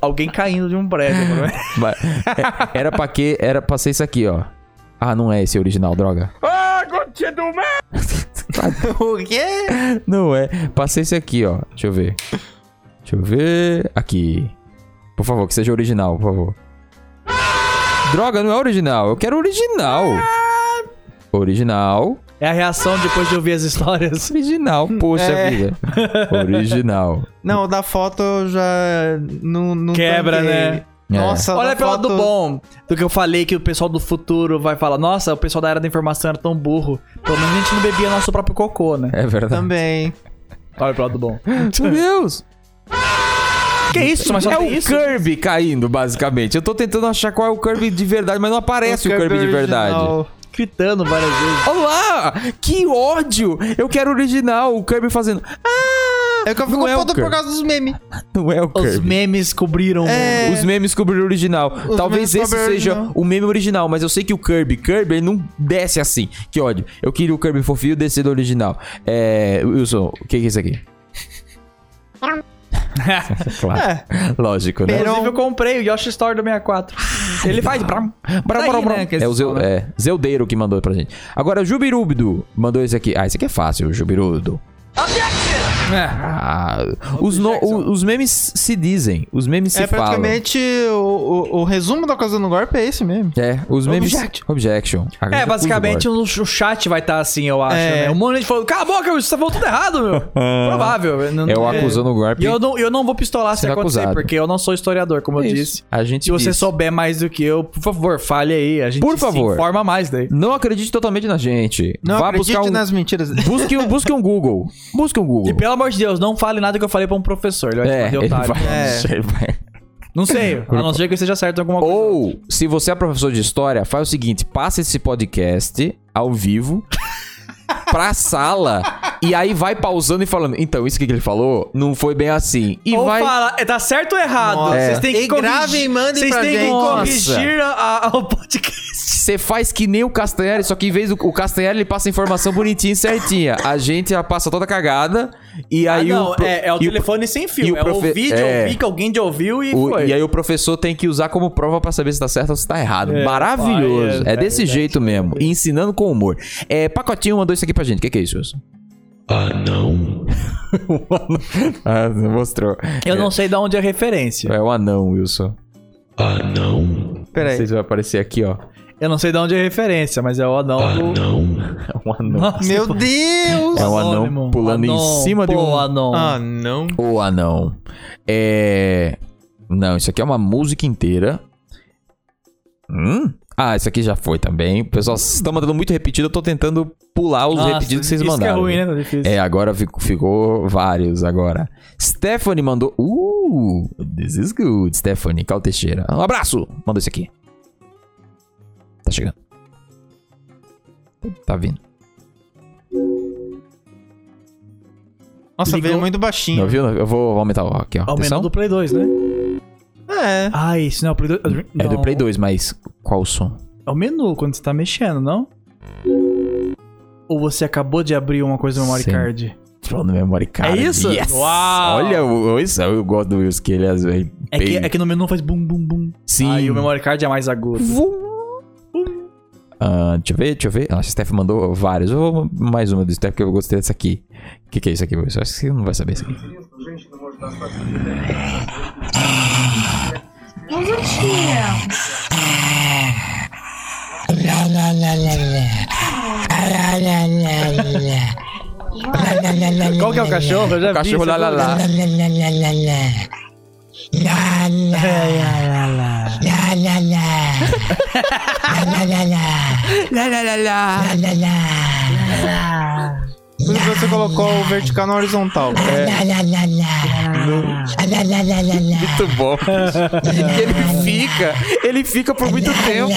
[SPEAKER 2] Alguém caindo de um
[SPEAKER 1] (gasps)
[SPEAKER 2] prédio. mano.
[SPEAKER 1] Vai. (laughs) É, Era pra que... Era pra ser isso aqui, ó. Ah, não é esse original, droga.
[SPEAKER 3] (laughs) o quê?
[SPEAKER 1] Não é. Passei esse aqui, ó. Deixa eu ver. Deixa eu ver. Aqui. Por favor, que seja original, por favor. Droga, não é original. Eu quero original. Original.
[SPEAKER 2] É a reação depois de ouvir as histórias.
[SPEAKER 1] Original. Poxa
[SPEAKER 3] É.
[SPEAKER 1] vida. Original.
[SPEAKER 3] Não, o da foto eu já não, não
[SPEAKER 2] Quebra,
[SPEAKER 3] tanquei.
[SPEAKER 2] né?
[SPEAKER 1] É.
[SPEAKER 3] Nossa, o
[SPEAKER 2] (laughs) Olha
[SPEAKER 3] da
[SPEAKER 2] pelo lado
[SPEAKER 3] foto-
[SPEAKER 2] do bom, do que eu falei que o pessoal do futuro vai falar, nossa, o pessoal da era da informação era tão burro. Pelo menos a gente não bebia nosso próprio cocô, né?
[SPEAKER 1] É verdade.
[SPEAKER 3] Também.
[SPEAKER 2] Olha pelo lado do bom.
[SPEAKER 1] Meu Deus.
[SPEAKER 2] Que isso? Mas só
[SPEAKER 1] é o
[SPEAKER 2] tem isso?
[SPEAKER 1] Kirby caindo, basicamente. Eu tô tentando achar qual é o Kirby de verdade, mas não aparece o Kirby, de verdade.
[SPEAKER 3] original.
[SPEAKER 2] Gritando várias vezes.
[SPEAKER 1] Olá! Que ódio! Eu quero original, o Kirby fazendo. Ah!
[SPEAKER 3] É que eu fico
[SPEAKER 1] Não é o
[SPEAKER 3] puto por
[SPEAKER 1] Kirby.
[SPEAKER 3] causa dos memes.
[SPEAKER 1] Não é o Kirby.
[SPEAKER 2] Os memes cobriram.
[SPEAKER 3] É.
[SPEAKER 1] Os memes cobriram o original.
[SPEAKER 3] Os memes
[SPEAKER 1] Talvez esse
[SPEAKER 3] cobriram o
[SPEAKER 1] seja
[SPEAKER 3] original.
[SPEAKER 1] o meme original, mas eu sei que o Kirby, Kirby, ele não desce assim. Que ódio. Eu queria o Kirby fofinho descer do original. É. Wilson, o que que é isso
[SPEAKER 2] (laughs)
[SPEAKER 1] aqui? claro.
[SPEAKER 2] É.
[SPEAKER 3] É.
[SPEAKER 1] Lógico, né?
[SPEAKER 3] Peron.
[SPEAKER 2] Inclusive, eu comprei o Yoshi Store do 64. Ele faz. bram,
[SPEAKER 1] Bra,
[SPEAKER 2] Tá
[SPEAKER 1] bra,
[SPEAKER 2] aí,
[SPEAKER 1] bra.
[SPEAKER 2] né, que
[SPEAKER 1] É o
[SPEAKER 2] eles
[SPEAKER 1] Zeu,
[SPEAKER 2] falam.
[SPEAKER 1] é, Zeudeiro que mandou pra gente. Agora, Jubirúbido mandou esse aqui. Ah, esse aqui é fácil, Jubirudo.
[SPEAKER 2] É.
[SPEAKER 1] Ah, os, no- o- os memes se dizem, os memes se
[SPEAKER 3] é
[SPEAKER 1] falam.
[SPEAKER 3] praticamente o, o- o resumo da coisa no golpe é esse mesmo.
[SPEAKER 1] É, os memes.
[SPEAKER 3] Objection.
[SPEAKER 1] Objection.
[SPEAKER 2] É, basicamente o, o chat vai estar assim, eu acho.
[SPEAKER 3] É.
[SPEAKER 2] Né? Um monte de gente falou: Cala a boca, você tá falando tudo
[SPEAKER 1] (laughs)
[SPEAKER 2] errado, meu. Provável. Não-
[SPEAKER 1] Ah. É o acusando o golpe.
[SPEAKER 2] um- E eu não, eu não vou pistolar se
[SPEAKER 1] Sendo
[SPEAKER 2] acontecer,
[SPEAKER 1] acusado.
[SPEAKER 2] porque eu não sou historiador, como eu
[SPEAKER 1] Isso.
[SPEAKER 2] disse.
[SPEAKER 1] A gente
[SPEAKER 2] Se você
[SPEAKER 1] disse.
[SPEAKER 2] souber mais do que eu, por favor, fale aí. A gente
[SPEAKER 1] Por
[SPEAKER 2] se
[SPEAKER 1] favor.
[SPEAKER 2] informa mais daí.
[SPEAKER 1] Não acredite totalmente na gente.
[SPEAKER 3] Não
[SPEAKER 1] Vá
[SPEAKER 3] acredite
[SPEAKER 1] buscar um.
[SPEAKER 3] nas mentiras.
[SPEAKER 1] (laughs) Busque, um busque um Google. Busque um Google.
[SPEAKER 2] E pelo amor de Deus, não fale nada que eu falei pra um professor. Ele vai
[SPEAKER 1] É,
[SPEAKER 2] te
[SPEAKER 1] ele
[SPEAKER 2] mandar
[SPEAKER 1] vai.
[SPEAKER 2] otário.
[SPEAKER 3] É.
[SPEAKER 1] ele (laughs) vai.
[SPEAKER 2] Não sei, a não ser que eu esteja certo em alguma coisa.
[SPEAKER 1] Ou, se você é professor de história, faz o (laughs) seguinte: passa esse podcast ao vivo pra sala E aí vai pausando e falando, então, isso que ele falou não foi bem assim. E
[SPEAKER 2] Ou
[SPEAKER 1] vai.
[SPEAKER 2] fala, "É, tá certo ou errado?
[SPEAKER 3] Nossa.
[SPEAKER 2] Vocês têm que
[SPEAKER 3] E
[SPEAKER 2] corrigir.
[SPEAKER 3] gravem e mandem
[SPEAKER 2] Vocês
[SPEAKER 3] pra
[SPEAKER 2] têm que
[SPEAKER 3] gente.
[SPEAKER 1] (laughs)
[SPEAKER 2] corrigir a- a- o podcast.
[SPEAKER 1] Você faz que nem o Castanhari, só que em vez do o Castanhari, ele passa a informação bonitinha e certinha. A gente já passa toda cagada e aí
[SPEAKER 2] ah, não,
[SPEAKER 1] o pro-
[SPEAKER 2] é, é o
[SPEAKER 1] e
[SPEAKER 2] telefone sem
[SPEAKER 1] e
[SPEAKER 2] fio.
[SPEAKER 1] o
[SPEAKER 2] É
[SPEAKER 1] profe-
[SPEAKER 2] ouvir de
[SPEAKER 1] é.
[SPEAKER 2] ouvir que alguém te ouviu e
[SPEAKER 1] o-
[SPEAKER 2] foi.
[SPEAKER 1] e aí o professor tem que usar como prova pra saber se tá certo ou se tá errado.
[SPEAKER 2] É,
[SPEAKER 1] Maravilhoso.
[SPEAKER 2] pai, é,
[SPEAKER 1] é desse
[SPEAKER 2] é,
[SPEAKER 1] jeito mesmo. E ensinando com humor. É, Pacotinho mandou isso aqui pra gente. O que, que é isso, Wilson? (laughs) Ah, não. ah, mostrou.
[SPEAKER 2] Eu não sei de onde é a referência.
[SPEAKER 1] É o anão, Wilson. Não sei
[SPEAKER 3] Peraí.
[SPEAKER 1] se vai aparecer aqui, ó.
[SPEAKER 2] Eu não sei de onde é a referência, mas é o anão do...
[SPEAKER 1] É um anão.
[SPEAKER 2] (laughs) Nossa,
[SPEAKER 3] Meu Deus!
[SPEAKER 1] É um anão
[SPEAKER 2] irmão.
[SPEAKER 1] pulando em
[SPEAKER 2] Anão,
[SPEAKER 1] cima de
[SPEAKER 2] pô,
[SPEAKER 1] um-
[SPEAKER 2] anão.
[SPEAKER 3] Ah, não.
[SPEAKER 1] O anão. É. Não, isso aqui é uma música inteira. Hum? Ah, isso aqui já foi também. Pessoal, vocês estão mandando muito repetido. Eu tô tentando pular os
[SPEAKER 2] Nossa,
[SPEAKER 1] repetidos que vocês
[SPEAKER 2] isso
[SPEAKER 1] mandaram.
[SPEAKER 2] é ruim,
[SPEAKER 1] viu?
[SPEAKER 2] né? Tá difícil.
[SPEAKER 1] É, agora fico- ficou vários agora. Stephanie mandou. Uh, this is good, Stephanie. Cal Teixeira. Um abraço! Mandou isso aqui. Tá chegando. Tá vindo.
[SPEAKER 3] Nossa,
[SPEAKER 2] Ligou.
[SPEAKER 3] veio muito
[SPEAKER 1] Não
[SPEAKER 3] baixinho.
[SPEAKER 1] viu? Eu vou aumentar ó, aqui, ó.
[SPEAKER 2] É o
[SPEAKER 1] Atenção.
[SPEAKER 2] menor do Play 2, né?
[SPEAKER 3] É.
[SPEAKER 2] Ah, isso não é o Play 2.
[SPEAKER 1] É do
[SPEAKER 2] Não.
[SPEAKER 1] Play 2, mas qual o som?
[SPEAKER 2] É o menu quando você tá mexendo, não? Ou você acabou de abrir uma coisa no memory
[SPEAKER 1] Sim.
[SPEAKER 2] card?
[SPEAKER 1] Troll no memory card.
[SPEAKER 2] É isso?
[SPEAKER 1] Yes!
[SPEAKER 2] Uau!
[SPEAKER 1] Olha, o- isso eu gosto do Wills, que ele às vezes...
[SPEAKER 2] É que, é que no menu faz bum, bum, bum.
[SPEAKER 1] Sim.
[SPEAKER 2] Aí o memory card é mais agudo.
[SPEAKER 1] Ah, deixa eu ver, deixa eu ver. Ah, a Steph mandou vários. Eu vou mais uma do Steph, porque eu gostei dessa aqui. O que, que é isso aqui, Wilson? Acho que você não vai saber isso aqui.
[SPEAKER 2] Qual que é o cachorro? Eu já vi
[SPEAKER 1] Cachorro
[SPEAKER 2] isso
[SPEAKER 1] lá, lá,
[SPEAKER 2] agora.
[SPEAKER 1] lá.
[SPEAKER 3] Por isso você colocou o vertical na horizontal.
[SPEAKER 1] É, Muito
[SPEAKER 2] (laughs)
[SPEAKER 1] bom. e ele fica, ele fica por muito tempo.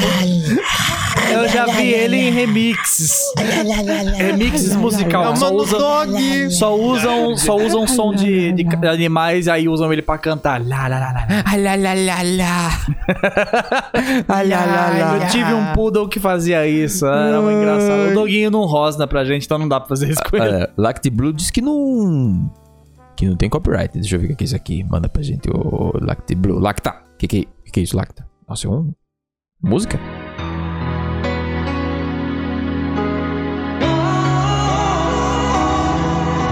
[SPEAKER 2] Eu já vi ele em remixes. Remixes musical. Só
[SPEAKER 3] Mano,
[SPEAKER 2] usam,
[SPEAKER 3] dog!
[SPEAKER 2] só usam, só usam som de, de ca- animais e aí usam ele pra cantar. Lá, lá, lá, lá, lá. Eu tive um poodle que fazia isso. Era uma engraçada. O doguinho não rosna pra gente, então não dá pra fazer isso com ele.
[SPEAKER 1] Ah, Lacti Blue diz que não... Que não tem copyright. Deixa eu ver o que que é isso aqui. Manda pra gente, o Lacti Blue. Lacta. O que, que, que que é isso, Lacta? Nossa, é um... Música?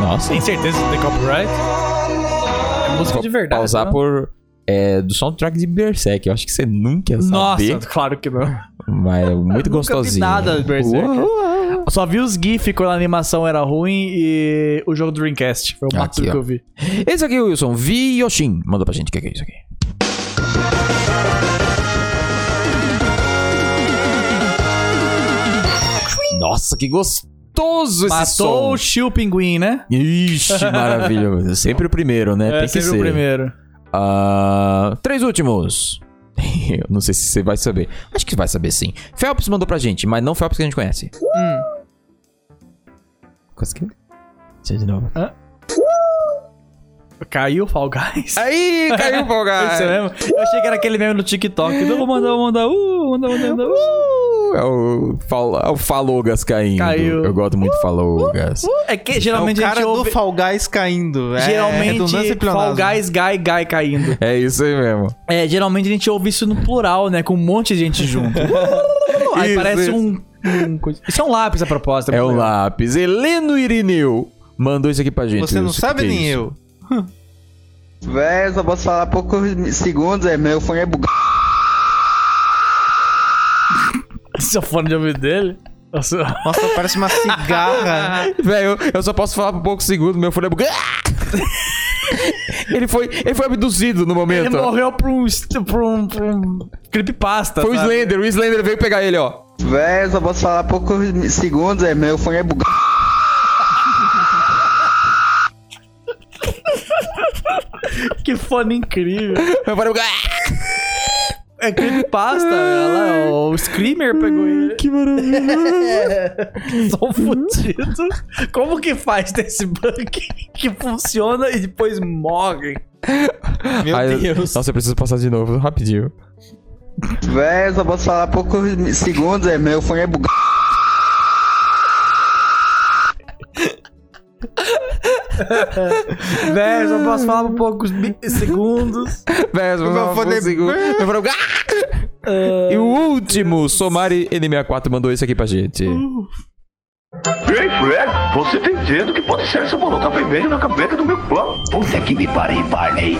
[SPEAKER 1] Nossa,
[SPEAKER 2] Tem certeza que não tem copyright? É música
[SPEAKER 1] Vou
[SPEAKER 2] de verdade.
[SPEAKER 1] Pausar
[SPEAKER 2] né?
[SPEAKER 1] por. É, do soundtrack de Berserk. Eu acho que você nunca ia saber.
[SPEAKER 2] Nossa, claro que não.
[SPEAKER 1] Mas é
[SPEAKER 2] (laughs)
[SPEAKER 1] muito
[SPEAKER 2] vi
[SPEAKER 1] gostosinho.
[SPEAKER 2] nada de Berserk.
[SPEAKER 1] Uou, uou.
[SPEAKER 2] Só vi os GIF quando a animação era ruim e o jogo do Dreamcast. Foi o máximo
[SPEAKER 1] Aqui, ó.
[SPEAKER 2] que eu vi.
[SPEAKER 1] Esse aqui é o Wilson. Vi Yoshin. Manda pra gente o que que é isso aqui. Nossa, que gostoso esse
[SPEAKER 2] Matou o
[SPEAKER 1] som.
[SPEAKER 2] Shio Pinguim, né?
[SPEAKER 1] (laughs) Ixi, maravilha. Sempre o primeiro, né? Tem que
[SPEAKER 2] É sempre
[SPEAKER 1] ser.
[SPEAKER 2] o primeiro.
[SPEAKER 1] Ah, três últimos. (laughs) Eu não sei se você vai saber. Acho que vai saber sim. Phelps mandou pra gente, mas não Phelps que a gente conhece.
[SPEAKER 3] Hum.
[SPEAKER 1] Quase que. Deixa eu de novo.
[SPEAKER 2] Caiu Fall Guys.
[SPEAKER 3] É.
[SPEAKER 2] (laughs)
[SPEAKER 1] Aí, caiu (laughs) o
[SPEAKER 2] Isso
[SPEAKER 1] Polgar.
[SPEAKER 2] mesmo? Eu achei que era aquele meme no TikTok. Não, vou mandar, vou mandar. Uh, mandar, mandar, mandar. Uh.
[SPEAKER 1] É o, fal, é o Falogas caindo.
[SPEAKER 2] Caiu.
[SPEAKER 1] Eu gosto muito de Falogas.
[SPEAKER 2] É que
[SPEAKER 3] É o
[SPEAKER 2] geralmente a
[SPEAKER 3] cara
[SPEAKER 2] gente
[SPEAKER 3] do
[SPEAKER 2] ouve...
[SPEAKER 3] Fall Guys caindo. É redundância e
[SPEAKER 2] Geralmente,
[SPEAKER 3] pleonasmo.
[SPEAKER 2] Fall Guys, Guy, Guy caindo.
[SPEAKER 1] É isso aí mesmo.
[SPEAKER 2] É, geralmente a gente ouve isso no plural, né? Com um monte de
[SPEAKER 1] (laughs)
[SPEAKER 2] gente junto. Aí
[SPEAKER 1] Isso,
[SPEAKER 2] parece
[SPEAKER 1] isso.
[SPEAKER 2] um, um coisa- Isso é um lápis a propósito.
[SPEAKER 1] É o
[SPEAKER 2] lápis.
[SPEAKER 1] lápis. Heleno Irineu mandou isso aqui pra gente.
[SPEAKER 3] Você não
[SPEAKER 1] Wilson.
[SPEAKER 3] sabe
[SPEAKER 1] Que que é
[SPEAKER 3] nem
[SPEAKER 1] isso?
[SPEAKER 3] eu.
[SPEAKER 6] Véi, eu só posso falar poucos segundos, é meu fone é bugado.
[SPEAKER 2] Esse é o fone de ouvido dele. Nossa.
[SPEAKER 3] Nossa, parece uma cigarra.
[SPEAKER 1] (laughs) Velho, eu- eu só posso falar por poucos segundos, meu folha. (laughs) ele, foi, ele foi abduzido no
[SPEAKER 2] Ele
[SPEAKER 1] momento.
[SPEAKER 2] morreu pra um, pra um, pra um creepypasta.
[SPEAKER 1] Foi o
[SPEAKER 2] sabe?
[SPEAKER 1] Slender, o Slender veio pegar ele, ó.
[SPEAKER 6] Véi, eu só posso falar poucos segundos, é meu fone é bugado.
[SPEAKER 2] Que fone incrível.
[SPEAKER 1] Eu falei,
[SPEAKER 2] É creepypasta.
[SPEAKER 1] Hum,
[SPEAKER 2] Ela, o Screamer pegou ele. (laughs)
[SPEAKER 1] que maravilha.
[SPEAKER 2] Só um fudido. acredito. Como que faz desse bug que funciona e depois morre?
[SPEAKER 1] Meu Deus. Nossa, eu preciso passar de novo, rapidinho.
[SPEAKER 6] Véi, eu só posso falar poucos segundos, é meu fone é bugado.
[SPEAKER 2] Velho, eu só posso falar por poucos mi- segundos.
[SPEAKER 1] Véi, eu vou
[SPEAKER 3] é
[SPEAKER 1] falar um segundo. Eu falo, "Ah!" E o último, Somari N64 mandou isso aqui pra gente.
[SPEAKER 2] Hum.
[SPEAKER 7] Ei, Fred, você tem dedo que pode ser essa bolota vermelha na cabeça do meu pão. Puta que me pariu, Barney.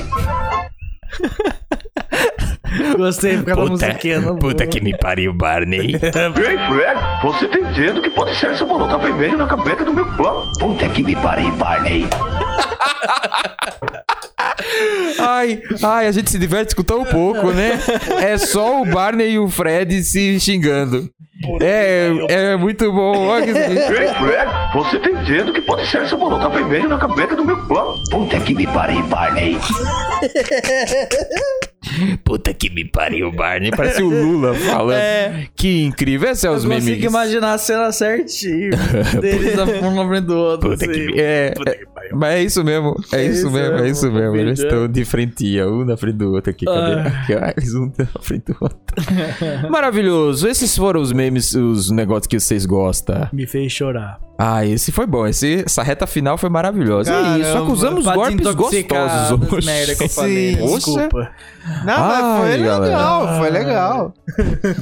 [SPEAKER 2] Gostei, ficava musiquinha. não-
[SPEAKER 1] me pariu, Barney.
[SPEAKER 7] Ei, Fred, você tem dedo que pode ser essa bolota vermelha na cabeça do meu pão. Puta que me pariu, Barney.
[SPEAKER 1] Ai, ai, a gente se diverte escutar um pouco, né? É só o Barney e o Fred se xingando. É, é muito bom. (laughs) Olha que-
[SPEAKER 7] Ei, Fred, você tem dedo que pode ser essa bolota vermelha na cabeça do meu pão. Puta que me pariu, Barney.
[SPEAKER 1] Puta que me pariu, Barney. Parece o Lula falando. Que incrível. Esses são os
[SPEAKER 2] É. Eu
[SPEAKER 1] memes. é.
[SPEAKER 2] consigo imaginar a
[SPEAKER 1] (laughs)
[SPEAKER 2] cena certinho. Deles um na frente do outro.
[SPEAKER 1] Puta
[SPEAKER 2] assim.
[SPEAKER 1] que... É, é- mas é isso mesmo, é isso
[SPEAKER 2] isso
[SPEAKER 1] mesmo, é
[SPEAKER 2] mesmo,
[SPEAKER 1] isso mesmo. Eles
[SPEAKER 2] vídeo, Ah. é.
[SPEAKER 1] estão de frentinha, um na frente do outro aqui, cadê? Aqui, ó, (laughs) eles um na frente do outro. Maravilhoso, esses foram os memes, os negócios que vocês gostam.
[SPEAKER 2] Me fez chorar.
[SPEAKER 1] Ah, esse foi bom, esse, essa reta final foi maravilhosa. é isso,
[SPEAKER 3] Caramba,
[SPEAKER 1] acusamos
[SPEAKER 2] pra
[SPEAKER 1] golpes
[SPEAKER 2] desintoxicar
[SPEAKER 1] gostosos
[SPEAKER 2] das
[SPEAKER 1] hoje.
[SPEAKER 2] merda que
[SPEAKER 1] (laughs)
[SPEAKER 2] eu
[SPEAKER 1] Sim.
[SPEAKER 2] falei, né?
[SPEAKER 1] Poxa,
[SPEAKER 2] Desculpa.
[SPEAKER 3] Não, mas foi
[SPEAKER 1] Ai,
[SPEAKER 3] legal,
[SPEAKER 1] galera.
[SPEAKER 3] foi legal.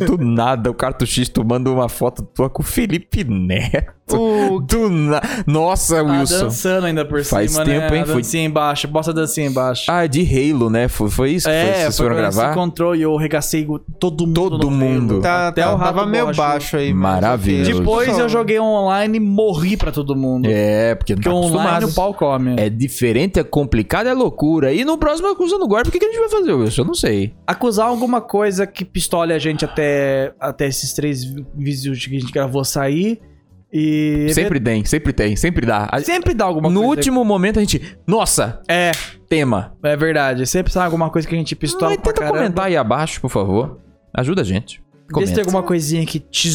[SPEAKER 1] Do nada, o cartuchista manda uma foto tua com o Felipe
[SPEAKER 2] Ah.
[SPEAKER 1] Neto. Do na... Nossa,
[SPEAKER 2] Tá
[SPEAKER 1] Wilson.
[SPEAKER 2] dançando ainda por
[SPEAKER 1] Faz
[SPEAKER 2] cima, né?
[SPEAKER 1] tempo, hein?
[SPEAKER 2] A
[SPEAKER 1] Foi-
[SPEAKER 2] Dancinha embaixo, bosta a dancinha embaixo. É,
[SPEAKER 1] Ah, de Halo, né? Foi, foi isso que foi- vocês foram
[SPEAKER 2] quando
[SPEAKER 1] gravar?
[SPEAKER 2] Se encontrou e eu regacei o- todo mundo.
[SPEAKER 1] Todo
[SPEAKER 2] no
[SPEAKER 1] mundo.
[SPEAKER 3] Tá,
[SPEAKER 2] Até
[SPEAKER 3] tá-
[SPEAKER 2] o rato
[SPEAKER 3] tava meio
[SPEAKER 2] borrachudo.
[SPEAKER 3] baixo aí. mas-
[SPEAKER 1] Maravilhoso.
[SPEAKER 2] Depois eu joguei um online e morri pra todo mundo.
[SPEAKER 1] É, porque não
[SPEAKER 2] Porque
[SPEAKER 1] tá
[SPEAKER 2] online
[SPEAKER 1] acostumado.
[SPEAKER 2] o pau come.
[SPEAKER 1] É diferente, é complicado, é loucura. E no próximo acusando o golpe, o que, que a gente vai fazer, Wilson? Eu não sei.
[SPEAKER 2] Acusar alguma coisa que pistole a gente até, até esses três vídeos que a gente gravou sair. E.
[SPEAKER 1] Sempre tem, sempre tem, sempre dá. A-
[SPEAKER 2] Sempre dá alguma
[SPEAKER 1] no
[SPEAKER 2] coisa.
[SPEAKER 1] último momento a gente. Nossa,
[SPEAKER 2] É,
[SPEAKER 1] tema.
[SPEAKER 2] é verdade. Sempre sai alguma coisa que a gente pistola
[SPEAKER 1] Vai,
[SPEAKER 2] pra
[SPEAKER 1] então tenta
[SPEAKER 2] caramba.
[SPEAKER 1] comentar aí abaixo, por favor. Ajuda a gente.
[SPEAKER 2] Vê se
[SPEAKER 1] Comenta.
[SPEAKER 2] tem alguma coisinha que te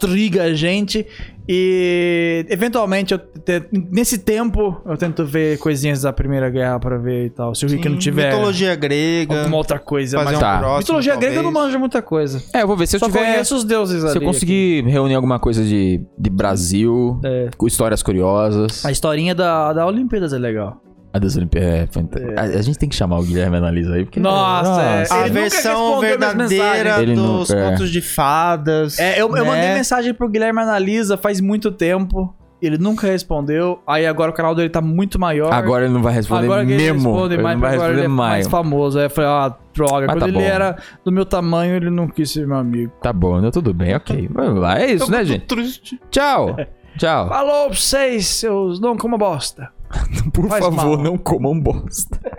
[SPEAKER 2] triga a gente. E eventualmente, eu te- nesse tempo, eu tento ver coisinhas da Primeira Guerra pra ver e tal. Se o Rick não tiver
[SPEAKER 3] Mitologia grega.
[SPEAKER 2] alguma outra coisa.
[SPEAKER 3] Fazer
[SPEAKER 2] Mas...
[SPEAKER 3] um
[SPEAKER 1] Tá.
[SPEAKER 3] próximo,
[SPEAKER 2] Mitologia grega eu não
[SPEAKER 3] talvez.
[SPEAKER 2] manjo muita coisa.
[SPEAKER 1] É, eu vou ver. Se eu
[SPEAKER 2] Só
[SPEAKER 1] tiver.
[SPEAKER 2] conheço os deuses ali.
[SPEAKER 1] Se eu conseguir reunir alguma coisa de, de Brasil,
[SPEAKER 2] É.
[SPEAKER 1] com histórias curiosas.
[SPEAKER 2] A historinha da, da Olimpíadas é legal.
[SPEAKER 1] A das Olimpíadas. É, foi inte- a, a gente tem que chamar o Guilherme Analisa aí, porque.
[SPEAKER 3] A
[SPEAKER 2] é, Ele nunca
[SPEAKER 3] versão
[SPEAKER 2] respondeu minhas
[SPEAKER 3] verdadeira
[SPEAKER 2] mensagens.
[SPEAKER 1] Ele
[SPEAKER 3] dos
[SPEAKER 1] nunca- é.
[SPEAKER 3] contos de fadas.
[SPEAKER 2] É, eu, eu
[SPEAKER 3] né?
[SPEAKER 2] mandei mensagem pro Guilherme Analisa faz muito tempo. Ele nunca respondeu. Aí agora o canal dele tá muito maior.
[SPEAKER 1] Ah, Agora ele não vai responder
[SPEAKER 2] Agora que ele
[SPEAKER 1] mesmo.
[SPEAKER 2] responde
[SPEAKER 1] Ele
[SPEAKER 2] mais,
[SPEAKER 1] não vai
[SPEAKER 2] agora
[SPEAKER 1] responder
[SPEAKER 2] ele é mais
[SPEAKER 1] mais.
[SPEAKER 2] famoso. Aí eu falei, ah, droga.
[SPEAKER 1] Mas
[SPEAKER 2] Quando
[SPEAKER 1] tá
[SPEAKER 2] ele
[SPEAKER 1] bom.
[SPEAKER 2] era do meu tamanho, ele não quis ser meu amigo.
[SPEAKER 1] Tá bom, né? Tudo bem, ok. Vamos lá, é isso, né, gente?
[SPEAKER 2] (laughs)
[SPEAKER 1] Tchau. Tchau.
[SPEAKER 2] Falou pra vocês, seus não como bosta.
[SPEAKER 1] Por
[SPEAKER 2] faz mal.
[SPEAKER 1] não comam bosta.